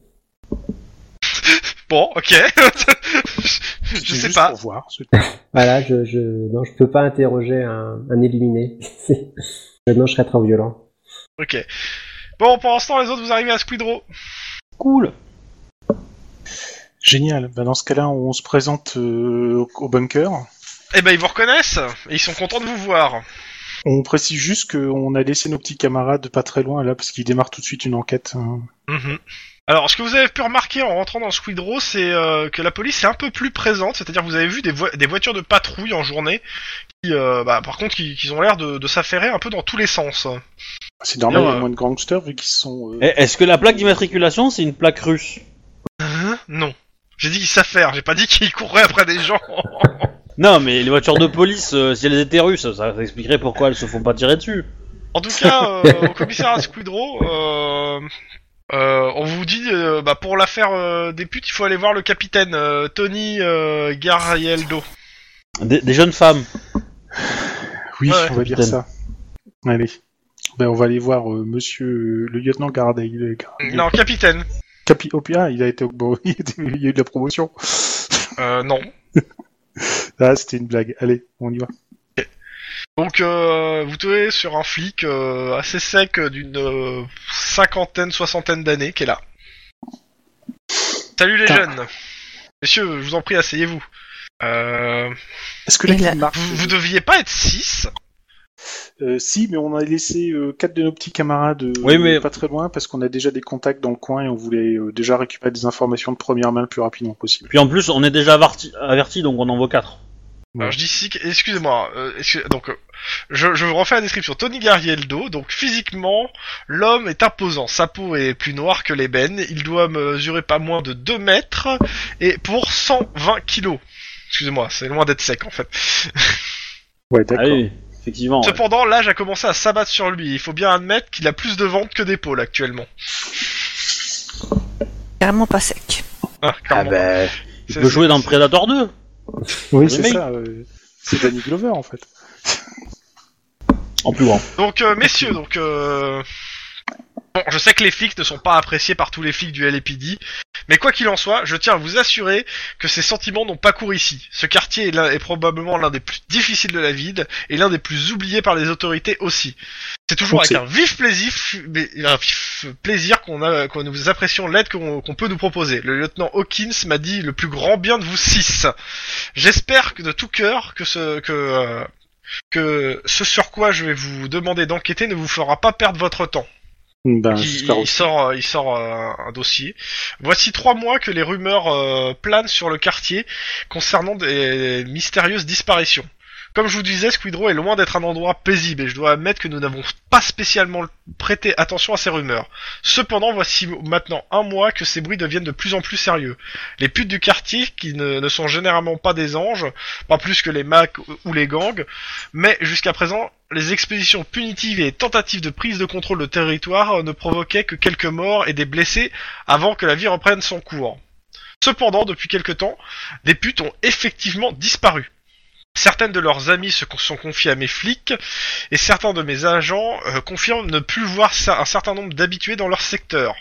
Speaker 1: Bon, ok. je
Speaker 4: C'était
Speaker 1: sais
Speaker 4: juste
Speaker 1: pas.
Speaker 4: Pour voir. c'est-
Speaker 5: Voilà, je, je, non, je peux pas interroger un, un éliminé. C'est- non, je serais trop violent.
Speaker 1: Ok. Bon, pour l'instant, les autres, vous arrivez à Squidro.
Speaker 2: Cool
Speaker 4: Génial. Bah, dans ce cas-là, on se présente euh, au bunker.
Speaker 1: Eh ben, ils vous reconnaissent et ils sont contents de vous voir.
Speaker 4: On précise juste qu'on a laissé nos petits camarades pas très loin là parce qu'ils démarrent tout de suite une enquête. hein.
Speaker 1: Alors, ce que vous avez pu remarquer en rentrant dans Squidro, c'est euh, que la police est un peu plus présente. C'est-à-dire, que vous avez vu des, vo- des voitures de patrouille en journée qui, euh, bah, par contre, qui, qui ont l'air de, de s'affairer un peu dans tous les sens.
Speaker 4: C'est normal, il y
Speaker 1: euh,
Speaker 4: a moins de gangsters vu qu'ils sont. euh,
Speaker 2: Eh, Est-ce que la plaque d'immatriculation, c'est une plaque russe
Speaker 1: Hein non. J'ai dit qu'ils s'affairent. J'ai pas dit qu'ils couraient après des gens.
Speaker 2: Non, mais les voitures de police, euh, si elles étaient russes, ça expliquerait pourquoi elles se font pas tirer dessus.
Speaker 1: En tout cas, euh, au commissariat Squidro, euh, euh, on vous dit, euh, bah, pour l'affaire euh, des putes, il faut aller voir le capitaine euh, Tony euh, Garieldo.
Speaker 2: Des, des jeunes femmes.
Speaker 4: Oui,
Speaker 1: Ouais,
Speaker 4: on va dire
Speaker 2: capitaine.
Speaker 4: ça. Allez. Ben, on va aller voir euh, monsieur euh, le lieutenant Gardeil. le- Gardeil.
Speaker 1: Non, capitaine.
Speaker 4: Capi oh, putain, il a été au- bon, il, était- il y a eu de la promotion.
Speaker 1: Euh, non.
Speaker 4: Ah, c'était une blague. Allez, on y va.
Speaker 1: Donc, euh, vous tombez sur un flic euh, assez sec euh, d'une euh, cinquantaine, soixantaine d'années qui est là. Salut les
Speaker 4: Putain.
Speaker 1: jeunes. Messieurs, je vous en prie, asseyez-vous. Euh,
Speaker 4: Est-ce que la
Speaker 7: Il
Speaker 4: clim
Speaker 7: a-
Speaker 4: marche
Speaker 1: vous, vous deviez pas être 6
Speaker 4: Euh, Si, mais on a laissé euh, quatre de nos petits camarades euh,
Speaker 2: Oui, mais-
Speaker 4: pas très loin parce qu'on a déjà des contacts dans le coin et on voulait euh, déjà récupérer des informations de première main le plus rapidement possible.
Speaker 2: Puis en plus, on est déjà averti, averti donc on en voit 4.
Speaker 1: Alors je dis si, excusez-moi. euh, excuse- donc euh, je, je refais la description. Tony Garieldo, donc physiquement, l'homme est imposant. Sa peau est plus noire que l'ébène. Il doit mesurer pas moins de 2 mètres et pour 120 kilos. Excusez-moi, c'est loin d'être sec en fait.
Speaker 4: Ouais,
Speaker 2: Ah
Speaker 4: d'accord.
Speaker 2: oui, effectivement. ouais.
Speaker 1: Cependant, l'âge a commencé à s'abattre sur lui. Il faut bien admettre qu'il a plus de ventes que d'épaules actuellement.
Speaker 7: Carrément pas sec.
Speaker 1: Ah,
Speaker 2: Ah
Speaker 1: clairement.
Speaker 2: bah, il
Speaker 1: C'est-
Speaker 2: peut jouer dans
Speaker 1: c'est-
Speaker 2: Predator 2.
Speaker 4: Oui,
Speaker 2: Le
Speaker 4: c'est
Speaker 2: mec.
Speaker 4: ça. euh, c'est Danny Glover en fait.
Speaker 2: En plus grand.
Speaker 1: Donc, euh, messieurs, donc. Euh... Bon, je sais que les flics ne sont pas appréciés par tous les flics du LAPD, mais quoi qu'il en soit, je tiens à vous assurer que ces sentiments n'ont pas cours ici. Ce quartier est, l'un- est probablement l'un des plus difficiles de la ville et l'un des plus oubliés par les autorités aussi. C'est toujours
Speaker 4: Donc
Speaker 1: avec un vif plaisir, mais- un vif plaisir qu'on a- qu'on nous apprécions l'aide qu'on qu'on peut nous proposer. Le lieutenant Hawkins m'a dit le plus grand bien de vous six. J'espère que de tout cœur que ce que euh, que ce sur quoi je vais vous demander d'enquêter ne vous fera pas perdre votre temps.
Speaker 4: Ben,
Speaker 1: qui-
Speaker 4: j'espère
Speaker 1: il
Speaker 4: aussi.
Speaker 1: sort, euh, il sort euh, un dossier. Voici trois mois que les rumeurs euh, planent sur le quartier concernant des mystérieuses disparitions. Comme je vous disais, Squidrow est loin d'être un endroit paisible et je dois admettre que nous n'avons pas spécialement prêté attention à ces rumeurs. Cependant, voici maintenant un mois que ces bruits deviennent de plus en plus sérieux. Les putes du quartier, qui ne, ne sont généralement pas des anges, pas plus que les macs ou les gangs, mais jusqu'à présent, les expéditions punitives et tentatives de prise de contrôle de territoire euh, ne provoquaient que quelques morts et des blessés avant que la vie reprenne son cours. Cependant, depuis quelque temps, des putes ont effectivement disparu. Certaines de leurs amies se con- sont confiées à mes flics et certains de mes agents euh, confirment ne plus voir ça- un certain nombre d'habitués dans leur secteur.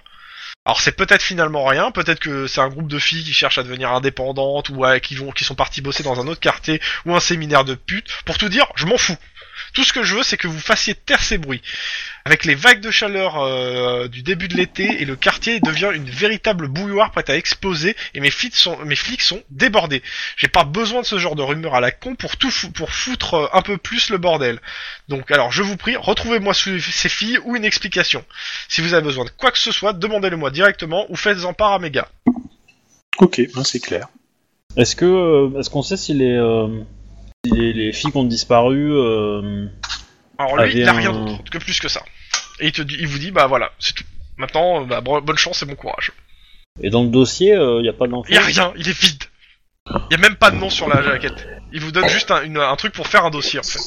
Speaker 1: Alors c'est peut-être finalement rien, peut-être que c'est un groupe de filles qui cherchent à devenir indépendantes ou à- qui, vont, qui sont parties bosser dans un autre quartier ou un séminaire de putes. Pour tout dire, je m'en fous. Tout ce que je veux, c'est que vous fassiez taire ces bruits. Avec les vagues de chaleur euh, du début de l'été, et le quartier devient une véritable bouilloire prête à exploser, et mes flics sont, mes flics sont débordés. J'ai pas besoin de ce genre de rumeur à la con pour tout fou- pour foutre euh, un peu plus le bordel. Donc, alors, je vous prie, retrouvez-moi sous- ces filles ou une explication. Si vous avez besoin de quoi que ce soit, demandez-le moi directement ou faites-en part à mes gars.
Speaker 4: Ok, ben, c'est clair.
Speaker 2: Est-ce que euh, est-ce qu'on sait si les, euh, si les, les filles qui ont disparu euh,
Speaker 1: Alors lui,
Speaker 2: Avez
Speaker 1: il a
Speaker 2: un-
Speaker 1: rien d'autre que plus que ça. Et il, te, dit- il vous dit, bah voilà, c'est tout. Maintenant, euh, bah, bon- bonne chance et bon courage.
Speaker 2: et dans le dossier, il n'y a pas d'infos
Speaker 1: Il y a rien, il est vide. Il y a même pas de nom sur la jaquette. Il vous donne juste un, une- un truc pour faire un dossier en fait.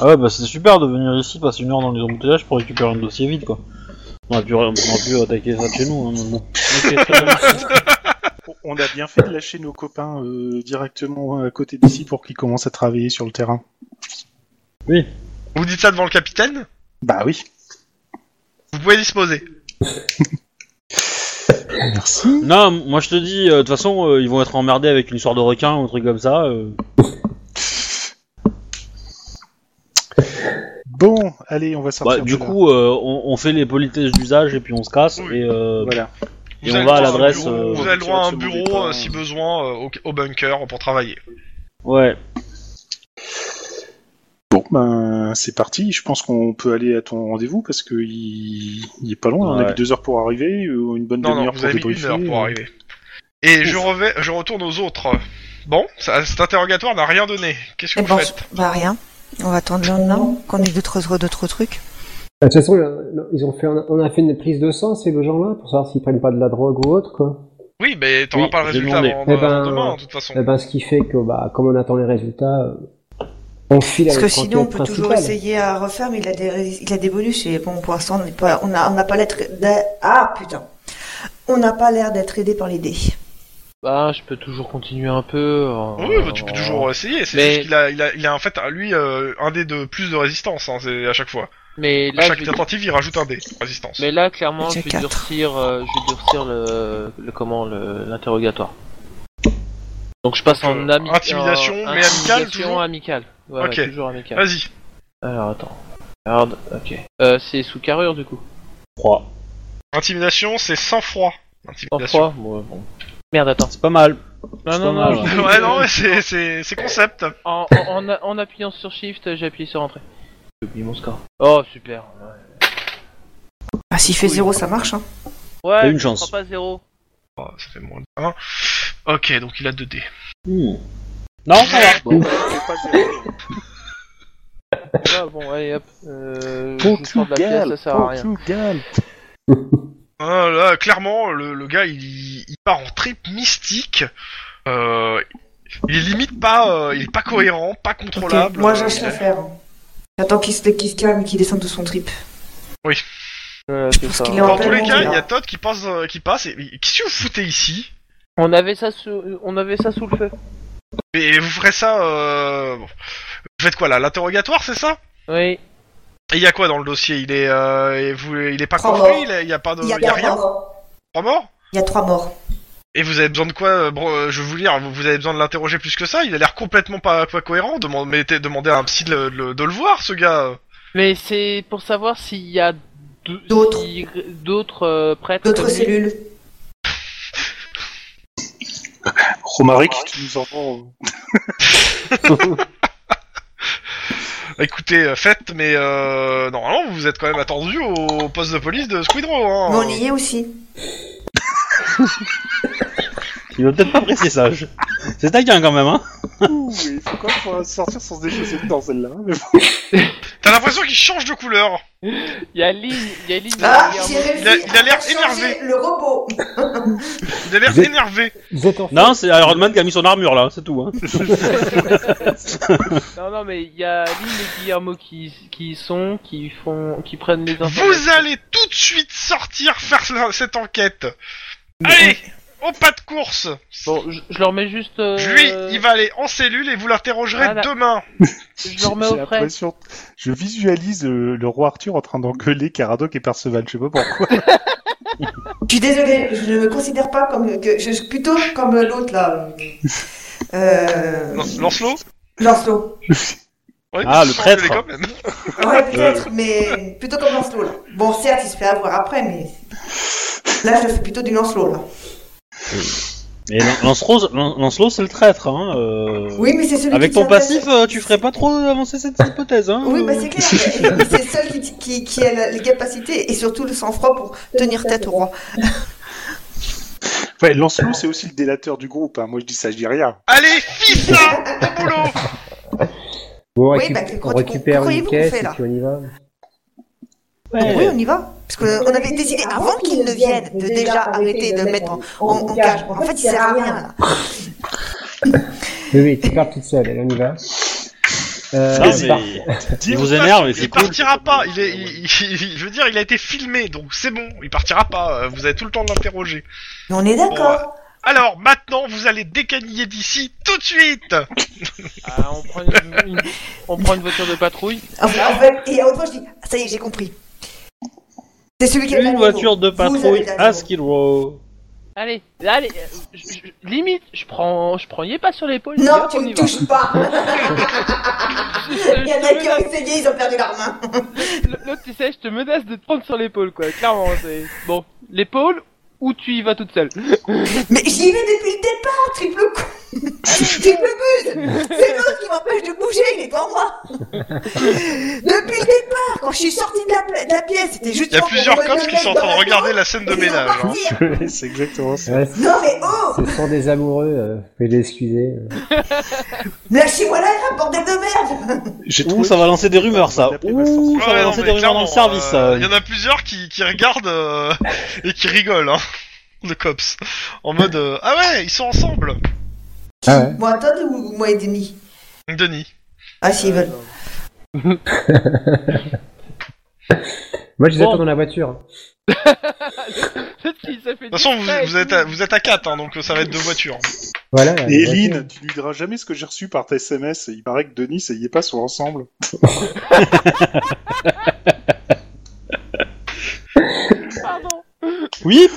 Speaker 2: Ah ouais, bah c'est super de venir ici, passer une heure dans les embouteillages pour récupérer un dossier vide, quoi. On aurait pu, on aurait pu attaquer ça de chez nous, hein, mais bon. Ok, très bien.
Speaker 4: On a bien fait de lâcher nos copains euh, directement à côté d'ici pour qu'ils commencent à travailler sur le terrain.
Speaker 1: Vous dites ça devant le capitaine
Speaker 4: Bah oui.
Speaker 1: Vous pouvez disposer.
Speaker 4: Merci.
Speaker 2: Non, moi je te dis, euh, de toute façon, euh, ils vont être emmerdés avec une histoire de requin ou un truc comme ça. euh.
Speaker 4: Bon, allez, on va sortir.
Speaker 2: Bah, du
Speaker 4: de là.
Speaker 2: coup, euh, on, on fait les politesses d'usage et puis on se casse.
Speaker 1: Oui.
Speaker 2: Et, euh,
Speaker 4: voilà.
Speaker 2: Et
Speaker 1: Vous
Speaker 2: on
Speaker 1: avez
Speaker 2: va
Speaker 1: le
Speaker 2: à
Speaker 1: droit un
Speaker 2: l'adresse,
Speaker 1: bureau-
Speaker 2: euh,
Speaker 1: Vous avez le droit à un
Speaker 4: second
Speaker 1: bureau
Speaker 4: départ,
Speaker 1: euh, si besoin euh, au, au bunker pour travailler.
Speaker 2: Ouais.
Speaker 4: Bon, ben c'est parti. Je pense qu'on peut aller à ton rendez-vous parce que il, il est pas loin. On a
Speaker 2: Ouais.
Speaker 4: mis deux heures pour arriver, euh, une bonne
Speaker 1: Non, non,
Speaker 4: demi-heure
Speaker 1: vous
Speaker 4: pour
Speaker 1: avez mis une
Speaker 4: débriefer.
Speaker 1: heure
Speaker 2: euh.
Speaker 1: pour arriver. Et je, revais, je retourne aux autres. Bon, ça- cet interrogatoire n'a rien donné. Qu'est-ce que
Speaker 7: Eh
Speaker 1: vous
Speaker 7: ben,
Speaker 1: faites
Speaker 7: bah rien. On va attendre le lendemain qu'on ait d'autres d'autres trucs.
Speaker 5: De toute façon, euh, ils ont fait, un- on a fait une prise de sang, ces gens-là, pour savoir s'ils prennent pas de la drogue ou autre, quoi.
Speaker 1: Oui, mais t'auras
Speaker 2: Oui,
Speaker 1: pas le
Speaker 2: j'ai
Speaker 1: résultat
Speaker 2: demandé.
Speaker 1: avant,
Speaker 5: Eh
Speaker 1: avant
Speaker 5: ben,
Speaker 1: demain, de toute façon.
Speaker 5: Eh ben, ce qui fait que, bah, comme on attend les résultats, euh, on file
Speaker 7: Parce
Speaker 5: avec
Speaker 7: que sinon, on
Speaker 5: l'enquête
Speaker 7: peut toujours
Speaker 5: principale.
Speaker 7: essayer à refaire, mais il a des, ré- il a des bonus. Et bon, pour l'instant, on n'a pas, on a, on n'a pas l'air d'a- Ah putain, on n'a pas l'air d'être aidé par les dés.
Speaker 6: Bah, je peux toujours continuer un peu. euh, en-
Speaker 1: Oui, bah, tu peux toujours essayer. C'est
Speaker 6: Oh. Mais-
Speaker 1: juste qu'il a, il a, il a en fait, lui, euh, un dé de plus de résistance hein, c'est à chaque fois.
Speaker 6: Mais là,
Speaker 1: À chaque
Speaker 6: je vais-
Speaker 1: tentative, il rajoute un dé de résistance.
Speaker 6: Mais là, clairement,
Speaker 7: J'ai
Speaker 6: je vais
Speaker 7: quatre.
Speaker 6: durcir, euh, je vais durcir le, le comment, le- l'interrogatoire. Donc je passe en
Speaker 1: Euh,
Speaker 6: ami-
Speaker 1: intimidation,
Speaker 6: en-
Speaker 1: mais amicale,
Speaker 6: intimidation,
Speaker 1: toujours
Speaker 6: amicale. Ouais,
Speaker 1: Ok.
Speaker 6: ouais, toujours amicale.
Speaker 1: Vas-y.
Speaker 6: Alors attends, regarde, ok. Euh, c'est sous carrure du coup.
Speaker 2: 3.
Speaker 1: Intimidation, c'est sans froid.
Speaker 6: En
Speaker 1: Intimidation.
Speaker 6: froid, bon, bon. Merde, attends.
Speaker 2: C'est pas mal.
Speaker 6: Non,
Speaker 2: C'est
Speaker 6: non,
Speaker 2: pas
Speaker 6: non.
Speaker 2: mal.
Speaker 6: je-
Speaker 1: ouais, non, mais c'est, c'est, c'est concept. Ah,
Speaker 6: En, en- en a- en appuyant sur Shift, j'ai appuyé sur Entrée. J'ai oublié mon score. Oh, super. Ouais,
Speaker 7: Ah, s'il fait zéro, ça marche. Hein.
Speaker 6: ouais
Speaker 2: une
Speaker 6: je
Speaker 2: chance.
Speaker 6: prends pas zéro.
Speaker 1: Oh, ça fait moins de 1. Ok, donc il a 2 dés.
Speaker 2: Hmm. Non, ça
Speaker 4: Eh,
Speaker 2: va.
Speaker 6: Bon,
Speaker 4: C'est pas zéro.
Speaker 6: ouais, bon, allez hop. Euh, je vous sors de la pièce, ça sert à rien.
Speaker 4: Portugal.
Speaker 1: Ah, là, clairement, le, le gars, il, il part en trip mystique. Euh, il est limite pas, euh, il est pas cohérent, pas
Speaker 3: Ok,
Speaker 1: contrôlable.
Speaker 3: Moi,
Speaker 1: Euh,
Speaker 3: j'achète
Speaker 1: il a-
Speaker 3: l'affaire.
Speaker 7: hein. J'attends qu'il se, qu'il se calme et qu'il descende de son trip.
Speaker 6: Ouais, c'est ça.
Speaker 7: qu'il est en
Speaker 1: Dans tous les
Speaker 7: Clairement,
Speaker 1: cas,
Speaker 7: il
Speaker 1: il y
Speaker 7: a-
Speaker 1: a Todd qui passe, euh, qui passe. Et qu'est-ce que vous foutez ici
Speaker 6: On avait ça sous, on avait ça sous le feu.
Speaker 1: Et vous ferez ça. Euh... bon. Vous faites quoi là L'interrogatoire, c'est ça
Speaker 6: Oui.
Speaker 1: Et il y a quoi dans le dossier Il est, euh, et vous, il est pas
Speaker 3: Trois
Speaker 1: compris.
Speaker 3: morts.
Speaker 1: Il est- il y a pas de,
Speaker 3: Il y a
Speaker 1: il y a
Speaker 3: trois
Speaker 1: rien.
Speaker 3: morts.
Speaker 1: Trois morts
Speaker 7: Il y a trois morts.
Speaker 1: Et vous avez besoin de quoi euh, bro- euh, Je vais vous lire. Vous vous avez besoin de l'interroger plus que ça. Il a l'air complètement pas, pas cohérent. Demande- mettez- Demandez à un psy de, le- de le- de le voir, ce gars. Euh,
Speaker 6: Mais c'est pour savoir s'il y a deux-
Speaker 7: D'autres.
Speaker 6: si- d'autres euh, prêtres.
Speaker 7: D'autres
Speaker 6: comme lui.
Speaker 7: cellules.
Speaker 4: Romaric, tu nous entends.
Speaker 1: Écoutez, euh, faites, mais euh, normalement, vous êtes quand même attendu au poste de police de Squidrow. Hein.
Speaker 3: Mais on y est aussi.
Speaker 2: Il veut peut-être pas apprécier ça. je- C'est taquin quand même, hein.
Speaker 4: Ouh, mais faut quand même pouvoir sortir sans se déchausser dedans, celle-là. hein, mais bon.
Speaker 1: T'as l'impression qu'il change de couleur.
Speaker 6: Il y a Lynn, il y a Lynn
Speaker 3: Ah,
Speaker 6: derrière
Speaker 3: j'ai
Speaker 1: Il
Speaker 3: réussi
Speaker 6: moi.
Speaker 1: a- il a l'air
Speaker 3: à changer
Speaker 1: énervé.
Speaker 3: Le robot.
Speaker 1: Il a l'air
Speaker 5: Vous êtes-
Speaker 1: énervé.
Speaker 5: Vous êtes en
Speaker 2: Non, c'est Iron Man qui a mis son armure là, c'est tout. Hein.
Speaker 6: Non, non, mais il y a Lynn et Guillermo qui, qui y sont, qui font, qui prennent les informations.
Speaker 1: Vous allez tout de suite sortir faire la- cette enquête. Allez, au pas de course.
Speaker 6: Bon, je, je leur mets juste. euh,
Speaker 1: Lui, il va aller en cellule et vous l'interrogerez
Speaker 6: voilà.
Speaker 1: demain.
Speaker 6: Je le remets
Speaker 4: J'ai
Speaker 6: au frais.
Speaker 4: l'impression- Je visualise euh, le roi Arthur en train d'engueuler Caradoc et Perceval, je sais pas pourquoi.
Speaker 3: Je suis désolée, je ne me considère pas comme. Que, je suis plutôt comme l'autre là. Euh,
Speaker 1: Lan- Lancelot
Speaker 3: Lancelot.
Speaker 1: Ouais,
Speaker 2: Ah,
Speaker 1: tu sens
Speaker 2: le
Speaker 1: que
Speaker 2: traître.
Speaker 1: les gars, même.
Speaker 3: Ouais, peut-être, mais plutôt comme Lancelot là. Bon, certes, il se fait avoir après, mais. Là, je fais plutôt du Lancelot là.
Speaker 2: Et Lan- Lancelot, Lan- Lancelot, c'est le traître, hein. euh.
Speaker 3: Oui, mais c'est celui
Speaker 2: Avec
Speaker 3: qui
Speaker 2: ton
Speaker 3: tient-
Speaker 2: passif, euh, tu ferais pas trop avancer cette hypothèse, hein.
Speaker 3: Oui, bah
Speaker 2: euh.
Speaker 3: c'est clair. c'est le seul qui, qui, qui a la- les capacités et surtout le sang-froid pour tenir tête au roi.
Speaker 4: Ouais, Lancelot, c'est aussi le délateur du groupe, hein. moi je dis ça, je dis rien.
Speaker 1: Allez, fils ça au boulot.
Speaker 5: Bon, on
Speaker 3: Oui,
Speaker 5: récup-
Speaker 3: bah, que-
Speaker 5: on
Speaker 3: que-
Speaker 5: récupère
Speaker 3: croyez-vous qu'on
Speaker 5: une caisse
Speaker 3: fait,
Speaker 5: et
Speaker 3: là
Speaker 5: puis on y va.
Speaker 3: Donc oui, on y va. Parce qu'on avait décidé avant qu'ils ne viennent de déjà arrêter de le mettre en, en- en cage. En fait, il sert à rien là.
Speaker 5: Oui, oui, tu pars toute seule, allez, on y va. Euh,
Speaker 2: Non,
Speaker 5: par-
Speaker 2: mais...
Speaker 1: Dis de
Speaker 2: vous
Speaker 1: toute
Speaker 2: énerve,
Speaker 1: façon,
Speaker 2: mais c'est
Speaker 1: Il
Speaker 2: cool.
Speaker 1: partira pas. Il est, il- il- je veux dire, il a été filmé, donc c'est bon. Il partira pas. euh, Vous avez tout le temps de l'interroger.
Speaker 3: Mais on est d'accord.
Speaker 1: Alors maintenant, vous allez décaniller d'ici tout de suite.
Speaker 6: Ah, on, prend une, une- on prend une voiture de patrouille.
Speaker 3: En fait, en fait, et à autre fois, je dis ah, ça y est, j'ai compris. C'est celui qui a le
Speaker 2: Une
Speaker 3: dernier
Speaker 2: voiture de
Speaker 3: mot. Vous avez le
Speaker 2: patrouille
Speaker 3: dernier
Speaker 2: à
Speaker 3: mot.
Speaker 2: Skid Row.
Speaker 6: Allez, allez. euh, je- je- limite, je prends, je prends Yé pas sur l'épaule. les
Speaker 3: Non,
Speaker 6: gars,
Speaker 3: tu
Speaker 6: on y
Speaker 3: ne
Speaker 6: va.
Speaker 3: touches pas.
Speaker 6: Je-
Speaker 3: Il y en
Speaker 6: je
Speaker 3: a
Speaker 6: te
Speaker 3: qui ont
Speaker 6: menace-
Speaker 3: essayé, ils ont perdu leur main.
Speaker 6: L'autre, tu sais, je te menace de te prendre sur l'épaule, quoi. Clairement, c'est bon. L'épaule ou tu y vas toute seule.
Speaker 3: Mais j'y vais depuis le départ, triple coup. triple buse. C'est l'autre qui m'empêche de bouger, il est devant moi. depuis le départ, quand je suis sortie de la, pla- de la pièce, c'était juste.
Speaker 1: Il y a
Speaker 3: pour
Speaker 1: plusieurs
Speaker 3: me
Speaker 1: cops qui
Speaker 3: mettre
Speaker 1: sont en
Speaker 3: dans
Speaker 1: train de
Speaker 3: la
Speaker 1: regarder
Speaker 3: maison
Speaker 1: la scène de
Speaker 3: et ils vont
Speaker 1: ménage. hein.
Speaker 3: partir.
Speaker 4: c'est exactement ça.
Speaker 5: ouais, c'est-
Speaker 3: Non mais oh
Speaker 5: ce sont des amoureux, euh, veuillez les excuser.
Speaker 3: Lâchez-moi la grappe, bordel de merde
Speaker 4: J'ai
Speaker 2: Ouh, ça va lancer des rumeurs, ça.
Speaker 4: On va l'appeler
Speaker 2: Ouh,
Speaker 4: Vincent.
Speaker 2: ça va
Speaker 1: Ouais, non,
Speaker 2: lancer
Speaker 1: mais
Speaker 2: des rumeurs dans le
Speaker 1: clairement,
Speaker 2: service,
Speaker 1: euh,
Speaker 2: ça.
Speaker 1: Il y en a plusieurs qui, qui regardent euh, et qui rigolent, hein, le cops. En mode euh, Ah ouais, ils sont ensemble
Speaker 5: Ah ouais.
Speaker 3: Moi, Todd ou moi et Demi
Speaker 1: Denis.
Speaker 3: Ah s'ils veulent.
Speaker 5: Moi, je les
Speaker 6: Bon.
Speaker 5: attends dans la voiture. hein.
Speaker 6: Ça, si, ça
Speaker 1: De
Speaker 6: fait
Speaker 1: toute façon, vous, vous êtes, à, vous êtes à 4, hein, donc euh, ça va être deux voitures.
Speaker 5: Voilà.
Speaker 4: Et
Speaker 5: la voiture.
Speaker 4: Lynn, tu lui diras jamais ce que j'ai reçu par tes SMS, il paraît que Denis et Yepa sont ensemble.
Speaker 6: Pardon.
Speaker 2: Oui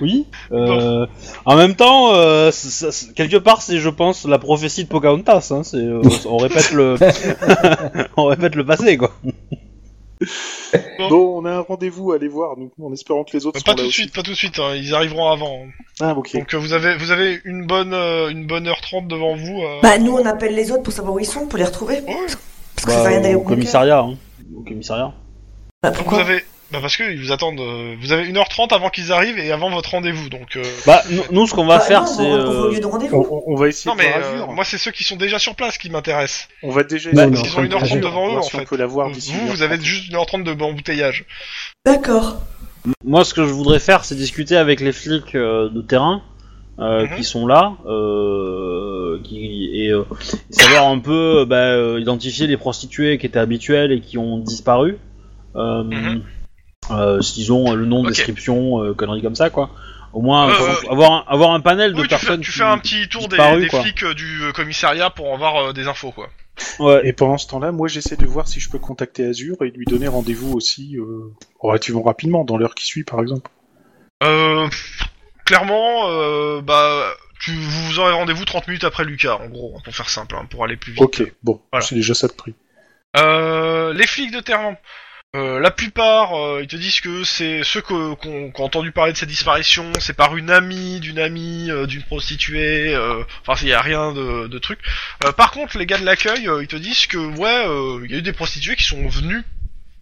Speaker 2: Oui euh, En même temps, euh, c- c- c- quelque part, c'est, je pense, la prophétie de Pocahontas. Hein, c'est, euh, on répète le... on répète le passé, quoi.
Speaker 4: Bon, on a un rendez-vous à aller voir, nous, en espérant que les autres
Speaker 1: pas
Speaker 4: sont là
Speaker 1: tout de
Speaker 4: aussi.
Speaker 1: suite, pas tout de suite, hein, ils arriveront avant. hein.
Speaker 4: Ah, ok.
Speaker 1: Donc euh, vous avez, vous avez une, bonne, euh, une bonne heure 30 devant vous. euh.
Speaker 3: Bah nous on appelle les autres pour savoir où ils sont, pour les retrouver. Parce que ça fait
Speaker 2: Bah,
Speaker 3: rien d'aller
Speaker 2: au
Speaker 3: au bunker.
Speaker 2: commissariat. Hein. Au commissariat.
Speaker 3: Bah,
Speaker 1: vous
Speaker 3: pourquoi
Speaker 1: avez... Bah parce qu'ils vous attendent. euh, vous avez une heure 30 avant qu'ils arrivent et avant votre rendez-vous, donc... euh,
Speaker 2: Bah, nous, nous, ce qu'on va
Speaker 3: Bah,
Speaker 2: faire,
Speaker 3: non,
Speaker 2: c'est...
Speaker 3: On va on va au
Speaker 2: euh,
Speaker 3: lieu de
Speaker 4: On,
Speaker 3: rendez-vous.
Speaker 4: on- on va essayer
Speaker 1: Non mais
Speaker 4: de voir
Speaker 1: euh,
Speaker 4: Azure.
Speaker 1: moi c'est ceux qui sont déjà sur place qui m'intéressent.
Speaker 4: On va déjà
Speaker 5: Bah,
Speaker 4: essayer
Speaker 5: non,
Speaker 4: de
Speaker 5: ils
Speaker 4: voir
Speaker 5: ont une heure
Speaker 4: Azure,
Speaker 5: trente
Speaker 1: devant eux,
Speaker 4: voir
Speaker 1: en
Speaker 4: si on
Speaker 1: fait.
Speaker 4: peut la voir d'ici
Speaker 1: Vous,
Speaker 4: une
Speaker 1: vous
Speaker 4: heure
Speaker 1: avez
Speaker 4: trente.
Speaker 1: juste une heure 30 de embouteillage.
Speaker 3: D'accord.
Speaker 2: Moi, ce que je voudrais faire, c'est discuter avec les flics euh, de terrain euh,
Speaker 1: Mhm.
Speaker 2: qui sont là, euh, qui, et euh, savoir un peu euh, bah, euh, identifier les prostituées qui étaient habituelles et qui ont disparu. Euh,
Speaker 1: Mhm.
Speaker 2: euh, S'ils ont euh, le nom,
Speaker 1: Ok.
Speaker 2: description, euh, conneries comme ça, quoi. Au moins,
Speaker 1: Ouais,
Speaker 2: euh,
Speaker 1: ouais,
Speaker 2: avoir, un, avoir un panel de
Speaker 1: Oui, tu fais,
Speaker 2: personnes.
Speaker 1: tu
Speaker 2: qui-
Speaker 1: fais un petit tour des,
Speaker 2: disparues,
Speaker 1: des
Speaker 2: quoi.
Speaker 1: flics euh, du euh, commissariat pour en voir euh, des infos, quoi.
Speaker 2: Ouais.
Speaker 4: Et pendant ce temps-là, moi j'essaie de voir si je peux contacter Azure et lui donner rendez-vous aussi euh, relativement rapidement, dans l'heure qui suit par exemple.
Speaker 1: Euh, pff, clairement, euh, bah, tu, vous aurez rendez-vous 30 minutes après Lucas, en gros, hein, pour faire simple, hein, pour aller plus vite.
Speaker 4: Ok, bon,
Speaker 1: Voilà.
Speaker 4: c'est déjà ça de prix.
Speaker 1: Euh, les flics de terrain. Euh, la plupart, euh, ils te disent que c'est ceux que- qu'on- qui ont entendu parler de cette disparition, c'est par une amie, d'une amie, euh, d'une prostituée. euh, Enfin, il y a rien de, de truc. Euh, par contre, les gars de l'accueil, euh, ils te disent que ouais, euh, il y a eu des prostituées qui sont venues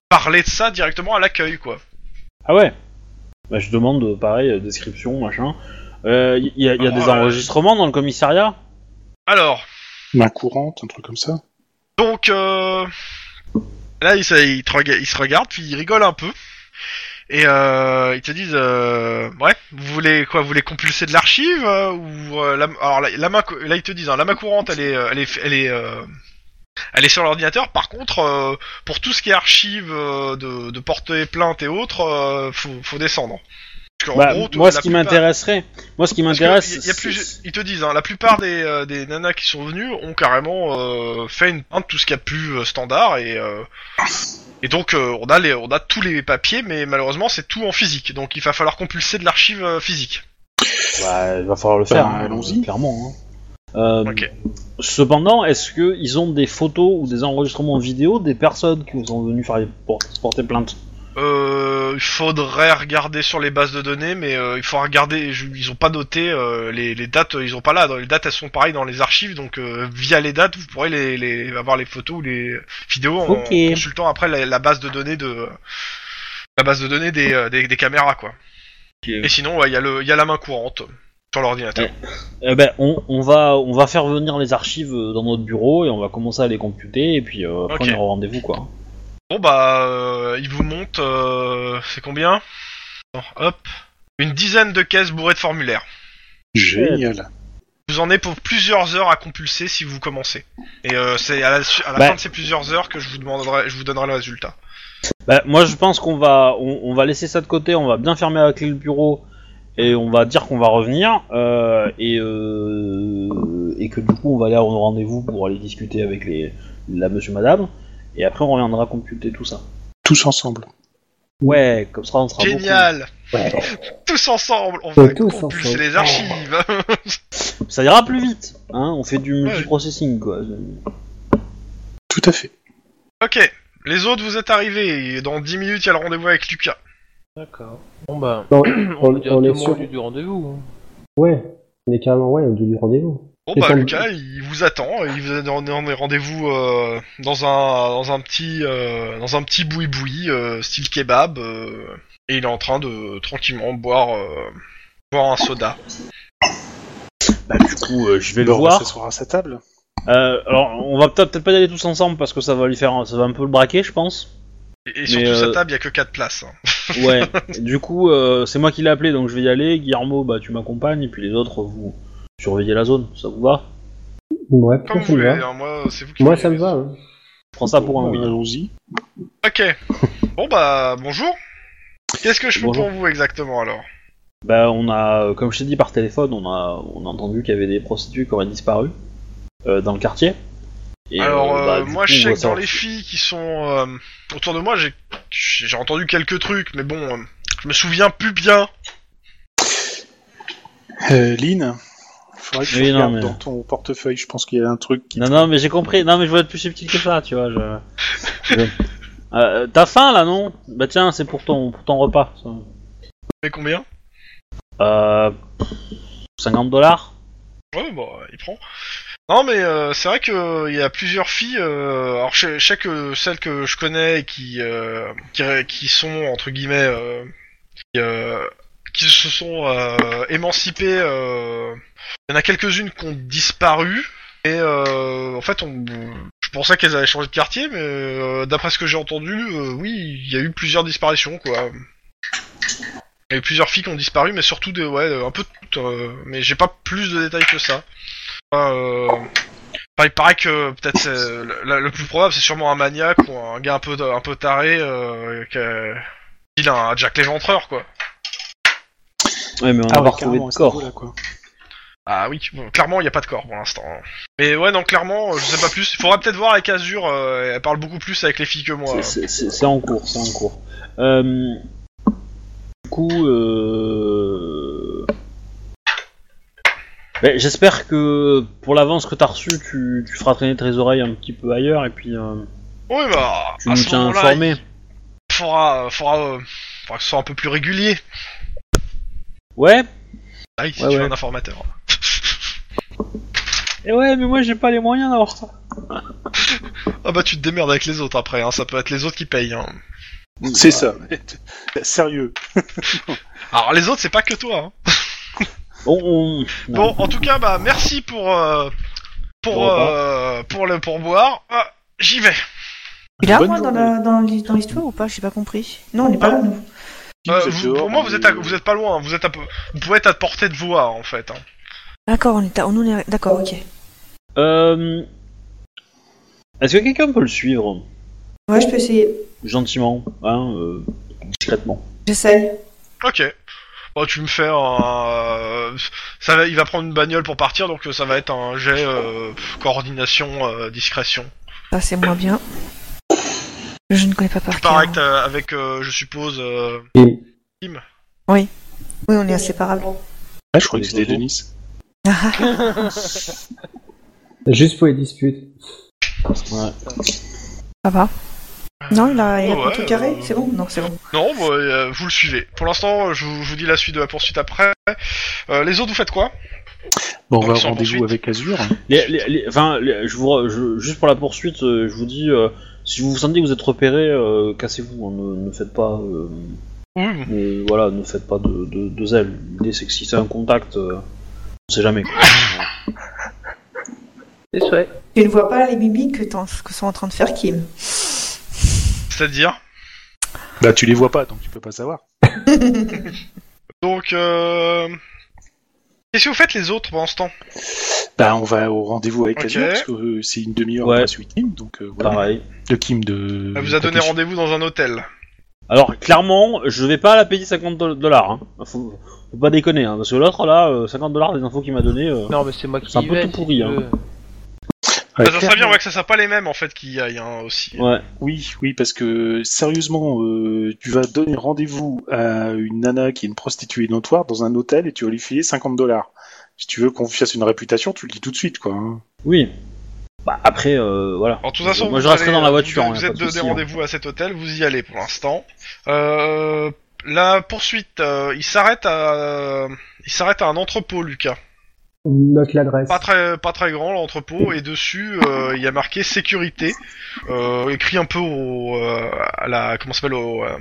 Speaker 1: parler de ça directement à l'accueil, quoi.
Speaker 2: Ah ouais Bah je demande euh, pareil, euh, description, machin. Il y a, y a des
Speaker 1: Oh, ouais.
Speaker 2: enregistrements dans le commissariat
Speaker 1: Alors,
Speaker 4: Main courante, un truc comme ça.
Speaker 1: Donc euh, là, ils se, ils te rega- ils se regardent, puis ils rigolent un peu. Et euh, ils te disent, euh, ouais, vous voulez quoi Vous voulez compulser de l'archive euh, ou euh, la, alors la, la main cou- là ils te disent, hein, la main courante, elle est, euh, elle est, f- elle est, euh, elle est sur l'ordinateur. Par contre, euh, pour tout ce qui est archive euh, de, de porter plainte et autres, euh, faut, faut descendre. Parce qu'en
Speaker 2: Bah,
Speaker 1: gros, tout-
Speaker 2: moi,
Speaker 1: la
Speaker 2: ce qui
Speaker 1: plupart-
Speaker 2: m'intéresserait, moi, ce qui
Speaker 1: parce que
Speaker 2: m'intéresse,
Speaker 1: y- y a
Speaker 2: c'est-
Speaker 1: plus- ils te disent, hein, la plupart des, euh, des nanas qui sont venues ont carrément euh, fait une peinte tout ce qu'il y a de plus euh, standard et euh, et donc euh, on a les on a tous les papiers mais malheureusement c'est tout en physique donc il va falloir compulser de l'archive euh, physique.
Speaker 2: bah, il va falloir le faire.
Speaker 4: Bah,
Speaker 2: hein,
Speaker 4: allons-y.
Speaker 2: clairement. hein. Euh,
Speaker 1: Ok.
Speaker 2: Cependant, est-ce que ils ont des photos ou des enregistrements vidéo des personnes qui sont venues faire pour- porter plainte
Speaker 1: Euh, il faudrait regarder sur les bases de données mais euh, il faut regarder je- ils ont pas noté euh, les, les dates euh, ils ont pas là dans- les dates elles sont pareilles dans les archives donc euh, via les dates vous pourrez les, les avoir les photos ou les vidéos en
Speaker 2: Ok.
Speaker 1: consultant après la, la base de données de la base de données des, euh, des, des caméras quoi. Et sinon, ouais, il y, a le- il y a la main courante sur l'ordinateur.
Speaker 2: Eh ben, on, on va, on va faire venir les archives euh, dans notre bureau et on va commencer à les computer et puis euh, après,
Speaker 1: Ok.
Speaker 2: on ira au rendez-vous quoi.
Speaker 1: Bon, bah, euh, il vous monte, euh, c'est combien Bon, Hop, une dizaine de caisses bourrées de formulaires.
Speaker 4: Génial.
Speaker 1: Vous en avez pour plusieurs heures à compulser si vous commencez. Et euh, c'est à la, su- à la
Speaker 2: Bah.
Speaker 1: fin de ces plusieurs heures que je vous demanderai, je vous donnerai le résultat.
Speaker 2: Bah, moi, je pense qu'on va, on, on va laisser ça de côté, on va bien fermer à clé le bureau et on va dire qu'on va revenir euh, et, euh, et que du coup, on va aller au rendez-vous pour aller discuter avec les, la monsieur madame et après, on reviendra computer tout ça.
Speaker 4: Tous ensemble.
Speaker 2: Ouais, comme ça, on sera
Speaker 1: Génial
Speaker 5: Ouais.
Speaker 1: Tous ensemble, on va
Speaker 5: Tous
Speaker 1: compulser
Speaker 5: ensemble.
Speaker 1: les archives.
Speaker 2: beaucoup. Ça ira plus vite, hein On fait du
Speaker 1: Ouais.
Speaker 2: multiprocessing, quoi.
Speaker 4: Tout à fait.
Speaker 1: ok, les autres, vous êtes arrivés. et Dans 10 minutes, il y a le rendez-vous avec Lucas.
Speaker 6: D'accord. Bon bah,
Speaker 5: Bon,
Speaker 6: on,
Speaker 5: on- on
Speaker 6: va
Speaker 5: est
Speaker 6: directement
Speaker 5: sûr.
Speaker 6: au lieu du rendez-vous. hein.
Speaker 5: Ouais, on est carrément ouais, au bout du rendez-vous.
Speaker 1: Bon
Speaker 5: Et
Speaker 1: bah
Speaker 5: t'en-
Speaker 1: Lucas, il vous attend, il vous donne donne rendez-vous euh, dans un dans un petit euh, dans un petit boui boui style kebab euh, et il est en train de tranquillement boire euh, boire un soda.
Speaker 2: Bah, du coup, euh, je vais le
Speaker 4: Bon, on va
Speaker 2: voir.
Speaker 4: s'asseoir à sa table.
Speaker 2: Euh, alors, on va peut-être peut-être pas y aller tous ensemble parce que ça va lui faire, un- ça va un peu le braquer, je pense.
Speaker 1: Et, et surtout
Speaker 2: euh,
Speaker 1: sa table, il y a que quatre places. hein.
Speaker 2: Ouais, du coup, euh, c'est moi qui l'ai appelé, donc je vais y aller. Guillermo, bah, tu m'accompagnes, et puis les autres, vous surveillez la zone, ça vous va
Speaker 5: Ouais,
Speaker 1: Comme
Speaker 5: pourquoi
Speaker 1: vous
Speaker 5: ça me
Speaker 1: voulez,
Speaker 5: va
Speaker 1: hein, moi c'est vous qui
Speaker 5: Moi,
Speaker 1: voyez.
Speaker 5: ça me va. hein.
Speaker 2: Je prends ça pour un
Speaker 4: Bon,
Speaker 2: oui.
Speaker 4: Euh, Allons-y.
Speaker 1: OK. Bon bah bonjour. Qu'est-ce que je peux
Speaker 2: Bonjour.
Speaker 1: pour vous exactement alors
Speaker 2: Bah, on a, euh, comme je t'ai dit par téléphone, on a, on a entendu qu'il y avait des prostituées qui auraient disparu euh, dans le quartier. Et,
Speaker 1: Alors,
Speaker 2: euh, bah,
Speaker 1: euh,
Speaker 2: du
Speaker 1: moi,
Speaker 2: coup,
Speaker 1: je
Speaker 2: on
Speaker 1: sais
Speaker 2: va
Speaker 1: que dans
Speaker 2: savoir-
Speaker 1: les filles qui sont euh, autour de moi, j'ai j'ai entendu quelques trucs, mais bon, euh, je me souviens plus bien.
Speaker 4: Euh, Lynn, faudrait que tu
Speaker 2: Oui, non,
Speaker 4: regardes
Speaker 2: mais-
Speaker 4: dans ton portefeuille. Je pense qu'il y a un truc qui.
Speaker 2: Non, non, mais j'ai compris. Non, mais je veux être plus subtil que ça, tu vois. Je... je- Euh, T'as faim là, non Bah tiens, c'est pour ton, pour ton repas. ça.
Speaker 1: Mais combien
Speaker 2: Euh, 50 dollars
Speaker 1: Ouais, bah, il prend. Non, mais euh, c'est vrai que euh, il y a plusieurs filles. euh, alors, je je sais que celles que je connais et qui, euh, qui, qui sont entre guillemets, euh, qui, euh, qui se sont euh, émancipées. euh, Il y en a quelques-unes qui ont disparu. Et euh, en fait, on, je pensais qu'elles avaient changé de quartier, mais euh, d'après ce que j'ai entendu, euh, oui, il y a eu plusieurs disparitions, quoi. Il y a eu plusieurs filles qui ont disparu, mais surtout des, ouais, un peu de toutes. euh, mais j'ai pas plus de détails que ça. Enfin, euh, enfin, il paraît que peut-être c'est- euh, le, la- le plus probable, c'est sûrement un maniaque ou un gars un peu un peu taré euh, qui a- il a un Jack l'éventreur quoi.
Speaker 2: Ouais, mais on a
Speaker 4: Ah
Speaker 2: pas
Speaker 4: ouais,
Speaker 2: retrouvé
Speaker 4: carrément,
Speaker 2: de
Speaker 4: à ce
Speaker 2: corps.
Speaker 4: niveau-là, quoi.
Speaker 1: Ah oui, bon, clairement il n'y a pas de corps pour l'instant. Mais ouais non clairement euh, je sais pas plus. Il faudra peut-être voir avec Azure. euh, elle parle beaucoup plus avec les filles que moi.
Speaker 2: C'est- C'est c'est- c'est en cours, c'est en cours. Euh, du coup, euh... ben, j'espère que pour l'avance que t'as reçue, tu, tu feras traîner tes oreilles un petit peu ailleurs et puis euh,
Speaker 1: Oui bah
Speaker 2: tu
Speaker 1: à
Speaker 2: nous
Speaker 1: ce
Speaker 2: tiens
Speaker 1: moment-là,
Speaker 2: informés.
Speaker 1: faudra, euh, faudra, euh, faudra que ce soit un peu plus régulier.
Speaker 2: Ouais
Speaker 1: Ah oui, si
Speaker 2: Ouais,
Speaker 1: tu es
Speaker 2: ouais.
Speaker 1: un informateur.
Speaker 2: Et Eh ouais, mais moi j'ai pas les moyens d'avoir ça.
Speaker 1: Ah bah tu te démerdes avec les autres après, hein. ça peut être les autres qui payent. Hein.
Speaker 4: C'est ça. Sérieux.
Speaker 1: Alors les autres, c'est pas que toi. Hein.
Speaker 2: Bon, on...
Speaker 1: Bon, en tout cas, bah merci pour euh, pour
Speaker 2: Au revoir.
Speaker 1: euh, pour le pourboire. Ah, J'y vais.
Speaker 7: Il est là,
Speaker 4: Bonne
Speaker 7: moi, dans
Speaker 4: journée.
Speaker 7: la- dans l'hi- dans l'histoire ou pas J'ai pas compris. Non, on n'est pas là, nous.
Speaker 1: Euh,
Speaker 4: Vous êtes
Speaker 1: vous-
Speaker 4: dehors,
Speaker 1: pour moi, vous
Speaker 4: mais-
Speaker 1: êtes à- vous êtes pas loin. hein. Vous êtes à peu, vous pouvez être à portée de voix en fait. hein.
Speaker 7: D'accord, on est à- on est... D'accord, ok.
Speaker 2: Euh... Est-ce que quelqu'un peut le suivre
Speaker 7: Ouais, je peux essayer.
Speaker 2: Gentiment, hein, euh, discrètement.
Speaker 7: J'essaye.
Speaker 1: Ok. Bon, tu me fais un. euh, Ça va, il va prendre une bagnole pour partir, donc euh, ça va être un jet euh, coordination euh, discrétion.
Speaker 7: Ça, c'est moins bien. Je ne connais pas par
Speaker 1: Tu pars
Speaker 7: cœur.
Speaker 1: avec, euh, avec, euh, je suppose. euh,
Speaker 7: Oui, on est inséparables.
Speaker 4: Ah, je crois
Speaker 2: que
Speaker 4: que
Speaker 2: c'était
Speaker 4: c'était Denis.
Speaker 7: Ah, ah.
Speaker 5: Juste pour les disputes.
Speaker 7: ça va. Non, il a, il a
Speaker 1: Ouais,
Speaker 7: pas tout carré,
Speaker 1: euh,
Speaker 7: c'est bon Non, c'est bon.
Speaker 1: Non, bah, euh, vous le suivez. Pour l'instant, je, vous- je vous dis la suite de la poursuite après. Euh, les autres, vous faites quoi
Speaker 4: Bon,
Speaker 1: Donc,
Speaker 4: on va
Speaker 1: sans
Speaker 4: au rendez-vous
Speaker 1: poursuite.
Speaker 4: avec Azure.
Speaker 2: Les- les- les- Enfin, les- je vous, re- je- juste pour la poursuite, euh, je vous dis, euh, si vous vous sentez que vous êtes repéré, euh, cassez-vous, hein, ne, ne faites pas... euh,
Speaker 1: Oui.
Speaker 2: ne- voilà, ne faites pas de, de, de zèle. L'idée c'est que si c'est un contact, euh, on sait jamais. quoi.
Speaker 6: C'est souhait.
Speaker 7: Tu ne vois pas les mimiques que, t'en- que sont en train de faire Kim.
Speaker 1: C'est-à-dire.
Speaker 4: Bah, tu les vois pas, donc tu peux pas savoir.
Speaker 1: Donc, euh... qu'est-ce que vous faites les autres pendant ce temps
Speaker 4: Bah, on va au rendez-vous avec
Speaker 1: Ok.
Speaker 4: Azure, parce que euh, c'est une demi-heure
Speaker 2: Ouais.
Speaker 4: après celui de Kim, donc euh, voilà.
Speaker 2: Pareil.
Speaker 4: De Kim de.
Speaker 1: Elle vous a donné
Speaker 4: Takeshi.
Speaker 1: rendez-vous dans un hôtel.
Speaker 2: Alors, clairement, je vais pas la payer 50 dollars. Hein. Faut, faut pas déconner, hein, parce que l'autre là, euh, 50 dollars des infos qu'il m'a donné. euh,
Speaker 6: Non, mais c'est moi qui
Speaker 2: C'est un
Speaker 6: y
Speaker 2: peu
Speaker 6: vais,
Speaker 2: tout
Speaker 6: si
Speaker 2: pourri,
Speaker 6: tu
Speaker 2: hein.
Speaker 6: veux.
Speaker 4: Ouais,
Speaker 1: Bah, ça serait bien
Speaker 4: clairement.
Speaker 1: ouais, que ça soit pas les mêmes en fait qu'il y a, il y a un aussi.
Speaker 2: Ouais.
Speaker 4: Oui, oui, parce que sérieusement, euh, tu vas donner rendez-vous à une nana qui est une prostituée notoire dans un hôtel et tu vas lui filer 50 dollars. Si tu veux qu'on fasse une réputation, tu le dis tout de suite, quoi. hein.
Speaker 2: Oui. Bah après, euh, voilà.
Speaker 1: En toute façon,
Speaker 2: moi
Speaker 1: vous
Speaker 2: je resterai
Speaker 1: allez-
Speaker 2: dans la voiture.
Speaker 1: Vous,
Speaker 2: hein,
Speaker 1: vous
Speaker 2: y a
Speaker 1: êtes
Speaker 2: pas de
Speaker 1: donné
Speaker 2: souci, hein.
Speaker 1: rendez-vous à cet hôtel, vous y allez pour l'instant. Euh, la poursuite, euh, il s'arrête à, il s'arrête à un entrepôt, Lucas.
Speaker 5: On note l'adresse.
Speaker 1: Pas très, pas très grand l'entrepôt et dessus euh, il y a marqué sécurité, euh, écrit un peu au, euh, à la, comment ça s'appelle au, euh,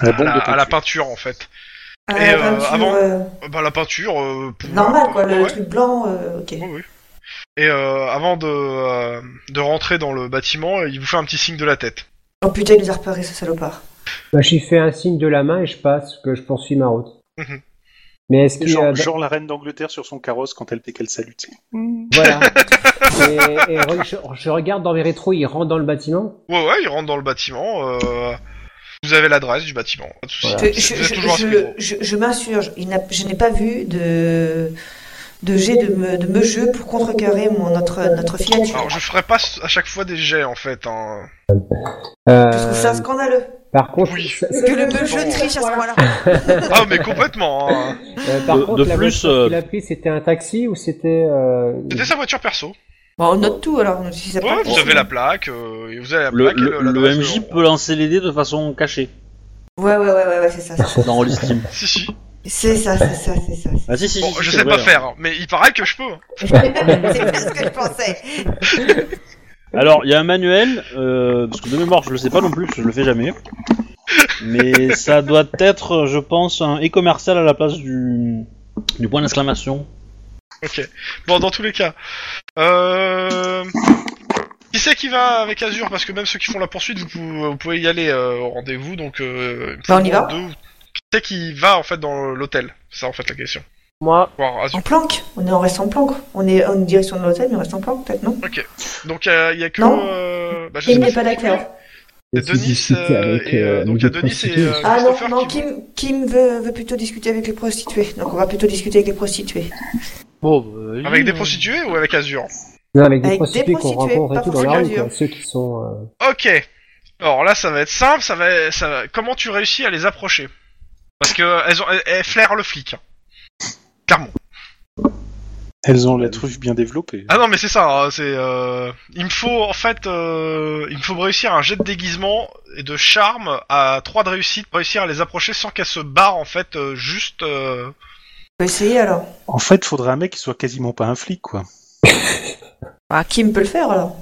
Speaker 4: À la
Speaker 1: à
Speaker 4: bombe
Speaker 1: la,
Speaker 4: de
Speaker 1: à la
Speaker 4: peinture.
Speaker 1: peinture en fait.
Speaker 7: Ah,
Speaker 1: Et,
Speaker 7: la
Speaker 1: euh,
Speaker 7: peinture,
Speaker 1: avant-
Speaker 7: euh,
Speaker 1: Bah la peinture. euh, pour-
Speaker 7: normale, quoi, le
Speaker 1: Ouais.
Speaker 7: truc blanc, euh, ok.
Speaker 1: Oui, oui. Et euh, avant de, euh, de rentrer dans le bâtiment, il vous fait un petit signe de la tête.
Speaker 7: Oh putain, il nous a repéré ce salopard.
Speaker 5: Bah, j'y fais un signe de la main et je passe, que je poursuis ma route.
Speaker 1: Mhm.
Speaker 5: Mais est-ce qu'il y a...
Speaker 4: Genre, genre la reine d'Angleterre sur son carrosse quand elle fait qu'elle salue. tu sais.
Speaker 5: Voilà. et, et re- je, je regarde dans mes rétros, il rentre dans le bâtiment.
Speaker 1: Ouais, ouais, il rentre dans le bâtiment. euh, vous avez l'adresse du bâtiment, pas de soucis.
Speaker 2: Voilà.
Speaker 7: Je,
Speaker 1: Vous
Speaker 7: je,
Speaker 1: êtes
Speaker 7: je,
Speaker 1: Ah, toujours à ce
Speaker 7: je,
Speaker 1: bureau.
Speaker 7: je- je m'insurge, il n'a- je n'ai pas vu de, de jet de, me, de me jeu pour contrecarrer mon, notre, notre filature.
Speaker 1: Alors, je ferai pas à chaque fois des jets, en fait. Hein.
Speaker 5: Euh,
Speaker 7: Je trouve ça scandaleux
Speaker 5: par contre,
Speaker 1: Oui.
Speaker 5: ça- ça-
Speaker 7: que le me jeu triche à ce point-là.
Speaker 1: Ah, mais complètement hein.
Speaker 5: euh, par
Speaker 2: De- de
Speaker 5: contre, la
Speaker 2: plus,
Speaker 5: voiture
Speaker 2: euh,
Speaker 5: qu'il a pris, c'était un taxi ou c'était... euh,
Speaker 1: C'était sa voiture perso.
Speaker 7: Bon, on note tout alors, si ça
Speaker 1: Ouais,
Speaker 7: part,
Speaker 1: vous avez la plaque, euh, et vous avez la
Speaker 2: Le,
Speaker 1: plaque. et
Speaker 2: le, le
Speaker 1: l'adresse euh,
Speaker 2: MJ
Speaker 1: de-
Speaker 2: peut lancer les dés de façon cachée
Speaker 7: Ouais, ouais, ouais, ouais, ouais, c'est ça. c'est ça.
Speaker 2: dans Rollisteam.
Speaker 1: Si, si.
Speaker 7: C'est ça, c'est ça, c'est ça.
Speaker 2: Ah si si,
Speaker 1: Bon,
Speaker 2: si, si,
Speaker 1: je
Speaker 2: c'est
Speaker 1: sais
Speaker 2: vrai,
Speaker 1: pas
Speaker 2: hein.
Speaker 1: faire, mais il paraît que je peux. hein.
Speaker 7: c'est ça. C'est pas ce que je pensais.
Speaker 2: Alors il y a un manuel, euh, parce que de mémoire je le sais pas non plus, parce que je le fais jamais. Mais ça doit être, je pense, un et commercial à la place du, du point d'exclamation.
Speaker 1: Bon, dans tous les cas. Euh... Qui c'est qui va avec Azure Parce que même ceux qui font la poursuite, vous pouvez, vous pouvez y aller euh, au rendez-vous. Donc, euh,
Speaker 7: Bah, on y va.
Speaker 1: deux ou- Qui c'est qui va en fait dans l'hôtel C'est ça en fait la question.
Speaker 6: Moi,
Speaker 1: Voir Azure.
Speaker 7: En planque On est en reste en planque. On est en direction de l'hôtel, mais on reste en planque peut-être, non
Speaker 1: Donc, euh, il y a que.
Speaker 7: Non.
Speaker 1: euh, bah, je
Speaker 7: Kim
Speaker 1: sais
Speaker 7: n'est
Speaker 1: pas
Speaker 7: pas
Speaker 1: qui
Speaker 7: d'accord.
Speaker 1: c'est
Speaker 5: je suis
Speaker 1: Denis.
Speaker 5: discuté
Speaker 1: euh,
Speaker 5: avec,
Speaker 1: et, euh,
Speaker 5: euh,
Speaker 1: donc, il y a
Speaker 5: une
Speaker 1: Denis et.
Speaker 5: prostituée.
Speaker 1: euh,
Speaker 7: Ah non,
Speaker 1: Christopher
Speaker 7: non,
Speaker 1: qui-
Speaker 7: Kim, Kim veut, veut plutôt discuter avec les prostituées. Donc on va plutôt discuter avec les prostituées.
Speaker 6: bon, bah, vas-y,
Speaker 1: Avec des
Speaker 6: hein.
Speaker 1: prostituées ou avec Azure
Speaker 5: Non, avec des
Speaker 7: Avec des
Speaker 5: prostituées qu'on
Speaker 7: prostituées,
Speaker 5: rencontre
Speaker 7: pas
Speaker 5: et tout dans la
Speaker 7: forcément
Speaker 5: rue, quoi.
Speaker 7: Dieu.
Speaker 5: Ceux qui sont... euh,
Speaker 1: Ok. Alors là, ça va être simple. Ça va, ça va- Comment tu réussis à les approcher Parce que elles, ont... elles- elles flairent le flic. hein. Clairement.
Speaker 4: Elles ont la truffe bien développée.
Speaker 1: Ah non, mais c'est ça. hein, c'est euh, il me faut en fait, euh, il me faut réussir un jet de déguisement et de charme à trois de réussite, pour réussir à les approcher sans qu'elles se barrent en fait, euh, juste. euh,
Speaker 7: peut essayer alors.
Speaker 4: En fait, faudrait un mec qui soit quasiment pas un flic, quoi.
Speaker 7: Ah, Kim peut le faire alors.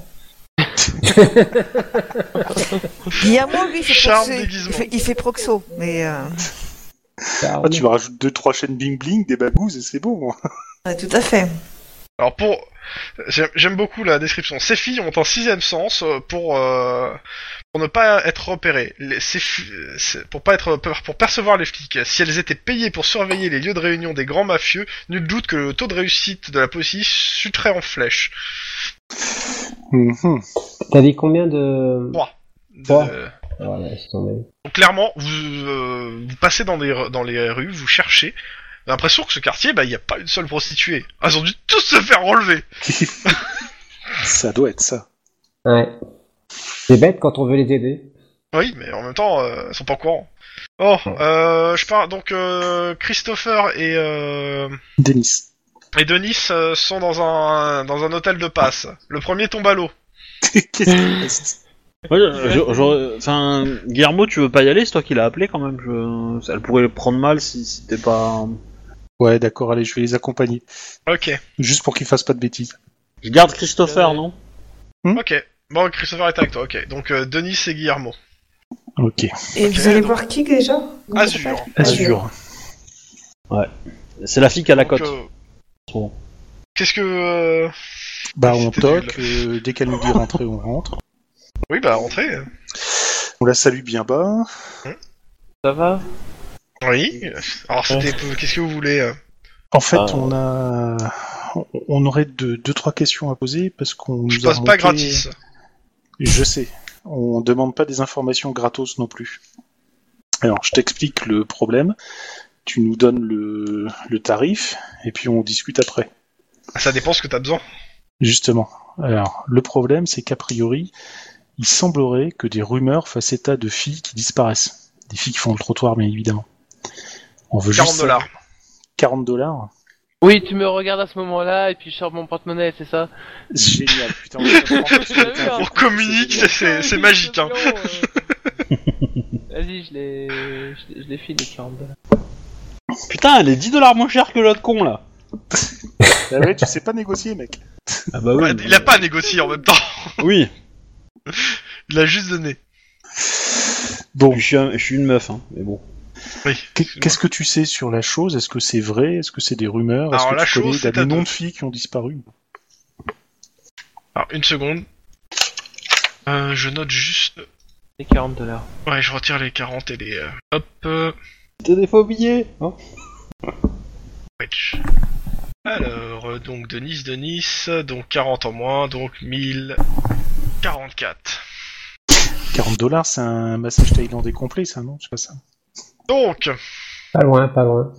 Speaker 7: Guillermo, lui, il fait,
Speaker 1: Charme
Speaker 7: proxo-
Speaker 1: déguisement.
Speaker 7: il fait, il fait proxo, mais euh,
Speaker 5: Ah,
Speaker 4: Ah, tu me rajoutes deux, trois chaînes bling bling, des babous, et c'est bon. hein.
Speaker 7: ouais, tout à fait.
Speaker 1: Alors pour, j'aime- j'aime beaucoup la description. Ces filles ont un sixième sens euh, pour euh, pour ne pas être repérées, Les- ces fi- euh, c'est- pour pas être pour percevoir les flics. Si elles étaient payées pour surveiller les lieux de réunion des grands mafieux, nul doute que le taux de réussite de la police chuterait en flèche.
Speaker 4: Mhm.
Speaker 5: T'avais combien de.
Speaker 1: Trois.
Speaker 5: Trois.
Speaker 1: Euh,
Speaker 5: Ah, ouais, laisse tomber.
Speaker 1: donc clairement, vous euh, vous passez dans les r- dans les rues, vous cherchez. J'ai L'impression que ce quartier, bah, il n'y a pas une seule prostituée. Elles ont dû tous se faire enlever.
Speaker 4: ça doit être ça.
Speaker 5: Ouais. C'est bête quand on veut les aider.
Speaker 1: Oui, mais en même temps, euh, elles sont pas au courant. Oh, euh, je parle donc euh, Christopher et euh,
Speaker 4: Denis.
Speaker 1: et Denis euh, sont dans un dans un hôtel de passe. Le premier tombe à l'eau.
Speaker 4: Qu'est-ce qui se passe
Speaker 2: Ouais, je- je- j'aurais- Enfin, Guillermo, tu veux pas y aller C'est toi qui l'as appelé quand même. Je... Elle pourrait le prendre mal si, si t'es pas.
Speaker 4: Ouais, d'accord, allez, je vais les accompagner.
Speaker 1: Ok,
Speaker 4: Juste pour qu'ils fassent pas de bêtises.
Speaker 2: Je garde Christopher, non
Speaker 1: ok. Bon, Christopher est avec toi. Ok. Donc euh, Denis et Guillermo.
Speaker 4: Ok.
Speaker 7: Et
Speaker 1: Ok, Ah,
Speaker 7: vous allez
Speaker 1: donc-
Speaker 7: voir qui déjà
Speaker 1: Azur.
Speaker 4: Azur.
Speaker 2: C'est la fille qui a la
Speaker 1: Donc,
Speaker 2: cote.
Speaker 1: euh,
Speaker 2: Trop.
Speaker 1: Qu'est-ce que euh,
Speaker 4: Bah, on
Speaker 1: C'était
Speaker 4: toque, euh, dès qu'elle nous dit rentrer, on rentre.
Speaker 1: oui bah rentrez.
Speaker 4: On la salue bien bas.
Speaker 6: Ça va
Speaker 1: Oui. Alors c'était qu'est-ce que vous voulez euh
Speaker 4: En fait,
Speaker 2: Ah.
Speaker 4: on a. on- On aurait deux, deux, trois questions à poser parce qu'on
Speaker 1: Je
Speaker 4: nous a
Speaker 1: passe pas
Speaker 4: remonté-
Speaker 1: gratis.
Speaker 4: Je sais. On demande pas des informations gratos non plus. Alors, je t'explique le problème. Tu nous donnes le, le tarif et puis on discute après.
Speaker 1: Ça dépend ce que t'as besoin.
Speaker 4: Justement. Alors, le problème, c'est qu'a priori, il semblerait que des rumeurs fassent état de filles qui disparaissent. Des filles qui font le trottoir, bien évidemment. On veut
Speaker 1: 40
Speaker 4: juste
Speaker 1: dollars.
Speaker 4: 40 dollars.
Speaker 6: Oui, tu me regardes à ce moment-là et puis je sors mon porte-monnaie, c'est ça
Speaker 4: Génial, putain.
Speaker 1: On communique, c'est- c'est c'est magique. Hein.
Speaker 6: Vas-y, je les, je les- je les file les 40 dollars.
Speaker 2: Putain, elle est 10 dollars moins chère que l'autre con là.
Speaker 4: Ah ouais, tu sais pas négocier, mec.
Speaker 2: Ah bah oui.
Speaker 1: Ouais, il a pas négocié en même temps.
Speaker 2: Oui.
Speaker 1: Il a juste donné.
Speaker 4: Bon,
Speaker 2: Je suis, un- je suis une meuf, hein. Mais bon.
Speaker 4: qu'est- qu'est-ce que tu sais sur la chose Est-ce que c'est vrai Est-ce que c'est des rumeurs Est-ce
Speaker 1: Alors,
Speaker 4: que
Speaker 1: la
Speaker 4: tu connais
Speaker 1: chose, c'est
Speaker 4: des
Speaker 1: à
Speaker 4: noms
Speaker 1: deux.
Speaker 4: de filles qui ont disparu
Speaker 1: Alors, une seconde. Euh, je note juste.
Speaker 6: Les 40 dollars.
Speaker 1: Ouais, je retire les 40 et les. euh, Hop. euh,
Speaker 2: T'as des faux billets hein
Speaker 1: Twitch. Alors, euh, donc de Nice, de Nice, donc 40 en moins, donc 1044.
Speaker 4: 40 dollars, c'est un massage thaïlandais complet, ça, non C'est pas ça.
Speaker 1: Donc,
Speaker 5: Pas loin, pas loin.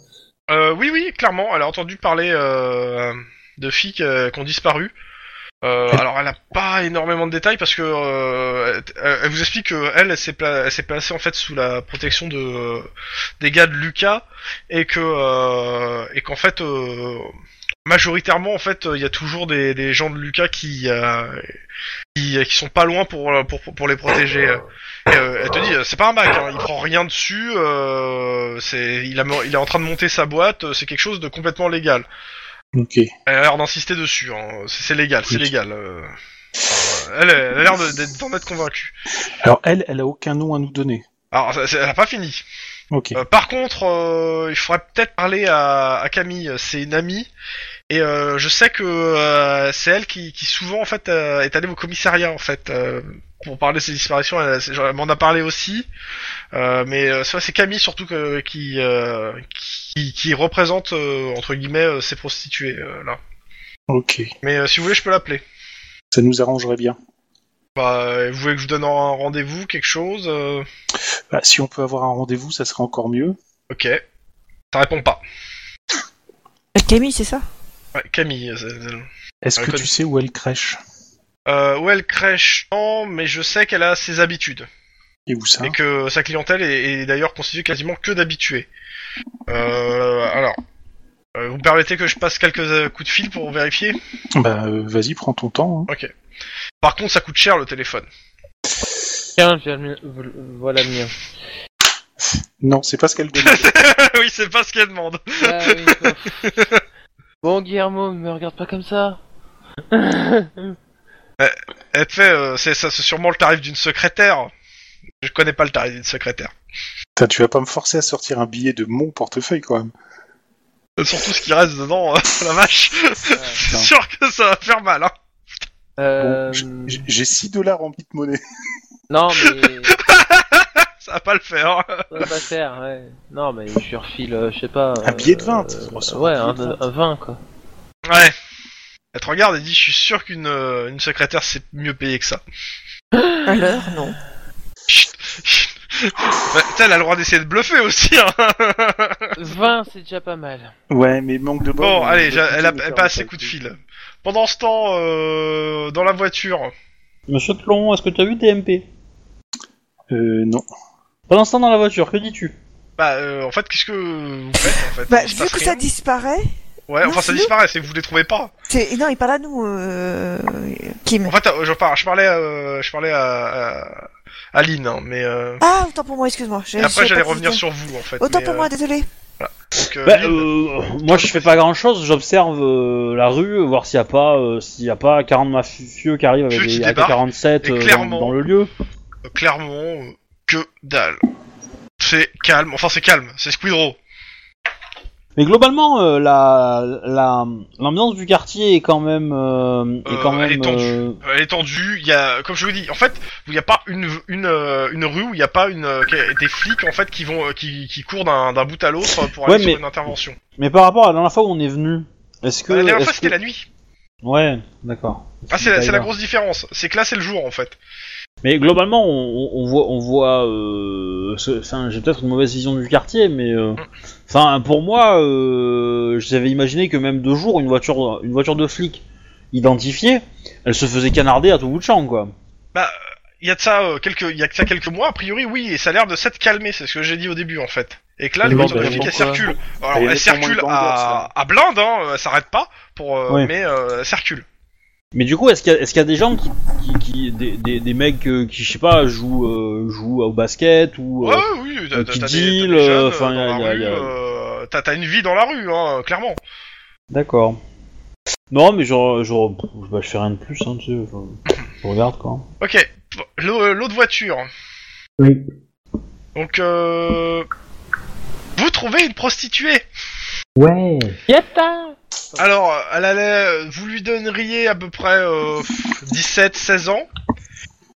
Speaker 1: euh, oui, oui, clairement, elle a entendu parler euh, de filles qui, euh, qui ont disparu. Euh, alors, elle a pas énormément de détails parce que euh, elle, elle vous explique que elle, elle s'est pla- elle s'est placée en fait sous la protection de euh, des gars de Lucas et que euh, et qu'en fait euh, majoritairement en fait euh, il y a toujours des, des gens de Lucas qui, euh, qui qui sont pas loin pour euh, pour, pour les protéger. Et, euh, elle te dit euh, c'est pas un bac, hein, il prend rien dessus, euh, c'est il a mo- il est en train de monter sa boîte, euh, c'est quelque chose de complètement légal.
Speaker 4: Ok.
Speaker 1: Elle a l'air d'insister dessus, hein, c'est c'est légal, c'est
Speaker 4: Oui.
Speaker 1: légal. euh. Enfin, elle, elle a l'air de- d'être- d'en être convaincue.
Speaker 4: Alors, elle, elle a aucun nom à nous donner.
Speaker 1: Alors, ça- ça- elle a pas fini.
Speaker 4: Ok.
Speaker 1: Euh, par contre, euh, il faudrait peut-être parler à, à Camille. C'est une amie et euh, je sais que euh, c'est elle qui, qui souvent en fait euh, est allée au commissariat en fait euh, pour parler de ses disparitions. Elle, c'est- genre, elle m'en a parlé aussi, Euh, mais euh, c'est vrai, c'est Camille surtout que- qui, euh, qui qui représente euh, entre guillemets euh, ces prostituées euh, là.
Speaker 4: Ok.
Speaker 1: Mais euh, si vous voulez, je peux l'appeler.
Speaker 4: Ça nous arrangerait bien.
Speaker 1: Bah, euh, vous voulez que je vous donne un rendez-vous, quelque chose euh,
Speaker 4: Bah, si on peut avoir un rendez-vous, ça serait encore mieux.
Speaker 1: Ok. Ça répond pas.
Speaker 7: Euh, Camille, c'est ça
Speaker 1: Ouais, Camille. euh, c'est- c'est-
Speaker 4: Est-ce
Speaker 1: Ouais,
Speaker 4: que
Speaker 1: quoi-
Speaker 4: tu sais où elle crèche
Speaker 1: Euh, où elle crèche, non, mais je sais qu'elle a ses habitudes.
Speaker 4: Et où ça
Speaker 1: et que sa clientèle est, est d'ailleurs constituée quasiment que d'habitués. Euh, alors, Euh, vous me permettez que je passe quelques euh, coups de fil pour vérifier
Speaker 4: Bah, euh, vas-y, prends ton temps. hein.
Speaker 1: Par contre, ça coûte cher le téléphone.
Speaker 6: Tiens, j'ai le mien- vo- voilà le mien.
Speaker 4: Non, c'est pas ce qu'elle dit.
Speaker 1: oui, c'est pas ce qu'elle demande.
Speaker 6: Ah oui, d'accord. bon, Guillermo, me regarde pas comme ça.
Speaker 1: Elle te fait, euh, c'est ça, c'est sûrement le tarif d'une secrétaire. Je connais pas le tarif d'une secrétaire.
Speaker 4: Putain, tu vas pas me forcer à sortir un billet de mon portefeuille quand même.
Speaker 1: Euh, Surtout ce qui reste dedans, euh, la vache. c'est
Speaker 4: putain.
Speaker 1: sûr que ça va faire mal. Hein.
Speaker 6: Euh,
Speaker 4: Bon, J- J'ai 6 dollars en petite monnaie.
Speaker 6: Non, mais
Speaker 1: Ça va pas le faire.
Speaker 6: ça va pas faire, ouais. Non, mais je lui refile, euh, je sais pas.
Speaker 4: Un
Speaker 6: euh,
Speaker 4: billet de 20,
Speaker 6: euh,
Speaker 4: on sort
Speaker 6: Ouais,
Speaker 4: un
Speaker 6: un,
Speaker 4: billet de 20.
Speaker 6: un 20, quoi.
Speaker 1: Ouais. Elle te regarde et dit, je suis sûr qu'une euh, une secrétaire c'est mieux payé que ça.
Speaker 7: Alors, non.
Speaker 1: Bah, putain, elle a le droit d'essayer de bluffer aussi. Hein.
Speaker 6: 20, c'est déjà pas mal.
Speaker 4: Ouais, mais manque de bol.
Speaker 1: Bon,
Speaker 4: on
Speaker 1: allez,
Speaker 4: va
Speaker 1: j'a- elle, a-
Speaker 4: plutôt
Speaker 1: elle
Speaker 4: nous
Speaker 1: passe
Speaker 4: faire
Speaker 1: ses
Speaker 4: un
Speaker 1: coups de fil. Pendant ce temps, euh, dans la voiture,
Speaker 2: Monsieur Tlon, est-ce que tu as vu TMP
Speaker 4: Euh, non.
Speaker 2: Pendant ce temps dans la voiture, que dis-tu
Speaker 1: bah, euh, en fait, qu'est-ce que vous faites en fait
Speaker 7: Bah,
Speaker 1: Il se
Speaker 7: vu
Speaker 1: passe
Speaker 7: que
Speaker 1: rien.
Speaker 7: ça disparaît,
Speaker 1: Ouais,
Speaker 7: non,
Speaker 1: enfin, ça
Speaker 7: sinon-
Speaker 1: disparaît, c'est que vous les trouvez pas.
Speaker 7: c'est... Non, il parle à nous, euh... Kim.
Speaker 1: En fait, euh, je, par- je parlais, euh, je parlais à, à, à Lynn, hein, mais euh,
Speaker 7: Ah, autant pour moi, excuse-moi. j'ai-
Speaker 1: et
Speaker 7: je savais
Speaker 1: après j'allais
Speaker 7: pas que
Speaker 1: revenir
Speaker 7: c'était-
Speaker 1: sur vous en fait.
Speaker 7: Autant
Speaker 1: mais,
Speaker 7: pour
Speaker 1: euh,
Speaker 7: moi, désolé.
Speaker 1: donc, euh,
Speaker 2: Bah,
Speaker 1: Lynn,
Speaker 2: euh, moi je fais pas grand chose, j'observe euh, la rue, voir s'il y a pas euh, s'il y a pas 40 mafieux qui arrivent avec
Speaker 1: Ceux qui
Speaker 2: des
Speaker 1: débarquent,
Speaker 2: AK-47
Speaker 1: et
Speaker 2: euh, dans,
Speaker 1: clairement-
Speaker 2: dans le lieu.
Speaker 1: euh, clairement, euh, que dalle. C'est calme, enfin c'est calme, c'est Squidrow.
Speaker 2: Mais globalement, euh, la la- l'ambiance du quartier est quand même euh, est quand
Speaker 1: Euh,
Speaker 2: même
Speaker 1: elle est tendue.
Speaker 2: euh,
Speaker 1: Euh, Elle est tendue, il y a, comme je vous dis, en fait, il n'y a pas une, une, euh, une rue où il n'y a pas une, euh, des flics en fait qui vont, euh, qui, qui courent d'un d'un bout à l'autre pour aller
Speaker 2: Ouais,
Speaker 1: sur
Speaker 2: mais-
Speaker 1: une intervention.
Speaker 2: Mais par rapport à la dernière fois où on est venu, est-ce que
Speaker 1: la dernière
Speaker 2: est-ce
Speaker 1: fois c'était
Speaker 2: que-
Speaker 1: la nuit.
Speaker 2: Ouais, d'accord.
Speaker 1: Ah, c'est la, c'est la
Speaker 2: D'ailleurs.
Speaker 1: grosse différence, c'est que là c'est le jour en fait.
Speaker 2: Mais globalement, on, on- on voit, on voit. euh, ce- Enfin, j'ai peut-être une mauvaise vision du quartier, mais euh, enfin, pour moi, euh, j'avais imaginé que même deux jours, une voiture, une voiture de flic identifiée, elle se faisait canarder à tout bout de champ, quoi.
Speaker 1: Il y a de ça euh, quelques, il y a que ça quelques mois a priori oui, et ça a l'air de s'être calmé, c'est ce que j'ai dit au début en fait. Et que là les
Speaker 2: Oui,
Speaker 1: voitures
Speaker 2: bah,
Speaker 1: de flics elles
Speaker 6: pourquoi
Speaker 1: circulent. Alors
Speaker 4: Elle est
Speaker 1: elles
Speaker 4: nettement
Speaker 1: circulent
Speaker 4: moins
Speaker 1: à,
Speaker 4: bandante,
Speaker 1: à blinde, hein, elles s'arrêtent pas pour, euh,
Speaker 2: Oui.
Speaker 1: mais euh, elles circulent.
Speaker 2: Mais du coup, est-ce qu'il y, a- est-ce qu'il y a des gens qui, qui, qui- des, des, des mecs euh, qui, je sais pas, jouent, euh, jouent au basket ou euh,
Speaker 1: Ouais, oui, t'as
Speaker 2: un
Speaker 1: t'as-
Speaker 2: petit
Speaker 1: t'as des-
Speaker 2: deal,
Speaker 1: t'as des jeunes,
Speaker 2: euh,
Speaker 1: euh,
Speaker 2: enfin,
Speaker 1: dans
Speaker 2: y
Speaker 1: la
Speaker 2: a- y
Speaker 1: rue,
Speaker 2: a-
Speaker 1: euh, t'as t'as une vie dans la rue, hein, clairement.
Speaker 2: D'accord. Non, mais genre, genre pff, bah, je fais rien de plus, hein, tu sais. je- je regarde quoi.
Speaker 1: Ok, l'au- euh, l'autre voiture.
Speaker 5: Oui.
Speaker 1: Donc, euh... vous trouvez une prostituée.
Speaker 5: Ouais.
Speaker 6: Yatta
Speaker 1: Alors, elle allait, euh, vous lui donneriez à peu près euh, 17-16 ans.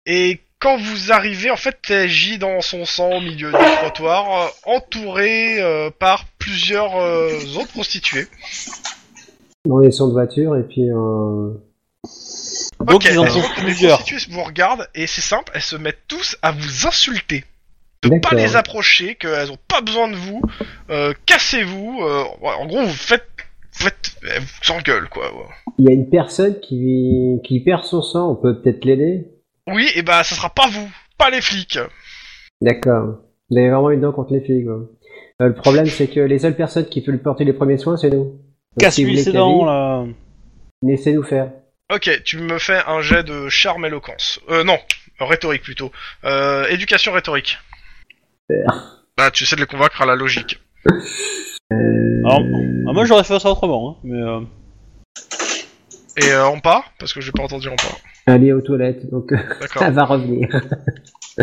Speaker 1: Et quand vous arrivez, en fait, elle gît dans son sang au milieu du trottoir, euh, entourée euh, par plusieurs euh, autres prostituées.
Speaker 5: On est sur de voiture et puis euh,
Speaker 2: Donc
Speaker 1: ok,
Speaker 2: ils en
Speaker 1: elles
Speaker 2: trouvent
Speaker 1: sont- les
Speaker 2: plusieurs.
Speaker 1: prostituées vous regardent et c'est simple, elles se mettent tous à vous insulter. de pas
Speaker 5: D'accord.
Speaker 1: les approcher, qu'elles ont pas besoin de vous, euh, cassez-vous, euh, ouais, en gros vous faites, vous faites, elles vous engueulent quoi. ouais.
Speaker 5: il y a une personne qui qui perd son sang. On peut peut-être l'aider.
Speaker 1: Oui, et bah ça sera pas vous, pas les flics.
Speaker 5: D'accord. Vous avez vraiment une dent contre les filles. Quoi. Euh, le problème, c'est que les seules personnes qui peuvent lui porter les premiers soins, c'est nous. Donc, si vous
Speaker 2: Casse-lui
Speaker 5: voulez
Speaker 2: ses
Speaker 5: qu'elle vive,
Speaker 2: dents là.
Speaker 5: Laissez-nous faire.
Speaker 1: Ok, tu me fais un jet de charme éloquence. Euh non, rhétorique plutôt. Euh, éducation rhétorique. Bah tu essaies de les convaincre à la logique.
Speaker 2: Alors, ah, moi j'aurais fait ça autrement, hein, mais euh,
Speaker 1: Et euh, en pas, parce que j'ai pas entendu en pas.
Speaker 5: Elle est aux toilettes, donc euh,
Speaker 1: D'accord.
Speaker 5: elle va revenir.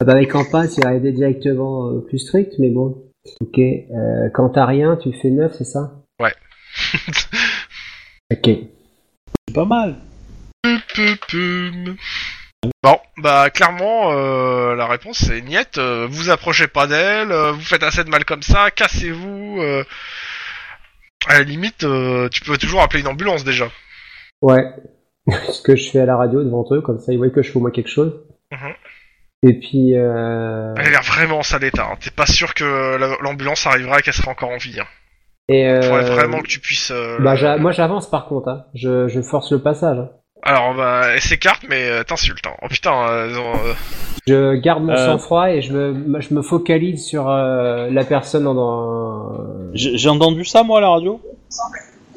Speaker 5: Ah bah, avec Campa, il aurait été directement euh, plus strict, mais bon. Ok. Euh, quand t'as rien, tu fais neuf, c'est ça
Speaker 1: Ouais.
Speaker 5: ok.
Speaker 2: c'est pas mal.
Speaker 1: Pum, pum, pum. Bon, bah clairement, euh, la réponse c'est niette. euh, vous approchez pas d'elle, euh, vous faites assez de mal comme ça, cassez-vous. euh. à la limite, euh, tu peux toujours appeler une ambulance déjà.
Speaker 5: Ouais. Ce que je fais à la radio devant eux, comme ça ils voient que je fais au moins quelque chose.
Speaker 1: Mhm.
Speaker 5: Et puis. Euh...
Speaker 1: Elle a l'air vraiment en sale état. hein. T'es pas sûr que la- l'ambulance arrivera et qu'elle sera encore en vie. Hein.
Speaker 5: Et, euh...
Speaker 1: Faudrait vraiment que tu puisses. euh,
Speaker 5: Bah, j'a- moi j'avance par contre, hein. je, je force le passage. hein.
Speaker 1: Alors, bah, elle s'écarte, mais euh, t'insulte. hein. Oh putain, euh, non, euh,
Speaker 5: Je garde mon
Speaker 2: Euh.
Speaker 5: sang-froid et je me, je me focalise sur euh, la personne en- en.
Speaker 2: J'ai j'ai entendu ça, moi, à la radio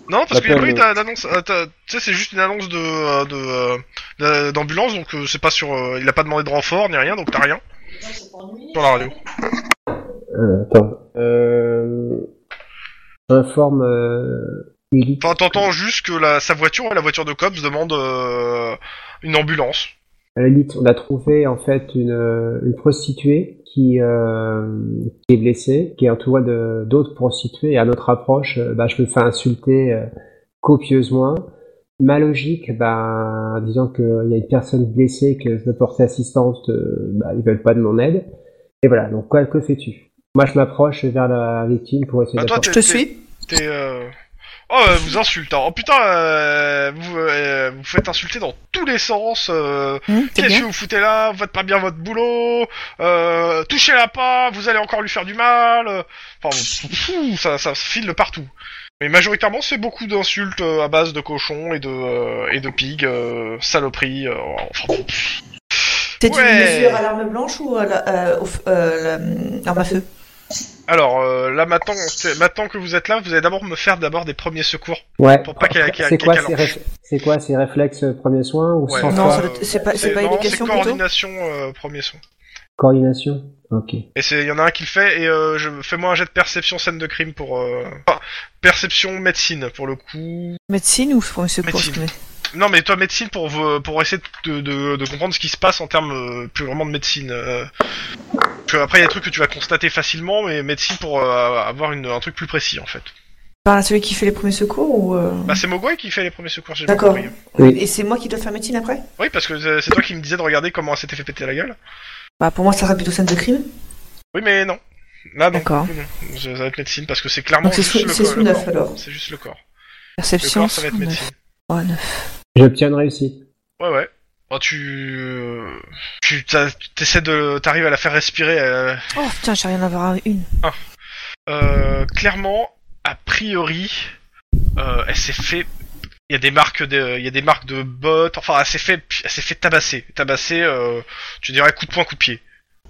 Speaker 1: non, parce qu'il n'y a pas eu
Speaker 2: L'appel,
Speaker 1: d'a- d'annonce. euh, t'as- Tu sais, c'est juste une annonce de euh, de, euh, d'a- d'ambulance, donc euh, c'est pas sur. euh, il a pas demandé de renfort ni rien, donc t'as rien sur la radio.
Speaker 5: Euh, attends. Euh... Informe euh... Ellie.
Speaker 1: Enfin, t'entends juste que la, sa voiture, la voiture de cops, demande euh, une ambulance.
Speaker 5: À la limite, on a trouvé en fait une, euh, une prostituée qui, euh, qui est blessée, qui est entourée de- d'autres prostituées. Et à notre approche, euh, bah, je me fais insulter euh, copieusement. Ma logique, bah, disant qu'il y a une personne blessée, que je veux porter assistance, euh, bah, ils veulent pas de mon aide. Et voilà, donc quoi que fais-tu Moi, je m'approche vers la victime pour essayer
Speaker 1: Bah, toi,
Speaker 5: d'apporter...
Speaker 3: Je te suis.
Speaker 1: T'es, euh, Oh, euh, vous insulte. hein. Oh putain, euh, vous, euh, vous faites insulter dans tous les sens. euh,
Speaker 3: Hum, c'est
Speaker 1: Qu'est-ce que
Speaker 3: bien.
Speaker 1: vous foutez là Vous faites pas bien votre boulot. Euh, Touchez-la pas. Vous allez encore lui faire du mal. euh. Enfin, bon, fou, ça, ça file de partout. Mais majoritairement, c'est beaucoup d'insultes euh, à base de cochons et de euh, et de pigs, euh, saloperies. euh, enfin, bon.
Speaker 3: C'est une
Speaker 1: Ouais.
Speaker 3: mesure à l'arme blanche ou à la- euh, au f- euh, la- l'arme à feu
Speaker 1: Alors euh, là, maintenant, c'est- maintenant que vous êtes là, vous allez d'abord me faire d'abord des premiers secours.
Speaker 5: Ouais.
Speaker 1: Pour pas qu'elle- qu'elle-
Speaker 5: C'est quoi,
Speaker 1: qu'elle
Speaker 5: ces
Speaker 1: lance.
Speaker 5: réf- c'est quoi ces réflexes euh, premiers soins ou
Speaker 1: Ouais.
Speaker 5: sans
Speaker 3: Non,
Speaker 5: quoi
Speaker 3: ça doit être- c'est pas, c'est pas
Speaker 1: non,
Speaker 3: éducation
Speaker 1: c'est
Speaker 3: plutôt
Speaker 1: coordination euh, premier son.
Speaker 5: Coordination Ok.
Speaker 1: Et c'est, il y en a un qui le fait, et euh, je fais-moi un jet de perception scène de crime pour... Euh... enfin, perception médecine, pour le coup.
Speaker 3: Médecine ou premier secours
Speaker 1: Médecine.
Speaker 3: je connais.
Speaker 1: Non, mais toi, médecine, pour, vo- pour essayer de, de, de comprendre ce qui se passe en termes euh, plus vraiment de médecine. euh. Parce que après, il y a des trucs que tu vas constater facilement, mais médecine pour euh, avoir une, un truc plus précis, en fait.
Speaker 3: Par celui qui fait les premiers secours ou euh,
Speaker 1: Bah, c'est Mogwai qui fait les premiers secours, j'ai
Speaker 3: D'accord.
Speaker 1: compris.
Speaker 5: Oui.
Speaker 3: Et c'est moi qui dois faire médecine après
Speaker 1: Oui, parce que c'est- c'est toi qui me disais de regarder comment elle s'était fait péter la gueule.
Speaker 3: Bah pour moi ça serait plutôt scène de crime.
Speaker 1: Oui, mais non. Là, non.
Speaker 3: D'accord.
Speaker 1: Non, Ça va être médecine, parce que c'est clairement
Speaker 3: Donc c'est
Speaker 1: juste
Speaker 3: sous,
Speaker 1: Ah le,
Speaker 3: c'est
Speaker 1: corps-
Speaker 3: sous
Speaker 1: le
Speaker 3: neuf
Speaker 1: corps.
Speaker 3: alors.
Speaker 1: C'est juste le corps. Le
Speaker 3: Perception.
Speaker 1: corps, ça va être
Speaker 3: sous neuf.
Speaker 1: médecine.
Speaker 3: Ouais, neuf.
Speaker 5: J'obtiens une réussite.
Speaker 1: Ouais, ouais. Bah, tu. euh, Tu t'as- t'essaies de. T'arrives à la faire respirer. euh,
Speaker 3: Oh putain, j'ai rien à voir avec une.
Speaker 1: euh, clairement, a priori, euh, elle s'est fait. Il y a des marques de, il y a des marques de bottes. Enfin, elle s'est fait, elle s'est fait tabasser, tabasser. euh, tu dirais coup de poing, coup de pied.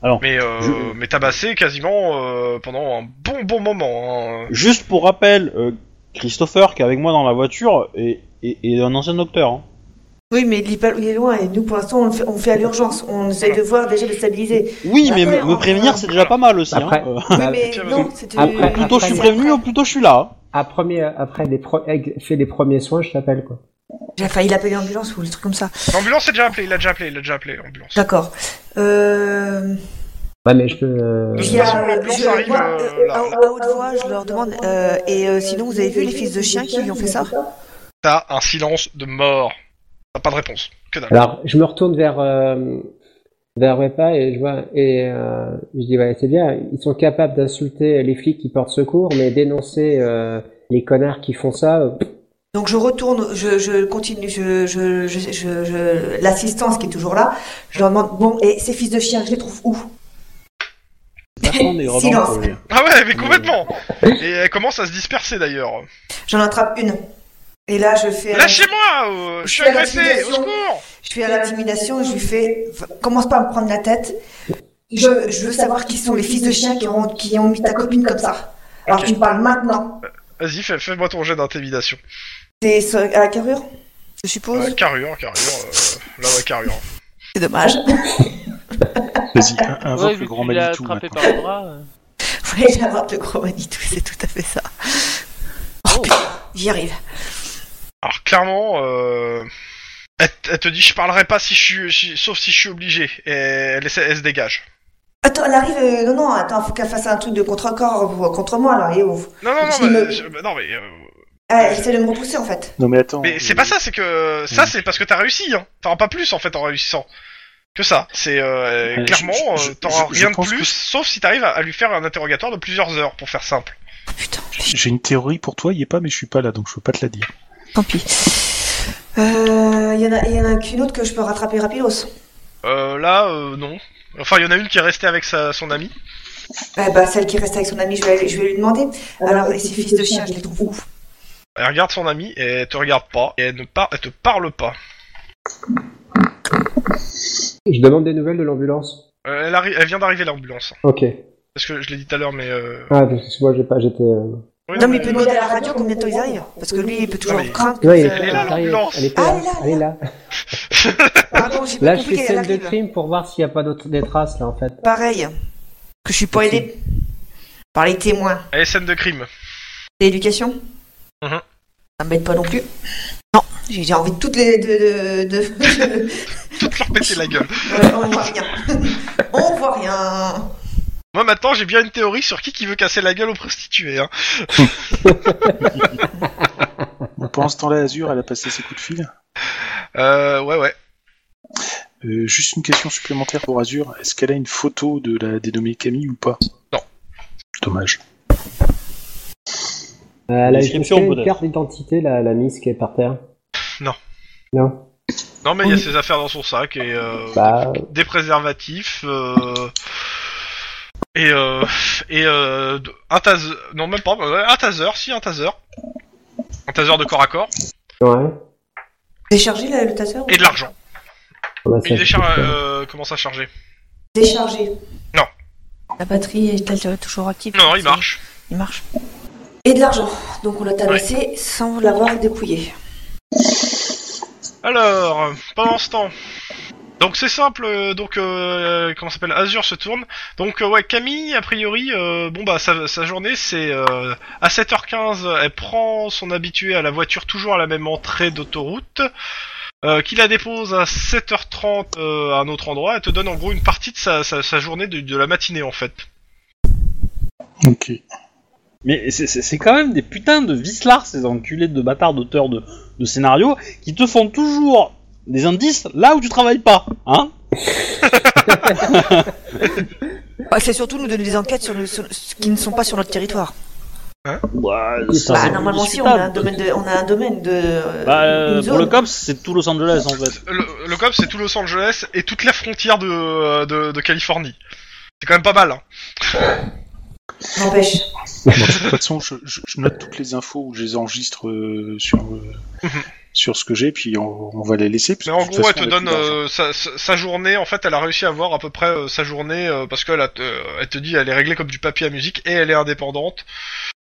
Speaker 2: Alors,
Speaker 1: Mais euh,
Speaker 2: je-
Speaker 1: mais tabasser quasiment euh, pendant un bon bon moment. hein.
Speaker 2: Juste pour rappel, euh, Christopher, qui est avec moi dans la voiture, est, est- est un ancien docteur. hein.
Speaker 3: Oui, mais il est pas- il est loin et nous pour l'instant on le fait, on le fait à l'urgence. On essaye de voir déjà de stabiliser.
Speaker 2: Oui, mais
Speaker 3: Après,
Speaker 2: me, me
Speaker 3: on-
Speaker 2: prévenir, c'est déjà pas mal aussi.
Speaker 5: Après,
Speaker 2: hein. Euh,
Speaker 3: Oui,
Speaker 5: Bah,
Speaker 3: mais
Speaker 1: tiens,
Speaker 3: non,
Speaker 1: vas-y.
Speaker 3: c'est de-
Speaker 5: Après-
Speaker 2: plutôt je suis
Speaker 5: c'est
Speaker 2: prévenu, ou plutôt je suis là. hein.
Speaker 5: À premier, après les pro- eh, fais les premiers soins, je t'appelle quoi.
Speaker 3: J'ai failli l'appeler l'ambulance ou le truc comme ça.
Speaker 1: L'ambulance est déjà appelée. Il a déjà appelé. Il a déjà appelé l'ambulance.
Speaker 3: D'accord. Euh...
Speaker 5: Ouais, mais je peux. euh,
Speaker 1: De toute
Speaker 3: Il y a-
Speaker 1: façon, l'ambulance
Speaker 3: je-
Speaker 1: arrive,
Speaker 3: moi,
Speaker 1: euh,
Speaker 3: euh,
Speaker 1: là,
Speaker 3: à,
Speaker 1: là.
Speaker 3: à haute voix, je leur demande. euh, et euh, sinon, vous avez vu les fils de chiens qui lui ont fait ça
Speaker 1: T'as un silence de mort. T'as pas de réponse. Que dalle.
Speaker 5: Alors, je me retourne vers euh, vers Wepa et je vois et euh, je dis ouais, c'est bien, ils sont capables d'insulter les flics qui portent secours, mais dénoncer euh, les connards qui font ça. euh, pff,
Speaker 3: Donc je retourne, je, je continue, je, je, je, je- je- l'assistance qui est toujours là, je leur demande bon, et ces fils de chiens, je les trouve où
Speaker 2: Vachement dégradant
Speaker 3: Silence.
Speaker 2: pour lui.
Speaker 1: Ah ouais, mais complètement Et elle commence à se disperser d'ailleurs.
Speaker 3: J'en attrape une. Et là, je fais.
Speaker 1: Lâchez-moi euh, Je suis
Speaker 3: Je suis à
Speaker 1: agressé Au
Speaker 3: l'intimidation.
Speaker 1: secours
Speaker 3: Je fais à l'intimidation et je lui fais commence pas à me prendre la tête. Je, je veux savoir qui sont les fils de chiens qui ont, qui ont mis ta copine comme ça. Alors
Speaker 1: Ok.
Speaker 3: tu me parles maintenant.
Speaker 1: Vas-y, fais- fais-moi ton jet d'intimidation.
Speaker 3: C'est sur- à la carrure Je suppose.
Speaker 1: Euh, carrure, carrure. euh, là, ouais, carrure.
Speaker 3: C'est dommage.
Speaker 4: Vas-y, in- invoque
Speaker 6: Ouais,
Speaker 4: le
Speaker 6: vu
Speaker 4: grand
Speaker 6: qu'il l'a
Speaker 4: Manitou.
Speaker 6: attrapé
Speaker 4: maintenant.
Speaker 6: par le bras. euh.
Speaker 3: Ouais, j'invente le gros manitou, c'est tout à fait ça. Oh, putain, j'y arrive.
Speaker 1: Alors, clairement, euh, elle, t- elle te dit je parlerai pas si je suis, si- sauf si je suis obligé. Et elle, essaie- elle se dégage.
Speaker 3: Attends, elle arrive. euh, non, non, attends, faut qu'elle fasse un truc de contre-corps euh, contre moi, là. Et ouf.
Speaker 1: Non, non, non,
Speaker 3: Si,
Speaker 1: mais,
Speaker 3: mais-
Speaker 1: je- bah, non, mais, euh,
Speaker 3: Elle essaie de me repousser, en fait.
Speaker 4: Non mais attends.
Speaker 1: mais c'est
Speaker 4: euh,
Speaker 1: pas ça, c'est que ça,
Speaker 4: oui.
Speaker 1: c'est parce que t'as réussi. Hein. T'auras pas plus en fait en réussissant que ça. C'est euh,
Speaker 4: Euh, je-
Speaker 1: clairement,
Speaker 4: je-
Speaker 1: euh, t'auras
Speaker 4: je- je
Speaker 1: rien de
Speaker 4: pense
Speaker 1: plus,
Speaker 4: que-
Speaker 1: sauf si t'arrives à, à lui faire un interrogatoire de plusieurs heures, pour faire simple.
Speaker 3: Oh, putain,
Speaker 4: J'ai une théorie pour toi, il est pas, mais je suis pas là, donc je peux pas te la dire.
Speaker 3: tant pis. Euh, Il y en a, il y en a qu'une autre que je peux rattraper rapidos.
Speaker 1: Euh, là, euh, non. Enfin, il y en a une qui est restée avec sa, son ami.
Speaker 3: Eh bah, celle qui reste avec son amie, je vais, je vais lui demander. Alors, et ses Ah, fils de chien, je les trouve où
Speaker 1: Elle regarde son ami et elle te regarde pas et elle ne par- elle te parle pas.
Speaker 5: Je demande des nouvelles de l'ambulance.
Speaker 1: Euh, elle, arri- elle vient d'arriver l'ambulance. hein.
Speaker 5: Ok.
Speaker 1: Parce que je l'ai dit tout à l'heure, mais. Euh...
Speaker 5: Ah, donc moi j'ai pas, j'étais. euh,
Speaker 1: oui,
Speaker 7: Non, mais il peut demander à la radio combien de temps ils arrivent. Parce que lui, il peut toujours
Speaker 1: Non, mais-
Speaker 7: craindre.
Speaker 5: Non, il est,
Speaker 1: Elle est
Speaker 5: elle
Speaker 1: là,
Speaker 5: est arrivée.
Speaker 1: l'ambulance.
Speaker 5: Elle était
Speaker 7: Ah,
Speaker 5: là.
Speaker 7: elle
Speaker 5: Elle
Speaker 7: est
Speaker 5: est là.
Speaker 7: Pardon, j'ai pas
Speaker 5: Là, je fais
Speaker 7: compris qu'elle
Speaker 5: scène de
Speaker 7: arrive.
Speaker 5: crime pour voir s'il n'y a pas d'autres des traces là en fait. Euh,
Speaker 7: Pareil. Que je suis pas aidée par les témoins.
Speaker 1: Elle est scène de crime.
Speaker 7: L'éducation
Speaker 1: Mhm.
Speaker 7: Ça m'aide pas non plus. Non, j'ai j'ai envie de toutes les. De, de, de-
Speaker 1: Toutes leur péter la gueule.
Speaker 7: Ouais, on voit rien. on voit rien.
Speaker 1: Moi maintenant, j'ai bien une théorie sur qui qui veut casser la gueule aux prostituées. Hein.
Speaker 4: Bon,
Speaker 6: Ah.
Speaker 4: pendant ce temps-là, Azure, elle a passé ses coups de fil.
Speaker 1: Euh, ouais, ouais.
Speaker 4: Euh, juste une question supplémentaire pour Azure. Est-ce qu'elle a une photo de la dénommée Camille ou pas
Speaker 1: Non.
Speaker 4: Dommage.
Speaker 5: Euh, elle a eu
Speaker 2: Description,
Speaker 5: une
Speaker 2: peut-être.
Speaker 5: carte d'identité la, la miss qui est par terre.
Speaker 1: Non.
Speaker 5: Non.
Speaker 1: Non, mais il y a ses affaires dans son sac et euh,
Speaker 5: Bah,
Speaker 1: des préservatifs. euh, Et euh, et euh, un taser, non même pas, euh, un taser, si un taser, un taser de corps à corps
Speaker 5: ouais.
Speaker 7: Décharger le, le taser ou-
Speaker 1: et de l'argent.
Speaker 5: Bah,
Speaker 1: Mais il est
Speaker 5: ça-
Speaker 1: char- euh, comment ça charger
Speaker 7: Décharger.
Speaker 1: Non.
Speaker 7: La batterie est-elle toujours active
Speaker 1: Non, non, il marche.
Speaker 7: Il marche. Et de l'argent. Donc on l'a tabassé sans l'avoir dépouillé.
Speaker 1: Alors, pendant ce temps, donc c'est simple, euh, donc euh, comment ça s'appelle Azure se tourne. Donc euh, ouais, Camille, a priori, euh, bon bah sa, sa journée c'est euh, à 7h15, elle prend son habitué à la voiture toujours à la même entrée d'autoroute, euh, qui la dépose à 7h30 euh, à un autre endroit. Elle te donne en gros une partie de sa, sa, sa journée de, de la matinée en fait.
Speaker 4: Ok.
Speaker 2: Mais c'est- c'est c'est quand même des putains de vislards, ces enculés de bâtards d'auteurs de, de scénarios, qui te font toujours des indices là où tu travailles pas, hein
Speaker 7: Bah, c'est surtout nous donner des enquêtes sur, le, sur- qui ne sont pas sur notre territoire.
Speaker 2: Bah,
Speaker 5: Bah,
Speaker 2: c'est
Speaker 7: Bah,
Speaker 2: plus
Speaker 7: normalement, si, on a un
Speaker 2: discutable.
Speaker 7: domaine de. On a un domaine de
Speaker 2: Bah, euh,
Speaker 7: une
Speaker 2: pour le
Speaker 7: zone.
Speaker 2: COPS, c'est tout Los Angeles en fait.
Speaker 1: Le, le COP c'est tout Los Angeles et toute la frontière de, euh, de, de Californie. C'est quand même pas mal. Hein.
Speaker 7: N'empêche.
Speaker 4: De toute façon, je, je- je note toutes les infos où je les enregistre euh, sur, euh, sur ce que j'ai, puis on, on va les laisser. parce
Speaker 1: Mhm. Mais
Speaker 4: que
Speaker 1: en
Speaker 4: de
Speaker 1: gros,
Speaker 4: toute façon,
Speaker 1: elle te
Speaker 4: on a plus
Speaker 1: donne
Speaker 4: d'argent.
Speaker 1: euh, sa, sa- sa journée. En fait, elle a réussi à voir à peu près euh, sa journée euh, parce qu'elle a te- euh, elle te dit elle est réglée comme du papier à musique et elle est indépendante.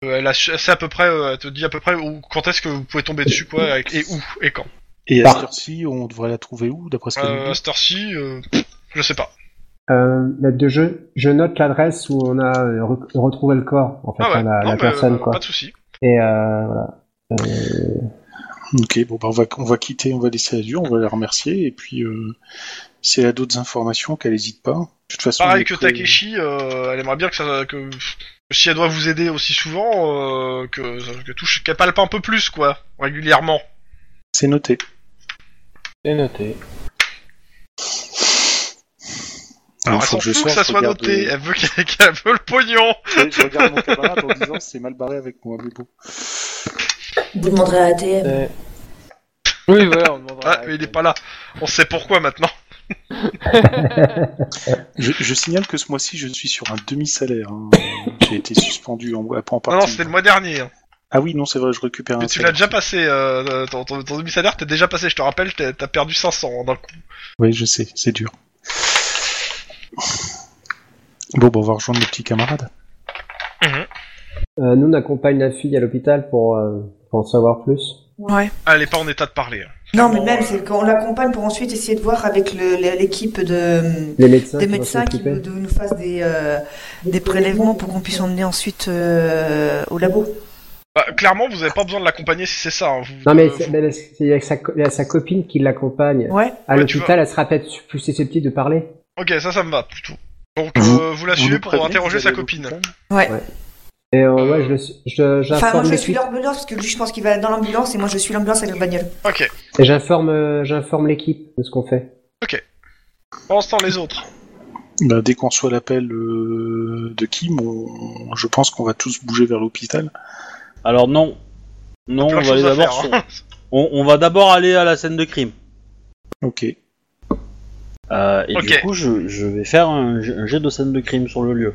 Speaker 1: Euh, elle, a, su- elle sait à peu près, euh, elle te dit à peu près où, quand est-ce que vous pouvez tomber dessus quoi avec- et où et quand.
Speaker 4: Et à
Speaker 5: Par-
Speaker 4: cette heure-ci, on devrait la trouver où, d'après ce qu'elle nous
Speaker 1: Euh, à
Speaker 4: dit
Speaker 1: cette heure-ci, euh, je sais pas.
Speaker 5: Euh, maître de jeu, je note l'adresse où on a euh, re- retrouvé le corps, en fait,
Speaker 1: Ah ouais,
Speaker 5: hein, la,
Speaker 1: non,
Speaker 5: la
Speaker 1: mais,
Speaker 5: personne,
Speaker 1: euh,
Speaker 5: quoi.
Speaker 1: pas de souci.
Speaker 5: Et euh, voilà. Euh,
Speaker 4: Ok, bon, bah, on, va, on va quitter, on va laisser Azure, on va la remercier, et puis euh, si elle a d'autres informations, qu'elle n'hésite pas. De toute façon, on
Speaker 1: Pareil
Speaker 4: est
Speaker 1: que
Speaker 4: prêt-
Speaker 1: Takeshi, euh, elle aimerait bien que, ça, que que si elle doit vous aider aussi souvent, euh, que, que touche, qu'elle palpe un peu plus quoi, régulièrement.
Speaker 4: C'est noté.
Speaker 9: C'est noté.
Speaker 1: Alors,
Speaker 4: faut
Speaker 1: elle s'en
Speaker 4: je
Speaker 1: fout que
Speaker 4: sorte,
Speaker 1: ça soit
Speaker 4: regarde,
Speaker 1: noté,
Speaker 4: euh,
Speaker 1: elle veut qu'elle qu'elle veut le pognon.
Speaker 4: Je, je regarde mon camarade en disant c'est mal barré avec moi, mais bon.
Speaker 7: Vous demanderez à ATM.
Speaker 9: C'est- Oui, voilà, on demandera.
Speaker 1: Ah, mais il est pas là. On sait pourquoi maintenant.
Speaker 4: Je, je signale que ce mois-ci, je suis sur un demi-salaire. hein. J'ai été suspendu en, en partie.
Speaker 1: Non, non, c'était le mois dernier. hein.
Speaker 4: Ah oui, non, c'est vrai, je récupère
Speaker 1: Mais
Speaker 4: un
Speaker 1: tu l'as
Speaker 4: salaire.
Speaker 1: déjà passé, euh, ton, ton- ton demi-salaire, t'es déjà passé, je te rappelle, t'es- t'as perdu 500 d'un coup.
Speaker 4: Oui, je sais, c'est dur. Bon, bah, on va rejoindre nos petits camarades.
Speaker 5: euh, nous, on accompagne la fille à l'hôpital pour, euh, pour en savoir plus.
Speaker 7: Ouais.
Speaker 1: Ah, elle est pas en état de parler. hein.
Speaker 7: Non, mais même, c'est qu'on l'accompagne pour ensuite essayer de voir avec le- l'équipe de.
Speaker 5: Les médecins
Speaker 7: Des
Speaker 5: qui vont
Speaker 7: médecins qui
Speaker 5: s'occuper.
Speaker 7: nous, nous fassent des, euh, des prélèvements pour qu'on puisse emmener ensuite euh, au labo.
Speaker 1: Bah, clairement, vous avez pas besoin de l'accompagner si c'est ça. hein. Vous-
Speaker 5: Non, mais
Speaker 1: euh,
Speaker 5: c'est-
Speaker 1: vous-
Speaker 5: mais c'est- il y a sa, co- il y a sa copine qui l'accompagne.
Speaker 7: Ouais.
Speaker 5: À
Speaker 1: Ouais, tu
Speaker 5: l'hôpital, elle sera peut-être plus susceptible de parler.
Speaker 1: Ok, ça, ça me va plutôt. Donc,
Speaker 4: Vous-
Speaker 1: euh, vous la
Speaker 4: Vous
Speaker 1: suivez
Speaker 4: nous
Speaker 1: pour
Speaker 4: prévenez
Speaker 1: interroger
Speaker 4: que vous
Speaker 1: sa
Speaker 4: allez à
Speaker 1: copine.
Speaker 4: l'hôpital
Speaker 5: Et euh, ouais, je, le suis- je-
Speaker 7: Enfin,
Speaker 5: j'informe
Speaker 7: moi je
Speaker 5: les
Speaker 7: suis
Speaker 5: suites-
Speaker 7: l'ambulance parce que lui je pense qu'il va dans l'ambulance et moi je suis l'ambulance avec le bagnole.
Speaker 1: Ok.
Speaker 5: et j'informe, euh, j'informe l'équipe de ce qu'on fait.
Speaker 1: Pendant ce temps, les autres.
Speaker 4: Bah, dès qu'on reçoit l'appel euh, de Kim, on- je pense qu'on va tous bouger vers l'hôpital.
Speaker 2: Alors non, non,
Speaker 1: Plein
Speaker 2: on
Speaker 1: de
Speaker 2: va aller
Speaker 1: choses à
Speaker 2: d'abord.
Speaker 1: faire. hein.
Speaker 2: sur- On, on va d'abord aller à la scène de crime.
Speaker 4: Ok.
Speaker 2: Euh, et
Speaker 1: Ok.
Speaker 2: du coup, je, je vais faire un, j- un jet de scène de crime sur le lieu.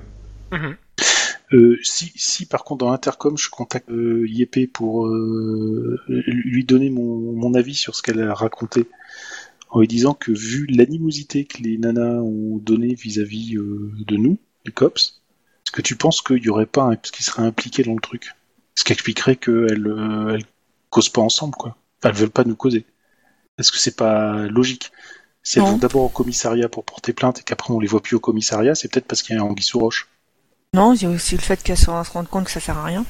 Speaker 4: Euh, si, si par contre dans l'intercom je contacte euh, Yépé pour euh, lui donner mon, mon avis sur ce qu'elle a raconté en lui disant que vu l'animosité que les nanas ont donnée vis-à-vis euh, de nous, les cops, est-ce que tu penses qu'il n'y aurait pas un, ce qui serait impliqué dans le truc Ce qui expliquerait qu'elles euh, elles causent pas ensemble, quoi. Enfin, elles veulent pas nous causer. Est-ce que c'est pas logique Si elles
Speaker 7: Non.
Speaker 4: vont d'abord au commissariat pour porter plainte et qu'après on les voit plus au commissariat, c'est peut-être parce qu'il y a un anguille sous roche.
Speaker 7: Non, il y a aussi le fait qu'elle se rende compte que ça sert à rien.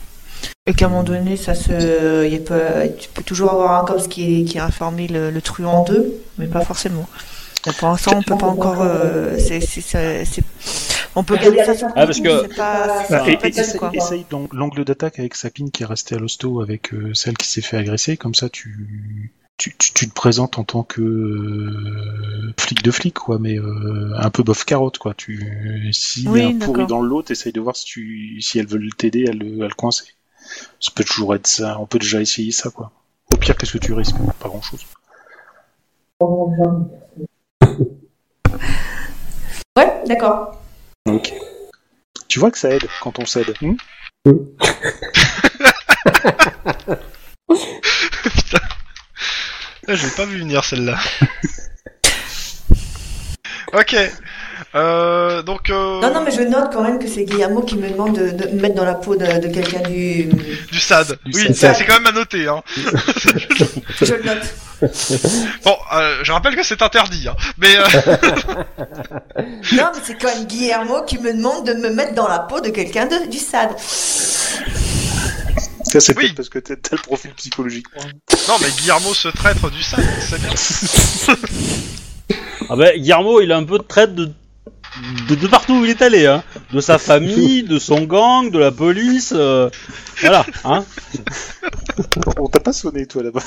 Speaker 7: Et qu'à un moment donné, ça se. il y a pas- Tu peux toujours avoir un copse qui, est- qui a informé le, le truand d'eux, mais pas forcément. Donc, pour l'instant, on peut pas encore. euh, c'est- c'est- c'est- c'est- On peut garder ça sur
Speaker 2: Ah, parce que-
Speaker 7: C'est pas.
Speaker 8: Bah,
Speaker 7: c'est
Speaker 4: Ah, et,
Speaker 7: pas
Speaker 4: et-
Speaker 7: dit,
Speaker 4: essaye-
Speaker 7: quoi.
Speaker 4: essaye donc l'angle d'attaque avec Sapine qui est restée à l'hosto avec euh, celle qui s'est fait agresser, comme ça tu, tu, tu- tu te présentes en tant que euh, flic de flic, quoi, mais euh, un peu bof carotte, quoi. Tu, si
Speaker 7: Oui,
Speaker 4: un pourri
Speaker 7: d'accord.
Speaker 4: dans l'autre, essaye de voir si, tu, si elles veulent t'aider à le, à le coincer. Ça peut toujours être ça, on peut déjà essayer ça, quoi. Au pire, qu'est-ce que tu risques Pas grand chose.
Speaker 8: Ouais, d'accord.
Speaker 4: Tu vois que ça aide quand on s'aide. hein
Speaker 1: Ah, je l'ai pas vu venir celle-là. ok. Euh, donc. euh,
Speaker 3: Non, non, mais je note quand même que c'est Guillermo qui me demande de, de me mettre dans la peau de, de quelqu'un du.
Speaker 1: Du SAD.
Speaker 4: Du
Speaker 1: oui,
Speaker 4: SAD.
Speaker 1: c'est quand même à noter. Hein.
Speaker 3: Je le note.
Speaker 1: Bon, euh, je rappelle que c'est interdit. Hein. Mais euh,
Speaker 3: Non, mais c'est quand même Guillermo qui me demande de me mettre dans la peau de quelqu'un de- du SAD.
Speaker 4: Ça, c'est
Speaker 1: Oui.
Speaker 4: peut-être parce que t'as t'as le profil psychologique.
Speaker 1: non, mais Guillermo se traître du SAD, c'est bien.
Speaker 2: Ah bah, Guillermo, il a un peu de traite de, de, de partout où il est allé, hein. De sa famille, de son gang, de la police, euh, voilà, hein.
Speaker 4: On t'a pas sonné, toi, là-bas.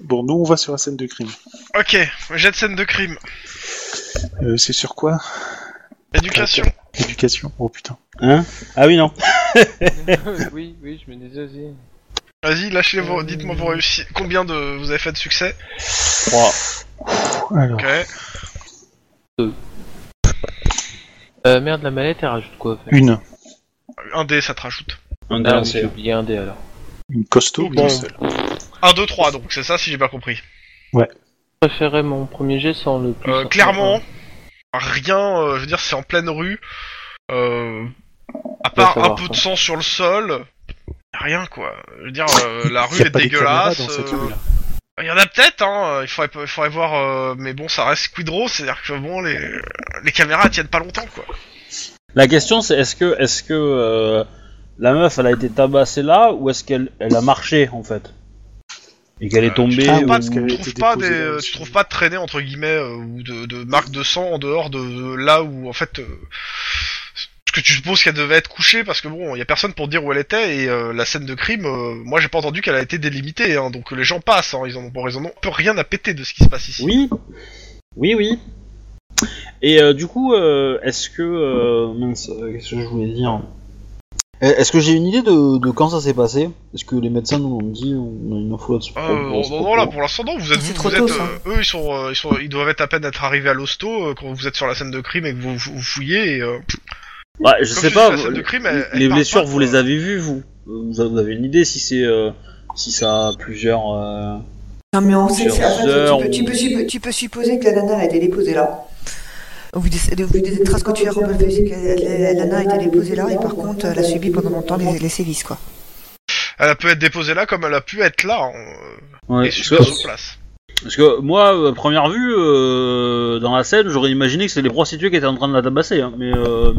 Speaker 4: bon, nous, on va sur la scène de crime.
Speaker 1: Ok, jet de scène de crime.
Speaker 4: Euh, c'est sur quoi
Speaker 1: Éducation.
Speaker 4: Éducation. Oh putain.
Speaker 2: Ah oui, non.
Speaker 9: oui, oui, je me disais aussi.
Speaker 1: Vas-y, lâchez vos. Dites-moi vos réussites. Combien de vous avez fait de succès
Speaker 2: Trois.
Speaker 4: Alors,
Speaker 1: Ok.
Speaker 6: Euh, merde, la mallette, elle rajoute quoi en fait
Speaker 4: une.
Speaker 1: Un dé, ça te rajoute.
Speaker 2: Un
Speaker 9: Ah,
Speaker 2: dernier.
Speaker 9: j'ai oublié un dé alors.
Speaker 4: Une costaud, mais
Speaker 1: Bon.
Speaker 4: une seule.
Speaker 1: 1, 2, 3, donc c'est ça si j'ai pas compris.
Speaker 6: Je préférais mon premier jet sans le plus.
Speaker 1: Euh, clairement, rien, euh, je veux dire, c'est en pleine rue. Euh, à part
Speaker 9: savoir,
Speaker 1: un peu de
Speaker 9: quoi.
Speaker 1: sang sur le sol, rien quoi. Je veux dire, euh, la
Speaker 4: Y
Speaker 1: rue
Speaker 4: a
Speaker 1: est
Speaker 4: pas des caméras
Speaker 1: dégueulasse.
Speaker 4: dans cette
Speaker 1: euh,
Speaker 4: rue, là.
Speaker 1: Il y en a peut-être, hein, il faudrait, il faudrait voir, euh, mais bon, ça reste Squidrow, c'est-à-dire que bon, les, les caméras elles tiennent pas longtemps quoi.
Speaker 2: La question, c'est est-ce que, est-ce que euh, la meuf, elle a été tabassée là, ou est-ce qu'elle elle a marché, en fait Et qu'elle est tombée
Speaker 1: tu trouves
Speaker 4: ou-
Speaker 1: Euh, pas, de-
Speaker 4: qu'elle a
Speaker 1: tu
Speaker 4: été
Speaker 1: trouves pas
Speaker 4: déposée
Speaker 1: des,
Speaker 4: là-dessus.
Speaker 1: tu trouves pas de traînée entre guillemets euh, ou de, de marque de sang en dehors de, de là où en fait euh, ce que tu supposes qu'elle devait être couchée parce que bon il y a personne pour dire où elle était et euh, la scène de crime euh, moi j'ai pas entendu qu'elle a été délimitée hein, donc les gens passent hein, ils en ont pour raison on peut rien à péter de ce qui se passe ici
Speaker 2: Oui, oui, oui. Et euh, du coup, euh, est-ce que. euh, mince, euh, qu'est-ce que je voulais dire Eh, Est-ce que j'ai une idée de, de quand ça s'est passé Est-ce que les médecins nous ont dit on a une info là-dessus
Speaker 1: Euh, non, non, là, pour l'instant, non, vous êtes,
Speaker 7: C'est
Speaker 1: vous,
Speaker 7: trop
Speaker 1: vous
Speaker 7: tôt,
Speaker 1: êtes,
Speaker 7: ça.
Speaker 1: euh, eux, ils sont, euh, ils sont, ils doivent être à peine être arrivés à l'hosto euh, quand vous êtes sur la scène de crime et que vous, vous fouillez. Et, euh,
Speaker 2: Bah, je
Speaker 1: comme
Speaker 2: sais
Speaker 1: tu
Speaker 2: pas,
Speaker 1: dis, la
Speaker 2: vous-
Speaker 1: scène de crime, elle- elle
Speaker 2: les
Speaker 1: part
Speaker 2: blessures,
Speaker 1: pas,
Speaker 2: vous
Speaker 1: quoi.
Speaker 2: les avez vues, vous Vous avez vous avez une idée si c'est. euh, si ça a plusieurs. euh,
Speaker 7: Non, mais on sait.
Speaker 3: C'est- c'est- en fait,
Speaker 1: Euh,
Speaker 2: Plusieurs
Speaker 3: tu, peux, tu, peux, suppo- tu peux supposer que la nana a été déposée là.
Speaker 7: Au vu des, au vu des traces que tu as repérées, que la- la- la nana a été déposée là, et par contre, elle a subi pendant longtemps les, les sévices, quoi.
Speaker 1: Elle a pu être déposée là comme elle a pu être là, hein,
Speaker 2: ouais,
Speaker 1: et
Speaker 2: parce,
Speaker 1: sur, sur
Speaker 2: que,
Speaker 1: place.
Speaker 2: parce que moi, à première vue, euh, dans la scène, j'aurais imaginé que c'est les prostituées qui étaient en train de la tabasser, hein, mais. euh,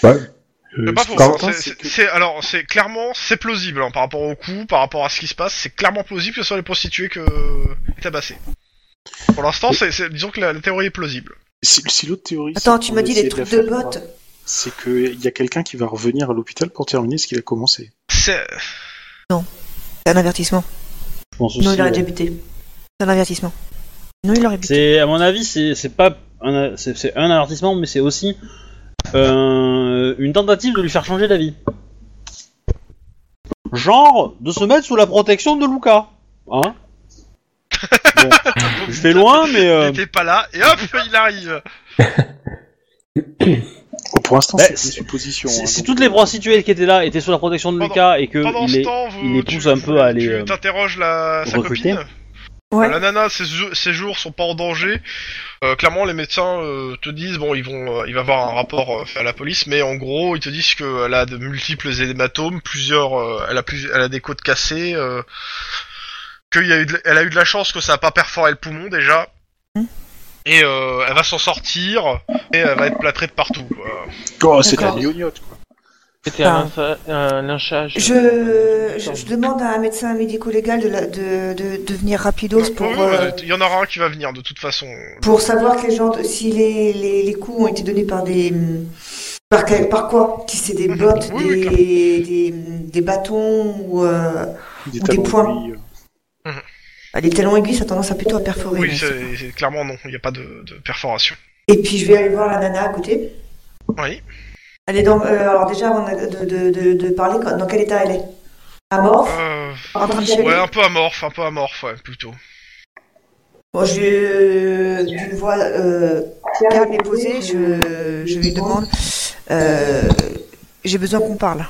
Speaker 1: C'est
Speaker 4: Euh,
Speaker 1: pas
Speaker 4: ce qui est
Speaker 1: faux, hein, c'est-
Speaker 4: certain, c'est
Speaker 1: c'est-
Speaker 4: que-
Speaker 1: c'est- alors c'est clairement c'est plausible hein, par rapport au coup, par rapport à ce qui se passe, c'est clairement plausible que ce soit les prostituées que les tabassées. Pour l'instant, c'est c'est- disons que la, la théorie est plausible.
Speaker 4: Si, si l'autre théorie.
Speaker 7: Attends,
Speaker 4: c'est
Speaker 7: tu m'as
Speaker 4: qu'on
Speaker 7: dit
Speaker 4: essaie
Speaker 7: des
Speaker 4: la
Speaker 7: trucs de
Speaker 4: faire croire,
Speaker 7: bottes.
Speaker 4: C'est qu'il y a quelqu'un qui va revenir à l'hôpital pour terminer ce qu'il a commencé.
Speaker 1: C'est
Speaker 7: C'est un avertissement.
Speaker 2: je pense
Speaker 7: Non,
Speaker 2: aussi,
Speaker 7: il
Speaker 2: ouais.
Speaker 7: aurait déjà buté. C'est un avertissement. Non, il aurait buté.
Speaker 2: C'est à mon avis, c'est c'est pas un, c'est c'est un avertissement, mais c'est aussi euh, une tentative de lui faire changer d'avis. Genre de se mettre sous la protection de Luca. Hein Bon, je vais loin, mais
Speaker 1: il
Speaker 2: euh,
Speaker 1: était pas là et hop il arrive.
Speaker 4: Pour l'instant,
Speaker 2: Bah,
Speaker 4: c'est
Speaker 2: c'est-
Speaker 4: des suppositions.
Speaker 2: Si
Speaker 4: hein,
Speaker 2: si
Speaker 4: donc,
Speaker 2: toutes les prostituées qui étaient là étaient sous la protection de
Speaker 1: euh, Pendant-
Speaker 2: Lucas et que
Speaker 1: Pendant
Speaker 2: il
Speaker 1: ce
Speaker 2: est...
Speaker 1: temps, vous,
Speaker 2: il les pousse
Speaker 1: tu-
Speaker 2: un peu à aller,
Speaker 1: Tu
Speaker 2: euh,
Speaker 1: t'interroges la sa
Speaker 2: recruter.
Speaker 1: copine.
Speaker 3: Ouais.
Speaker 1: Euh, La nana, ses, jeux- ses jours sont pas en danger. Euh, clairement, les médecins euh, te disent bon, ils vont, euh, il va avoir un rapport euh, fait à la police, mais en gros, ils te disent qu'elle a de multiples hématomes, plusieurs, euh, elle a plus, elle a des côtes cassées, euh, qu'il y a eu, de, elle a eu de la chance que ça a pas perforé le poumon déjà.
Speaker 3: Hmm.
Speaker 1: Et euh, elle va s'en sortir et elle va être plâtrée de partout. quoi.
Speaker 4: Oh, c'est un
Speaker 3: D'accord.
Speaker 4: lioniote, quoi.
Speaker 6: C'était
Speaker 3: Enfin,
Speaker 6: un, lyncha- un lynchage.
Speaker 3: Je,
Speaker 9: euh,
Speaker 3: je, je demande à un médecin médico-légal de, la- de, de, de venir rapidos
Speaker 1: Donc,
Speaker 3: pour,
Speaker 1: oui,
Speaker 3: euh,
Speaker 1: Il y en aura un qui va venir de toute façon.
Speaker 3: pour savoir que les gens, si les, les, les coups ont été donnés par des. hum, Par, quel- par quoi Si c'est des
Speaker 1: Mhm.
Speaker 3: bottes,
Speaker 1: Oui, oui,
Speaker 3: des,
Speaker 1: clairement.
Speaker 3: des, des bâtons ou. euh,
Speaker 4: Des
Speaker 3: Ou des
Speaker 4: talons
Speaker 3: points.
Speaker 4: aiguilles, euh.
Speaker 3: bah, les talons aiguilles, ça a tendance à plutôt à perforer.
Speaker 1: Oui,
Speaker 3: mais c'est
Speaker 1: c'est c'est- clairement non, il n'y a pas de, de perforation.
Speaker 3: Et puis je vais aller voir la nana à côté.
Speaker 1: Oui.
Speaker 3: Elle est dans. euh, alors déjà, avant de, de, de, de parler, quand- dans quel état elle est Amorphe
Speaker 1: Euh,
Speaker 3: En train de chialer
Speaker 1: ouais, un peu amorphe, un peu amorphe, ouais, plutôt.
Speaker 3: Bon, je euh, d'une voix euh, calme et posée, je, je lui demande. euh, J'ai besoin qu'on parle.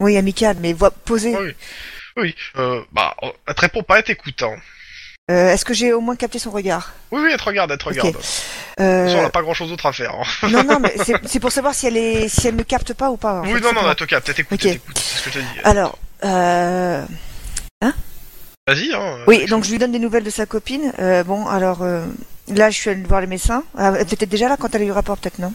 Speaker 3: Oui, amicale, mais voix posée.
Speaker 1: Oui. Oui, euh, bah, euh, elle te répond pas, elle t'écoute. Hein.
Speaker 3: Euh, Est-ce que j'ai au moins capté son regard
Speaker 1: Oui, oui, elle te regarde, elle te
Speaker 3: Ok.
Speaker 1: regarde.
Speaker 3: Euh,
Speaker 1: Ça, on n'a pas grand chose d'autre à faire. hein.
Speaker 3: Non, non, mais c'est c'est pour savoir si elle est, si elle me capte pas ou pas. en
Speaker 1: oui,
Speaker 3: fait,
Speaker 1: non,
Speaker 3: c'est
Speaker 1: non,
Speaker 3: pour-
Speaker 1: elle te capte, elle t'écoute,
Speaker 3: Ok.
Speaker 1: elle t'écoute, c'est ce que je te dis.
Speaker 3: Alors, euh,
Speaker 1: Vas-y, hein.
Speaker 3: oui, donc je lui donne des nouvelles de sa copine. Euh, bon, alors euh, là, je suis allée voir les médecins. Ah, elle était peut-être déjà là quand elle a eu le rapport, peut-être non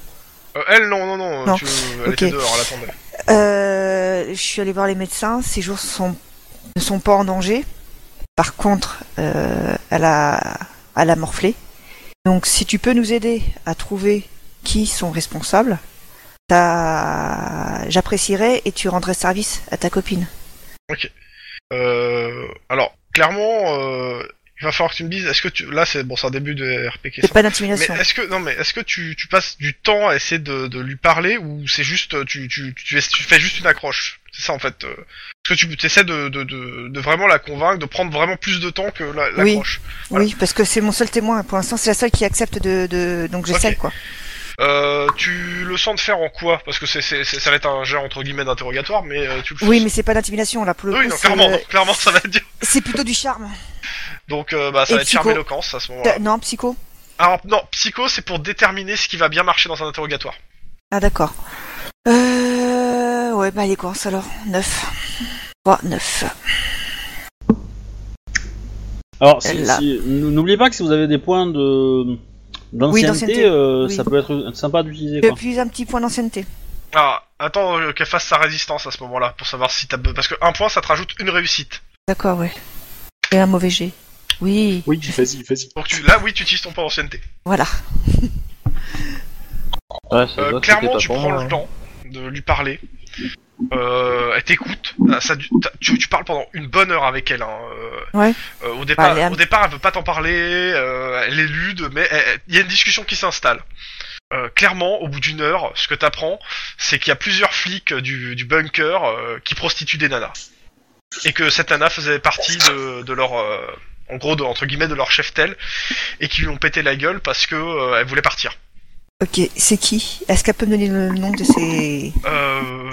Speaker 1: Euh, elle, non, non, non,
Speaker 3: Non.
Speaker 1: Tu, elle
Speaker 3: Ok.
Speaker 1: était dehors, elle attendait.
Speaker 3: Euh, je suis allée voir les médecins. Ses jours sont, ne sont pas en danger. Par contre, euh, elle, a, elle a morflé. Donc, si tu peux nous aider à trouver qui sont responsables, ça- j'apprécierais et tu rendrais service à ta copine.
Speaker 1: Euh, alors, clairement, euh, il va falloir que tu me dises, est-ce que tu. Là, c'est bon, c'est un début de RPK, ça.
Speaker 3: C'est pas
Speaker 1: Mais
Speaker 3: d'intimidation.
Speaker 1: est-ce que non mais est-ce que tu, tu passes du temps à essayer de, de lui parler ou c'est juste euh, tu tu, tu, es- tu fais juste une accroche c'est ça en fait euh. est-ce que tu essaies de, de, de, de vraiment la convaincre de prendre vraiment plus de temps que la-
Speaker 3: Oui.
Speaker 1: l'accroche euh, voilà.
Speaker 3: Oui, parce que c'est mon seul témoin. Pour l'instant, c'est la seule qui accepte de. de- Donc, j'essaie,
Speaker 1: Ok.
Speaker 3: quoi.
Speaker 1: euh, tu le sens de faire en quoi parce que c'est c'est c'est- ça va être un jeu entre guillemets d'interrogatoire mais euh, tu le
Speaker 3: Oui, mais c'est pas d'intimidation, là, pour le
Speaker 1: oui
Speaker 3: coup,
Speaker 1: non,
Speaker 3: c'est-
Speaker 1: clairement clairement ça va être dur
Speaker 3: C'est plutôt du charme.
Speaker 1: donc euh, bah ça
Speaker 3: Et
Speaker 1: va être
Speaker 3: psycho.
Speaker 1: charme éloquence à ce moment-là
Speaker 3: Non, psycho
Speaker 1: alors non psycho c'est pour déterminer ce qui va bien marcher dans un interrogatoire
Speaker 3: Ah d'accord. Euh... Ouais, bah allez, courses alors 9. 3, 9.
Speaker 2: Alors, si-
Speaker 3: Là.
Speaker 2: si- n- n'oubliez pas que si vous avez des points de d'ancienneté,
Speaker 3: d'ancienneté,
Speaker 2: euh,
Speaker 3: oui.
Speaker 2: ça peut être sympa d'utiliser.
Speaker 3: Je
Speaker 2: quoi.
Speaker 3: puise un petit point d'ancienneté.
Speaker 1: Ah, attends euh, qu'elle fasse sa résistance à ce moment-là pour savoir si t'as. be- Parce que un point, ça te rajoute une réussite.
Speaker 3: D'accord, ouais. Et un mauvais G. Oui,
Speaker 4: Oui, vas-y, vas-y.
Speaker 1: Donc tu... là, oui, tu utilises ton point d'ancienneté.
Speaker 3: voilà.
Speaker 6: Ouais, ça
Speaker 1: Euh,
Speaker 6: doit, c'était
Speaker 1: clairement,
Speaker 6: pas
Speaker 1: tu
Speaker 6: pour
Speaker 1: prends
Speaker 6: moi,
Speaker 1: le
Speaker 6: hein.
Speaker 1: temps de lui parler. Euh, elle t'écoute. Ah, ça du- t'as- tu, tu parles pendant une bonne heure avec elle. Hein. euh,
Speaker 3: Ouais.
Speaker 1: euh, au départ,
Speaker 3: Bah, elle est-
Speaker 1: au départ, elle veut pas t'en parler. euh, elle est lude, mais elle- elle- il y a une discussion qui s'installe. Euh, clairement, au bout d'une heure, ce que t'apprends, c'est qu'il y a plusieurs flics du, du bunker euh, qui prostituent des nanas. Et que cette nana faisait partie de, de leur, euh, en gros, de, entre guillemets, de leur chef tel, et qui lui ont pété la gueule parce que euh, elle voulait partir.
Speaker 3: Ok, c'est qui Est-ce qu'elle peut me donner le nom de ces...
Speaker 1: Euh,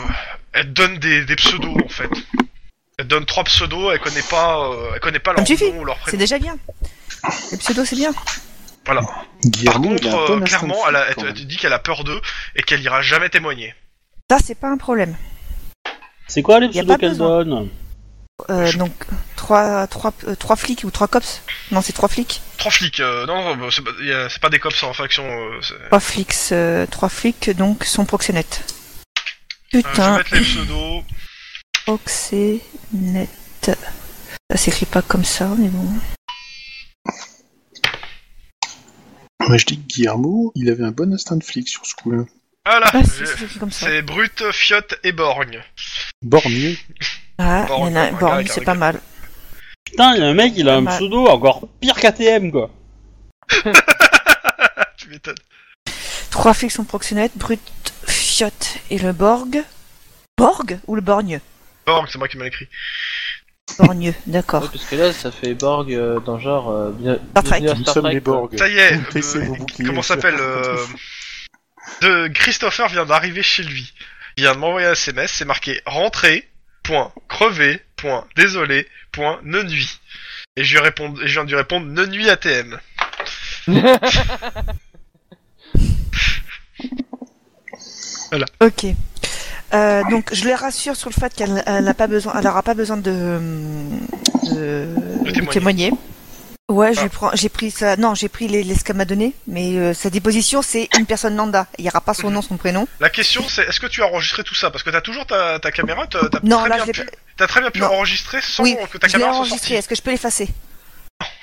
Speaker 1: elle donne des, des pseudos en fait. Elle donne trois pseudos, elle connaît pas, euh, elle connaît pas
Speaker 3: Ça
Speaker 1: leur
Speaker 3: me suffit.
Speaker 1: nom ou leur
Speaker 3: C'est
Speaker 1: prénom.
Speaker 3: déjà bien. Le pseudo, c'est bien.
Speaker 1: Voilà. Par
Speaker 4: Guillermo, il a un
Speaker 1: contre,
Speaker 4: bon
Speaker 1: euh,
Speaker 4: instinct de
Speaker 1: clairement,
Speaker 4: flic,
Speaker 1: elle, a- elle
Speaker 4: quand
Speaker 1: te-
Speaker 4: même.
Speaker 1: elle te dit qu'elle a peur d'eux et qu'elle ira jamais témoigner.
Speaker 3: Ça, c'est pas un problème.
Speaker 2: C'est quoi les
Speaker 3: Y a
Speaker 2: pseudos
Speaker 3: pas
Speaker 2: qu'elle
Speaker 3: besoin.
Speaker 2: donne
Speaker 3: Euh, donc, 3, 3, flics ou 3 cops Non, c'est 3 flics.
Speaker 1: Trois flics. euh, non, non, c'est pas, y a- c'est pas des cops en faction. euh, c'est-
Speaker 3: 3 flics, 3 flics, donc, sont proxénètes.
Speaker 1: Euh, je vais
Speaker 3: Putain.
Speaker 1: mettre les pseudos.
Speaker 3: Proxénète. Ça s'écrit pas comme ça, mais bon.
Speaker 4: Moi, je dis que Guillermo, il avait un bon instinct de flic sur ce coup-là.
Speaker 1: Voilà.
Speaker 3: Ah,
Speaker 1: j'ai-
Speaker 3: si, c'est écrit comme ça.
Speaker 1: C'est brut, fiotte et borgne.
Speaker 4: Borgneux.
Speaker 3: Ah,
Speaker 1: Borgne,
Speaker 3: il y en a un.
Speaker 1: Borgne,
Speaker 3: Borgne,
Speaker 1: Borgne,
Speaker 3: c'est pas mal.
Speaker 2: Putain, il y a un mec, il a un
Speaker 3: Bah.
Speaker 2: pseudo encore pire qu'ATM quoi.
Speaker 1: Tu m'étonnes.
Speaker 3: Trois flics sont proxénètes, Brut, Fiotte et le Borg. Borg ou le Borgne
Speaker 1: Borgne, c'est moi qui me l'écris.
Speaker 3: Borgne,
Speaker 6: Ouais,
Speaker 3: d'accord.
Speaker 6: parce que là, ça fait Borg euh, dans genre. Euh, bien...
Speaker 3: Trek.
Speaker 6: bienvenue à
Speaker 4: Nous
Speaker 6: Star
Speaker 4: sommes
Speaker 6: Trek,
Speaker 4: les
Speaker 6: quoi.
Speaker 4: Borg.
Speaker 1: Ça y est.
Speaker 4: Baissez
Speaker 1: euh,
Speaker 4: vos boucliers,
Speaker 1: comment s'appelle
Speaker 4: monsieur.
Speaker 1: euh, de Christopher vient d'arriver chez lui. Il vient de m'envoyer un SMS, c'est marqué rentrez, point, crevé, point, désolé, point, ne nuit. Et je, lui réponds, et je viens de lui répondre ne nuit ATM.
Speaker 7: Ok. Euh, donc je les rassure sur le fait qu'elle elle n'a pas besoin, elle n'aura pas besoin de, de- de
Speaker 1: témoigner.
Speaker 7: témoigner. Ouais, je
Speaker 1: Ah.
Speaker 7: lui prends, j'ai pris ça. Non, j'ai pris les, les scams à donner, mais euh, sa déposition c'est une personne lambda. Il n'y aura pas
Speaker 1: Mhm.
Speaker 7: son nom, son prénom.
Speaker 1: La question c'est est-ce que tu as enregistré tout ça Parce que t'as toujours ta, ta caméra, t'as t'as
Speaker 7: Non,
Speaker 1: très,
Speaker 7: là,
Speaker 1: bien
Speaker 7: je l'ai
Speaker 1: pu- t'as très bien pu
Speaker 7: Non.
Speaker 1: enregistrer sans
Speaker 7: Oui,
Speaker 1: que ta
Speaker 7: je l'ai
Speaker 1: caméra soit
Speaker 7: enregistré.
Speaker 1: sortie.
Speaker 7: Est-ce que je peux l'effacer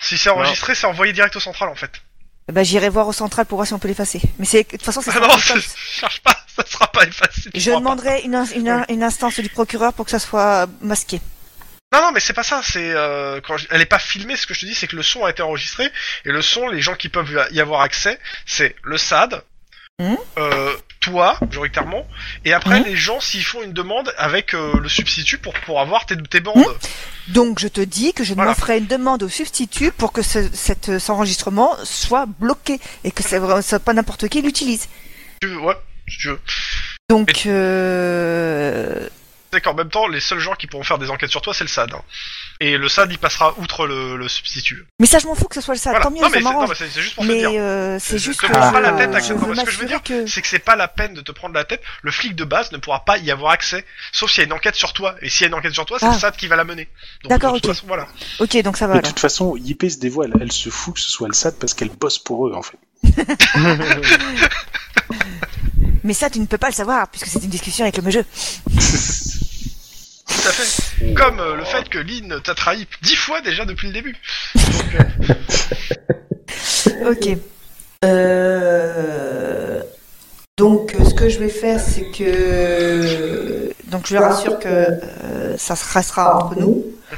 Speaker 1: Si c'est enregistré, c'est envoyé direct au central en fait.
Speaker 7: Eh ben, j'irai voir au central pour voir si on peut l'effacer. Mais c'est de toute façon c'est.
Speaker 1: Ah non, c'est- cherche pas, ça sera pas effacé. tu
Speaker 7: Je
Speaker 1: pourras pas.
Speaker 7: demanderai une, in- une, in- une instance du procureur pour que ça soit masqué.
Speaker 1: Non, non, mais c'est pas ça. C'est euh, quand je- elle est pas filmée. Ce que je te dis, c'est que le son a été enregistré et le son, les gens qui peuvent y avoir accès, c'est le SAD,
Speaker 7: Mhm.
Speaker 1: euh, toi majoritairement, et après
Speaker 7: Mhm.
Speaker 1: les gens s'ils font une demande avec euh, le substitut pour pour avoir tes tes bandes.
Speaker 7: Mmh. Donc je te dis que je
Speaker 1: Voilà.
Speaker 7: m'en ferai une demande au substitut pour que ce, cette, cet euh, enregistrement soit bloqué et que c'est vra- soit pas n'importe qui l'utilise.
Speaker 1: Tu veux, ouais, si tu veux.
Speaker 7: Donc euh...
Speaker 1: C'est qu'en même temps, les seuls gens qui pourront faire des enquêtes sur toi, c'est le SAD. hein. Et le SAD, il passera outre le, le substitut.
Speaker 7: mais ça je m'en fous que ce soit le ça.
Speaker 1: Voilà.
Speaker 7: Ah, Tant mieux,
Speaker 1: non, mais
Speaker 7: ça
Speaker 1: c'est- non,
Speaker 7: m'arrange.
Speaker 1: mais c'est c'est juste pour te
Speaker 7: Mais
Speaker 1: dire.
Speaker 7: euh, c'est
Speaker 1: Je
Speaker 7: juste
Speaker 1: te
Speaker 7: que
Speaker 1: prends
Speaker 7: je,
Speaker 1: pas la tête à
Speaker 7: je
Speaker 1: quelqu'un.
Speaker 7: veux
Speaker 1: Non, mais ce que je veux
Speaker 7: m'assurer que
Speaker 1: c'est que c'est pas la peine de te prendre la tête. Le flic de base ne pourra pas y avoir accès, sauf s'il y a une enquête sur toi. Et s'il y a une enquête sur toi, c'est
Speaker 7: Ah.
Speaker 1: le SAD qui va la mener. Donc,
Speaker 7: D'accord,
Speaker 1: de toute
Speaker 7: ok.
Speaker 1: façon, voilà.
Speaker 7: ok donc ça va.
Speaker 4: De
Speaker 7: alors.
Speaker 4: toute façon, Yipé se dévoile. Elle se fout que ce soit le SAD parce qu'elle bosse pour eux, en fait.
Speaker 7: Mais ça tu ne peux pas le savoir puisque c'est une discussion avec le jeu.
Speaker 1: Tout à fait. Comme euh, le fait que Lynn t'a trahi dix fois déjà depuis le début. euh,
Speaker 7: Ok.
Speaker 8: Euh...
Speaker 7: Donc euh, ce que je vais faire c'est que donc je lui rassure que euh, ça se restera entre nous,
Speaker 1: Mhm.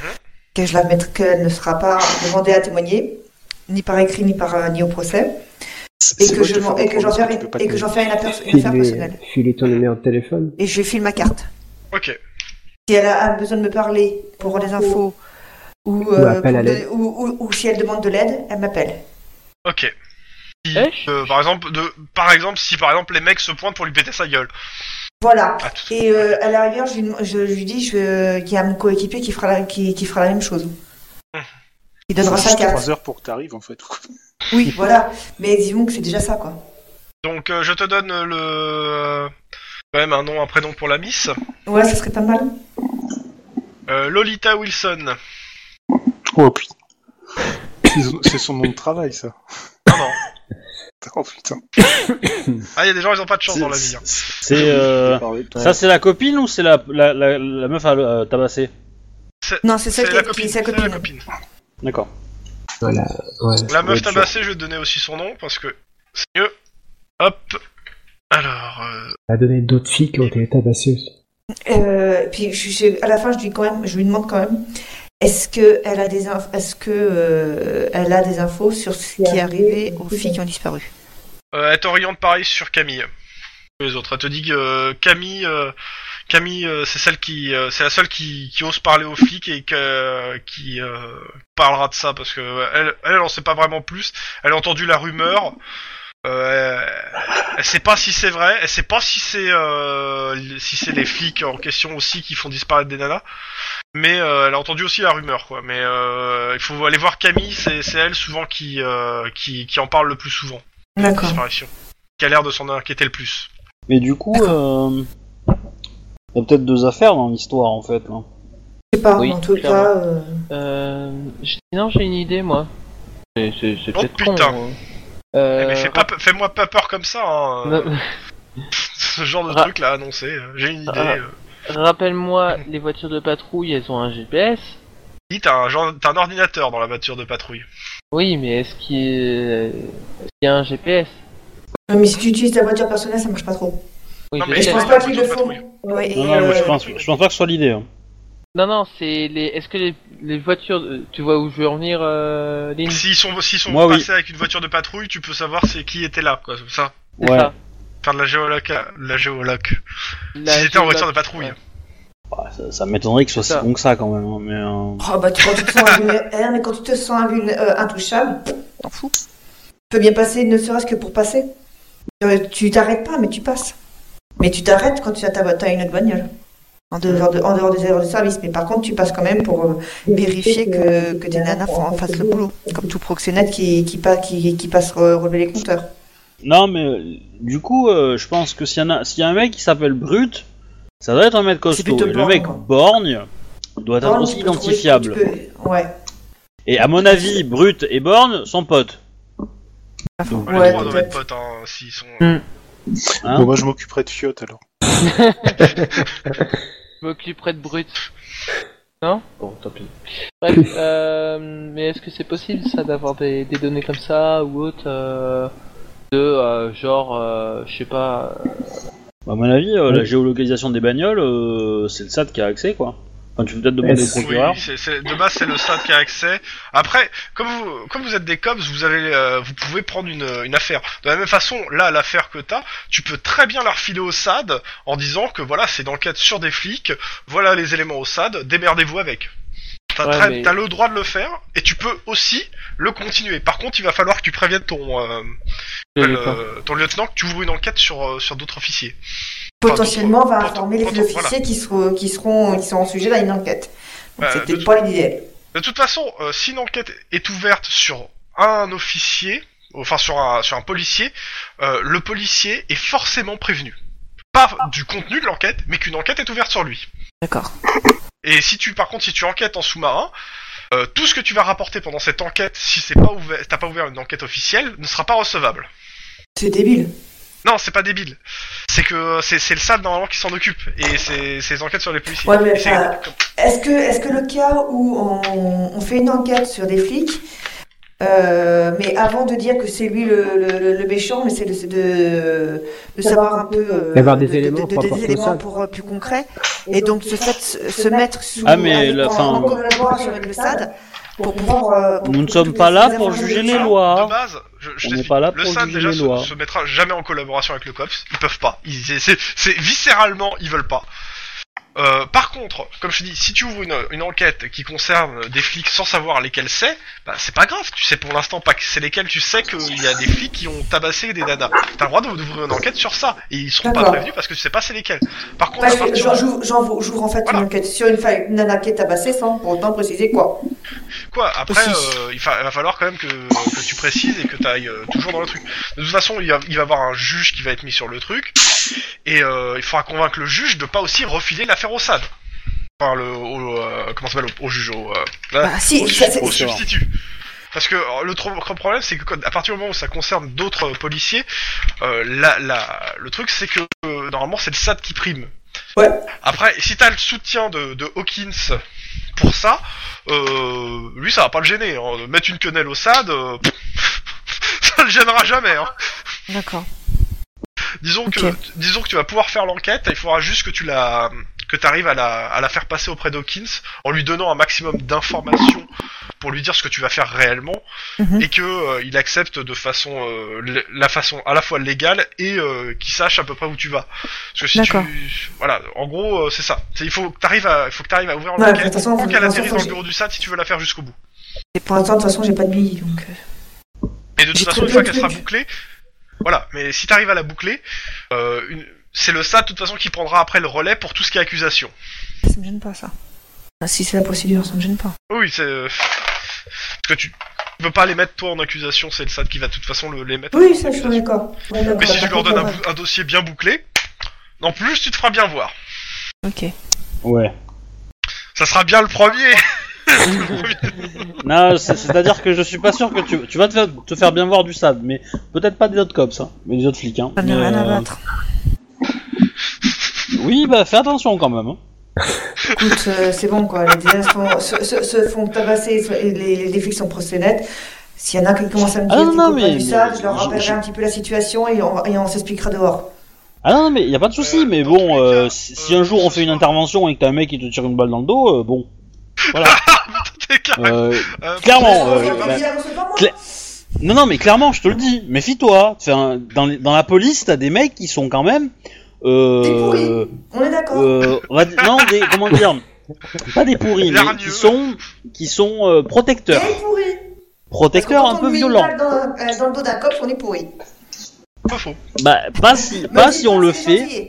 Speaker 7: que je la mettrai- qu'elle ne sera pas demandée à témoigner, ni par écrit ni par euh, ni au procès, et que je m'en- et que j'en ferai et que j'en ferai une affaire une affaire
Speaker 5: Filer,
Speaker 7: personnelle.
Speaker 5: filer ton numéro de téléphone.
Speaker 7: Et je lui file ma carte.
Speaker 1: Ok.
Speaker 7: Si elle a besoin de me parler pour des infos ou
Speaker 5: Ou
Speaker 7: euh,
Speaker 5: appel
Speaker 7: pour
Speaker 5: à
Speaker 7: me
Speaker 5: l'aide.
Speaker 7: donner- ou- ou- ou si elle demande de l'aide, elle m'appelle.
Speaker 1: Ok. Si,
Speaker 6: Eh
Speaker 1: euh, par exemple, de, par exemple, si par exemple les mecs se pointent pour lui péter sa gueule.
Speaker 7: Voilà.
Speaker 1: Ah, tout-
Speaker 7: Et euh, à la rigueur, je lui, dem- je, je lui dis je- qu'il y a mon coéquipier qui fera la, qui, qui fera la même chose. Il donnera sa carte.
Speaker 4: 3 heures pour que t'arrives, en fait.
Speaker 7: Oui, voilà. Mais disons que c'est déjà ça, quoi.
Speaker 1: Donc, euh, je te donne euh, le quand même un nom, un prénom pour la miss.
Speaker 7: Ouais, ça serait pas mal.
Speaker 1: Euh, Lolita Wilson.
Speaker 4: Oh putain. C'est son- C'est son nom de travail, ça.
Speaker 1: Non, Ah non.
Speaker 4: Oh putain.
Speaker 1: Ah, il y a des gens, ils ont pas de chance dans la vie. hein.
Speaker 2: C'est euh, ça, c'est la copine ou c'est la, la, la, la meuf à euh, tabasser
Speaker 7: Non, c'est celle
Speaker 1: C'est la
Speaker 7: qui, qui-
Speaker 1: copine.
Speaker 7: sa
Speaker 1: c'est
Speaker 7: copine.
Speaker 1: la copine.
Speaker 2: D'accord.
Speaker 5: Voilà. Ouais,
Speaker 1: La
Speaker 5: ouais,
Speaker 1: meuf
Speaker 5: tu-
Speaker 1: tabassée, je vais te donner aussi son nom parce que c'est mieux. Hop. Alors, euh,
Speaker 5: Elle a donné d'autres filles qui ont été tabassées aussi.
Speaker 7: Euh, puis je, je- à la fin, je lui quand même, je lui demande quand même, est-ce que elle a des, inf- est-ce que euh, elle a des infos sur ce qui est arrivé aux filles qui ont disparu
Speaker 1: euh, elle t'oriente pareil sur Camille. Les autres, elle te dit que euh, Camille, euh, Camille, euh, c'est celle qui, euh, c'est la seule qui, qui ose parler aux flics et que, qui euh, parlera de ça parce que euh, elle, elle, en sait pas vraiment plus. Elle a entendu la rumeur. Euh, elle, elle sait pas si c'est vrai. Elle sait pas si c'est, euh, si c'est les flics en question aussi qui font disparaître des nanas. Mais euh, elle a entendu aussi la rumeur, quoi. Mais euh, il faut aller voir Camille. C'est, c'est elle souvent qui, euh, qui, qui en parle le plus souvent.
Speaker 7: D'accord.
Speaker 1: Disparition. Qui a l'air de s'en inquiéter le plus.
Speaker 2: Mais du coup, euh, y a peut-être deux affaires dans l'histoire en fait. hein. Là.
Speaker 7: Je sais pas.
Speaker 9: Oui,
Speaker 7: mais en tout
Speaker 9: clairement.
Speaker 7: cas, euh,
Speaker 9: Euh, je- non, j'ai une idée, moi. C'est c'est- c'est
Speaker 1: Oh,
Speaker 9: peut-être con.
Speaker 1: putain.
Speaker 9: hein.
Speaker 1: Eh,
Speaker 9: Euh,
Speaker 1: mais
Speaker 6: ah.
Speaker 1: fais, pas, pe- fais-moi pas peur comme ça, hein.
Speaker 9: ra-
Speaker 1: ce genre de
Speaker 9: Ra-
Speaker 1: truc là annoncé. J'ai une idée.
Speaker 9: Ah.
Speaker 1: euh.
Speaker 9: Rappelle-moi, les voitures de patrouille, elles ont un GPS.
Speaker 1: Dis, t'as un, genre- t'as un ordinateur dans la voiture de patrouille.
Speaker 9: Oui, mais est-ce qu'il est-ce qu'il y a un GPS
Speaker 7: mais si tu utilises ta voiture personnelle, ça marche pas trop.
Speaker 9: Oui,
Speaker 1: Non,
Speaker 9: je
Speaker 1: mais
Speaker 9: sais.
Speaker 7: je
Speaker 1: dans
Speaker 7: pense
Speaker 1: la
Speaker 7: pas qu'ils
Speaker 1: voiture
Speaker 7: le
Speaker 1: de
Speaker 7: font.
Speaker 1: patrouille.
Speaker 7: Ouais, et,
Speaker 2: Non, non, moi, je
Speaker 7: euh,
Speaker 2: pense, je pense pas que ce soit l'idée. hein.
Speaker 9: Non, non, c'est les. Est-ce que les, les voitures. euh, Tu vois où je veux en venir, euh, Lynn
Speaker 1: S'ils sont, s'ils sont
Speaker 2: Moi, oui.
Speaker 1: passés avec une voiture de patrouille, tu peux savoir c'est qui était là, quoi. C'est ça.
Speaker 9: C'est
Speaker 2: Ouais.
Speaker 9: ça.
Speaker 1: Faire de la géoloc. à- La géoloc.
Speaker 9: La
Speaker 1: S'ils étaient en voiture de
Speaker 9: géographie.
Speaker 1: patrouille.
Speaker 9: Ouais.
Speaker 2: Bah, ça ça m'étonnerait que ce
Speaker 9: C'est
Speaker 2: soit
Speaker 9: ça.
Speaker 2: si bon que ça quand même. hein, mais, euh,
Speaker 3: Ah,
Speaker 7: Oh bah tu- quand tu te sens invulné- eh,
Speaker 3: hein,
Speaker 7: mais quand tu te sens invulné- euh, intouchable, pff, t'en fous. Tu peux bien passer, ne serait-ce que pour passer. Euh,
Speaker 3: Tu t'arrêtes pas, mais tu passes. Mais tu t'arrêtes quand tu as, ta vo- t'as une autre bagnole. En dehors, de, en dehors des heures de service. Mais par contre, tu passes quand même pour euh, vérifier que, que tes nanas font- fassent le boulot. Comme tout proxénète qui, qui, pa- qui, qui passe re- relever les compteurs.
Speaker 2: Non, mais euh, du coup, euh, je pense que s'il y, en a- s'il y a un mec qui s'appelle Brut, ça doit être un mec costaud.
Speaker 3: plutôt
Speaker 2: Et le
Speaker 3: borgne,
Speaker 2: mec
Speaker 3: quoi.
Speaker 2: borgne doit être
Speaker 3: Borgne,
Speaker 2: aussi
Speaker 3: tu peux trouver-
Speaker 2: identifiable.
Speaker 3: tu peux- Ouais.
Speaker 2: Et à mon avis, Brut et Borgne sont potes.
Speaker 1: On a
Speaker 3: Ouais,
Speaker 1: le droit de mettre
Speaker 3: peut-être.
Speaker 1: pote, hein, s'ils sont...
Speaker 6: Hmm.
Speaker 2: Hein
Speaker 4: Bon, bah, je m'occuperai de Fiotte alors.
Speaker 9: Je m'occuperai de Brut. Non Bon, tant pis. Bref, euh, mais est-ce que c'est possible ça d'avoir des, des données comme ça ou autre euh, de euh, genre, euh, je sais pas, euh,
Speaker 2: À mon avis, euh, la géolocalisation des bagnoles, euh, c'est le SAT qui a accès, quoi. Enfin, tu peux peut-être demander au
Speaker 5: Est-ce-
Speaker 1: Oui,
Speaker 2: procureur.
Speaker 1: c'est- c'est- de base c'est le SAD qui a accès. Après, comme vous, comme vous êtes des cops, vous avez, euh, vous pouvez prendre une, une affaire. De la même façon, là, l'affaire que t'as, tu peux très bien la refiler au SAD en disant que voilà, c'est d'enquête sur des flics, voilà les éléments au SAD, démerdez-vous avec. T'as
Speaker 9: Ouais,
Speaker 1: très-
Speaker 9: mais-
Speaker 1: t'as le droit de le faire et tu peux aussi le continuer. Par contre, il va falloir que tu préviennes ton, euh,
Speaker 9: de
Speaker 1: euh,
Speaker 9: l'époque.
Speaker 1: ton lieutenant que tu ouvres une enquête sur, euh, sur d'autres officiers. Enfin,
Speaker 3: Potentiellement,
Speaker 1: d'autres-
Speaker 3: va
Speaker 1: d'autres-
Speaker 3: informer les
Speaker 1: d'autres-
Speaker 3: officiers
Speaker 1: voilà.
Speaker 3: qui, seront, qui, seront, qui seront sujets à une enquête. Donc,
Speaker 1: Euh,
Speaker 3: c'est
Speaker 1: de
Speaker 3: peut-être
Speaker 1: toute-
Speaker 3: pas l'idéal.
Speaker 1: De toute façon, euh, si une enquête est ouverte sur un officier, enfin sur un, sur un policier, euh, le policier est forcément prévenu. Pas du contenu de l'enquête, mais qu'une enquête est ouverte sur lui.
Speaker 7: D'accord.
Speaker 1: Et si tu, par contre, si tu enquêtes en sous-marin, euh, tout ce que tu vas rapporter pendant cette enquête, si c'est pas ouvert, t'as pas ouvert une enquête officielle, ne sera pas recevable.
Speaker 3: C'est débile.
Speaker 1: Non, c'est pas débile. C'est que c'est c'est le SAD normalement qui s'en occupe et c'est c'est les enquêtes sur les policiers.
Speaker 3: Ouais, mais
Speaker 1: Et c'est-
Speaker 3: ça- Est-ce que, est que le cas où on, on fait une enquête sur des flics, euh, mais avant de dire que c'est lui le, le, le- le méchant, mais c'est de, c'est de, de savoir un peu. euh,
Speaker 5: D'avoir des
Speaker 3: de- de-
Speaker 5: éléments
Speaker 3: de-
Speaker 5: pour
Speaker 3: des
Speaker 5: apporter au
Speaker 3: éléments
Speaker 5: SAD.
Speaker 3: pour, euh, plus concrets. Et donc, ce fait, se se mettre sous.
Speaker 2: Ah, mais la-
Speaker 3: en-
Speaker 2: fin-
Speaker 3: en collaboration avec le SAD pour pouvoir. euh, pour
Speaker 2: Nous ne
Speaker 3: toutes
Speaker 2: sommes
Speaker 3: les-
Speaker 2: pas là
Speaker 3: les
Speaker 2: pour
Speaker 3: informations
Speaker 2: juger les
Speaker 3: nécessaires.
Speaker 1: Alors,
Speaker 2: lois.
Speaker 1: De base, je, je
Speaker 2: On
Speaker 1: t'explique.
Speaker 2: n'est pas là
Speaker 1: le
Speaker 2: pour
Speaker 1: SAD
Speaker 2: juger
Speaker 1: déjà
Speaker 2: les
Speaker 1: se,
Speaker 2: lois.
Speaker 1: se mettra jamais en collaboration avec le COPS. Ils peuvent pas. Ils, c'est- c'est, c'est viscéralement, ils veulent pas. Euh, par contre, comme je te dis, si tu ouvres une, une enquête qui concerne des flics sans savoir lesquels c'est, bah, c'est pas grave. Tu sais pour l'instant pas que c'est lesquels. Tu sais qu'il y a des flics qui ont tabassé des nanas. T'as le droit de- d'ouvrir une enquête sur ça et ils seront pas
Speaker 3: D'accord. Bah,
Speaker 1: prévenus parce que tu sais pas c'est lesquels. Par contre,
Speaker 3: Parce
Speaker 1: à
Speaker 3: que
Speaker 1: partir-
Speaker 3: j'en- j'ouvre- j'en- J'ouvre en fait
Speaker 1: Voilà.
Speaker 3: une enquête sur une, fa- une nana qui est tabassée sans pour autant préciser quoi.
Speaker 1: Quoi Après,
Speaker 3: Aussi.
Speaker 1: euh, il, fa- il va falloir quand même que, que tu précises et que tu ailles toujours dans le truc. De toute façon, il va, il va y avoir un juge qui va être mis sur le truc, et euh, il faudra convaincre le juge de pas aussi refiler l'affaire au SAD. Enfin, le, au, euh, comment ça s'appelle au, au juge, au, euh, là,
Speaker 3: Bah, si,
Speaker 1: au,
Speaker 3: ça,
Speaker 1: su-
Speaker 3: c'est-
Speaker 1: au substitut. Parce que euh, le tro- le problème, c'est que quand- à partir du moment où ça concerne d'autres euh, policiers, euh, la, la- le truc, c'est que euh, normalement, c'est le SAD qui prime.
Speaker 3: Ouais.
Speaker 1: Après, si t'as le soutien de, de Hawkins pour ça, euh, lui, ça va pas le gêner. hein. Mettre une quenelle au SAD, euh, ça le gênera jamais. Hein.
Speaker 7: D'accord.
Speaker 1: Disons,
Speaker 7: Ok.
Speaker 1: que, disons que tu vas pouvoir faire l'enquête, il faudra juste que tu la que t'arrives à la, à la faire passer auprès d'Hawkins en lui donnant un maximum d'informations pour lui dire ce que tu vas faire réellement
Speaker 7: Mhm.
Speaker 1: et que euh, il accepte de façon euh, l- la façon à la fois légale et euh, qu'il sache à peu près où tu vas parce que si
Speaker 7: D'accord.
Speaker 1: tu voilà en gros euh, c'est ça C'est- il faut que t'arrives à il faut que t'arrives à ouvrir
Speaker 3: Ouais, de
Speaker 1: l'enquête
Speaker 3: toute façon,
Speaker 1: pour
Speaker 3: de
Speaker 1: qu'elle
Speaker 3: toute
Speaker 1: atterrisse dans
Speaker 3: façon,
Speaker 1: le
Speaker 3: j'ai-
Speaker 1: bureau du SAT si tu veux la faire jusqu'au bout
Speaker 3: Et pour l'instant, de toute façon, j'ai pas de billes donc. euh,
Speaker 1: Et de toute
Speaker 3: J'ai
Speaker 1: façon,
Speaker 3: trop
Speaker 1: une fois
Speaker 3: plein
Speaker 1: qu'elle
Speaker 3: de
Speaker 1: sera
Speaker 3: trucs.
Speaker 1: bouclée, voilà. Mais si t'arrives à la boucler, euh, une- c'est le SAD de toute façon qui prendra après le relais pour tout ce qui est accusation.
Speaker 7: Ça me gêne pas, ça. Ah, si c'est la procédure, ça me gêne pas.
Speaker 1: Oui, c'est euh, parce que tu tu peux pas les mettre toi en accusation, c'est le SAD qui va de toute façon le- les mettre. en
Speaker 3: Oui, ça, je suis
Speaker 1: accusation.
Speaker 3: d'accord. Ouais, d'accord,
Speaker 1: Mais
Speaker 2: bah,
Speaker 1: si tu
Speaker 3: d'accord,
Speaker 1: leur donnes un,
Speaker 3: ouais.
Speaker 1: bou- un dossier bien bouclé, en plus tu te feras bien voir.
Speaker 7: Ok.
Speaker 2: Ouais.
Speaker 1: Ça sera bien le premier.
Speaker 2: Non, c'est- c'est-à-dire que je suis pas sûr que tu, tu vas te faire, te faire bien voir du SAD, mais peut-être pas des autres cops, hein, mais des autres flics. Hein.
Speaker 7: Ça n'a
Speaker 2: Mais,
Speaker 7: rien à
Speaker 2: euh,
Speaker 7: battre.
Speaker 2: Oui, bah fais attention quand même. Hein.
Speaker 3: Écoute, euh, c'est bon quoi, les désastres font- se, se- se font tabasser, so- et les, les flics sont procédés. S'il y en a qui commencent à me
Speaker 2: Ah,
Speaker 3: dire
Speaker 2: non,
Speaker 3: t'es
Speaker 2: non,
Speaker 3: copain
Speaker 2: mais-
Speaker 3: du SAD, je leur
Speaker 2: je-
Speaker 3: rappellerai
Speaker 2: je-
Speaker 3: un petit peu la situation et on, et on s'expliquera dehors.
Speaker 2: Ah non, non, mais y a pas de souci,
Speaker 1: Euh,
Speaker 2: mais
Speaker 1: dans tous
Speaker 2: bon,
Speaker 1: les
Speaker 2: euh,
Speaker 1: cas,
Speaker 2: si
Speaker 1: euh,
Speaker 2: si un jour on fait une intervention et que t'as un mec qui te tire une balle dans le dos, euh, bon. Voilà.
Speaker 1: T'es clair.
Speaker 2: Euh,
Speaker 1: Euh,
Speaker 2: clairement,
Speaker 1: pour-
Speaker 2: euh,
Speaker 1: pour-
Speaker 2: bah-
Speaker 3: Mais évidemment, c'est pas moi.
Speaker 2: non, non, mais clairement, je te le dis, méfie-toi. Enfin, dans, les- dans la police, t'as des mecs qui sont quand même.
Speaker 3: Des
Speaker 2: Euh,
Speaker 3: pourris. On est d'accord.
Speaker 2: euh, on va dire- non, des, comment dire Pas des pourris, mais
Speaker 1: Largneux.
Speaker 2: qui sont, qui sont euh,
Speaker 3: on
Speaker 2: protecteurs.
Speaker 3: est pourri.
Speaker 2: Protecteurs un peu violents.
Speaker 3: Dans, euh, dans le dos d'un cop, on est pourri.
Speaker 1: Pas faux.
Speaker 2: Bah, pas si, pas si on le
Speaker 3: C'est
Speaker 2: fait,
Speaker 3: gentil.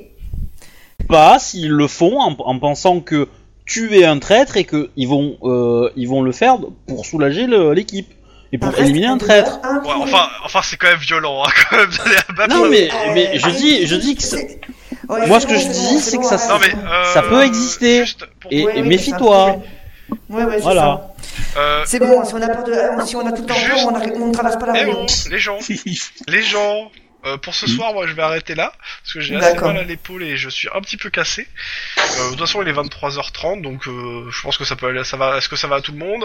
Speaker 2: pas s'ils le font en, en pensant que tu es un traître et que ils vont, euh, ils vont le faire pour soulager le- l'équipe et pour
Speaker 3: reste
Speaker 2: éliminer un traître.
Speaker 3: leader
Speaker 1: Ouais, enfin, enfin c'est quand même violent, hein, quand même, d'aller abattre.
Speaker 2: Non mais,
Speaker 3: Euh,
Speaker 2: mais je dis, je dis que ça-
Speaker 3: c'est- Ouais,
Speaker 2: Moi,
Speaker 3: c'est
Speaker 2: ce que
Speaker 3: bon,
Speaker 2: je
Speaker 3: c'est
Speaker 2: dis,
Speaker 3: bon,
Speaker 2: c'est que
Speaker 3: bon,
Speaker 2: ça
Speaker 3: ouais,
Speaker 1: Non, mais,
Speaker 3: c'est bon.
Speaker 1: euh,
Speaker 2: ça peut exister.
Speaker 1: juste pour-
Speaker 2: Et-
Speaker 3: Ouais, ouais,
Speaker 2: méfie-toi.
Speaker 3: c'est ça. Ouais, ouais, c'est
Speaker 2: Voilà.
Speaker 3: ça.
Speaker 1: euh,
Speaker 3: C'est bon, si on a pas de, euh, si on a tout le temps,
Speaker 1: Juste-
Speaker 3: on, arri- on ne traverse pas la
Speaker 1: eh
Speaker 3: rue.
Speaker 1: bon, les gens, les gens. euh, pour ce soir, moi, je vais arrêter là parce que j'ai assez
Speaker 3: D'accord.
Speaker 1: mal à l'épaule et je suis un petit peu cassé. Euh, de toute façon, il est 23h30, donc euh, je pense que ça peut aller. Ça va. Est-ce que ça va à tout le monde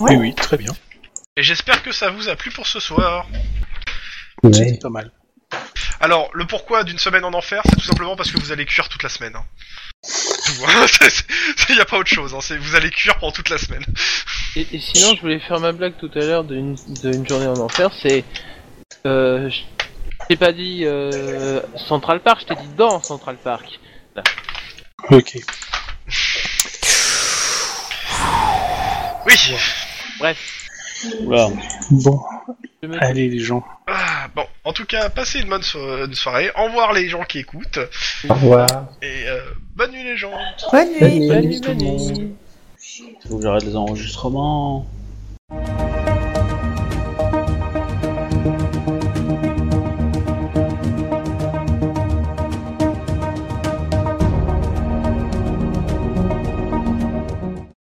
Speaker 4: Oui, oui, très bien.
Speaker 1: Et j'espère que ça vous a plu pour ce soir.
Speaker 5: Ouais.
Speaker 4: C'était pas mal.
Speaker 1: Alors, le pourquoi d'une semaine en enfer, c'est tout simplement parce que vous allez cuire toute la semaine. hein. Tout, hein. Il n'y a pas autre chose. Hein. C'est- Vous allez cuire pendant toute la semaine.
Speaker 9: Et, et sinon, je voulais faire ma blague tout à l'heure d'une d'une journée en enfer, c'est... Euh, je t'ai pas dit euh, Central Park, je t'ai dit dans Central Park.
Speaker 4: Ok.
Speaker 1: Oui.
Speaker 3: ah.
Speaker 2: Oula.
Speaker 4: Bon,
Speaker 9: Je me-
Speaker 4: allez les gens.
Speaker 1: Ah, bon, en tout cas, passez une bonne so- une soirée. Au revoir les gens qui écoutent.
Speaker 5: Au revoir.
Speaker 1: Et euh, bonne nuit les gens.
Speaker 7: Bonne nuit.
Speaker 5: Bonne nuit.
Speaker 9: Salut, Manu.
Speaker 2: Faut que j'arrête les enregistrements.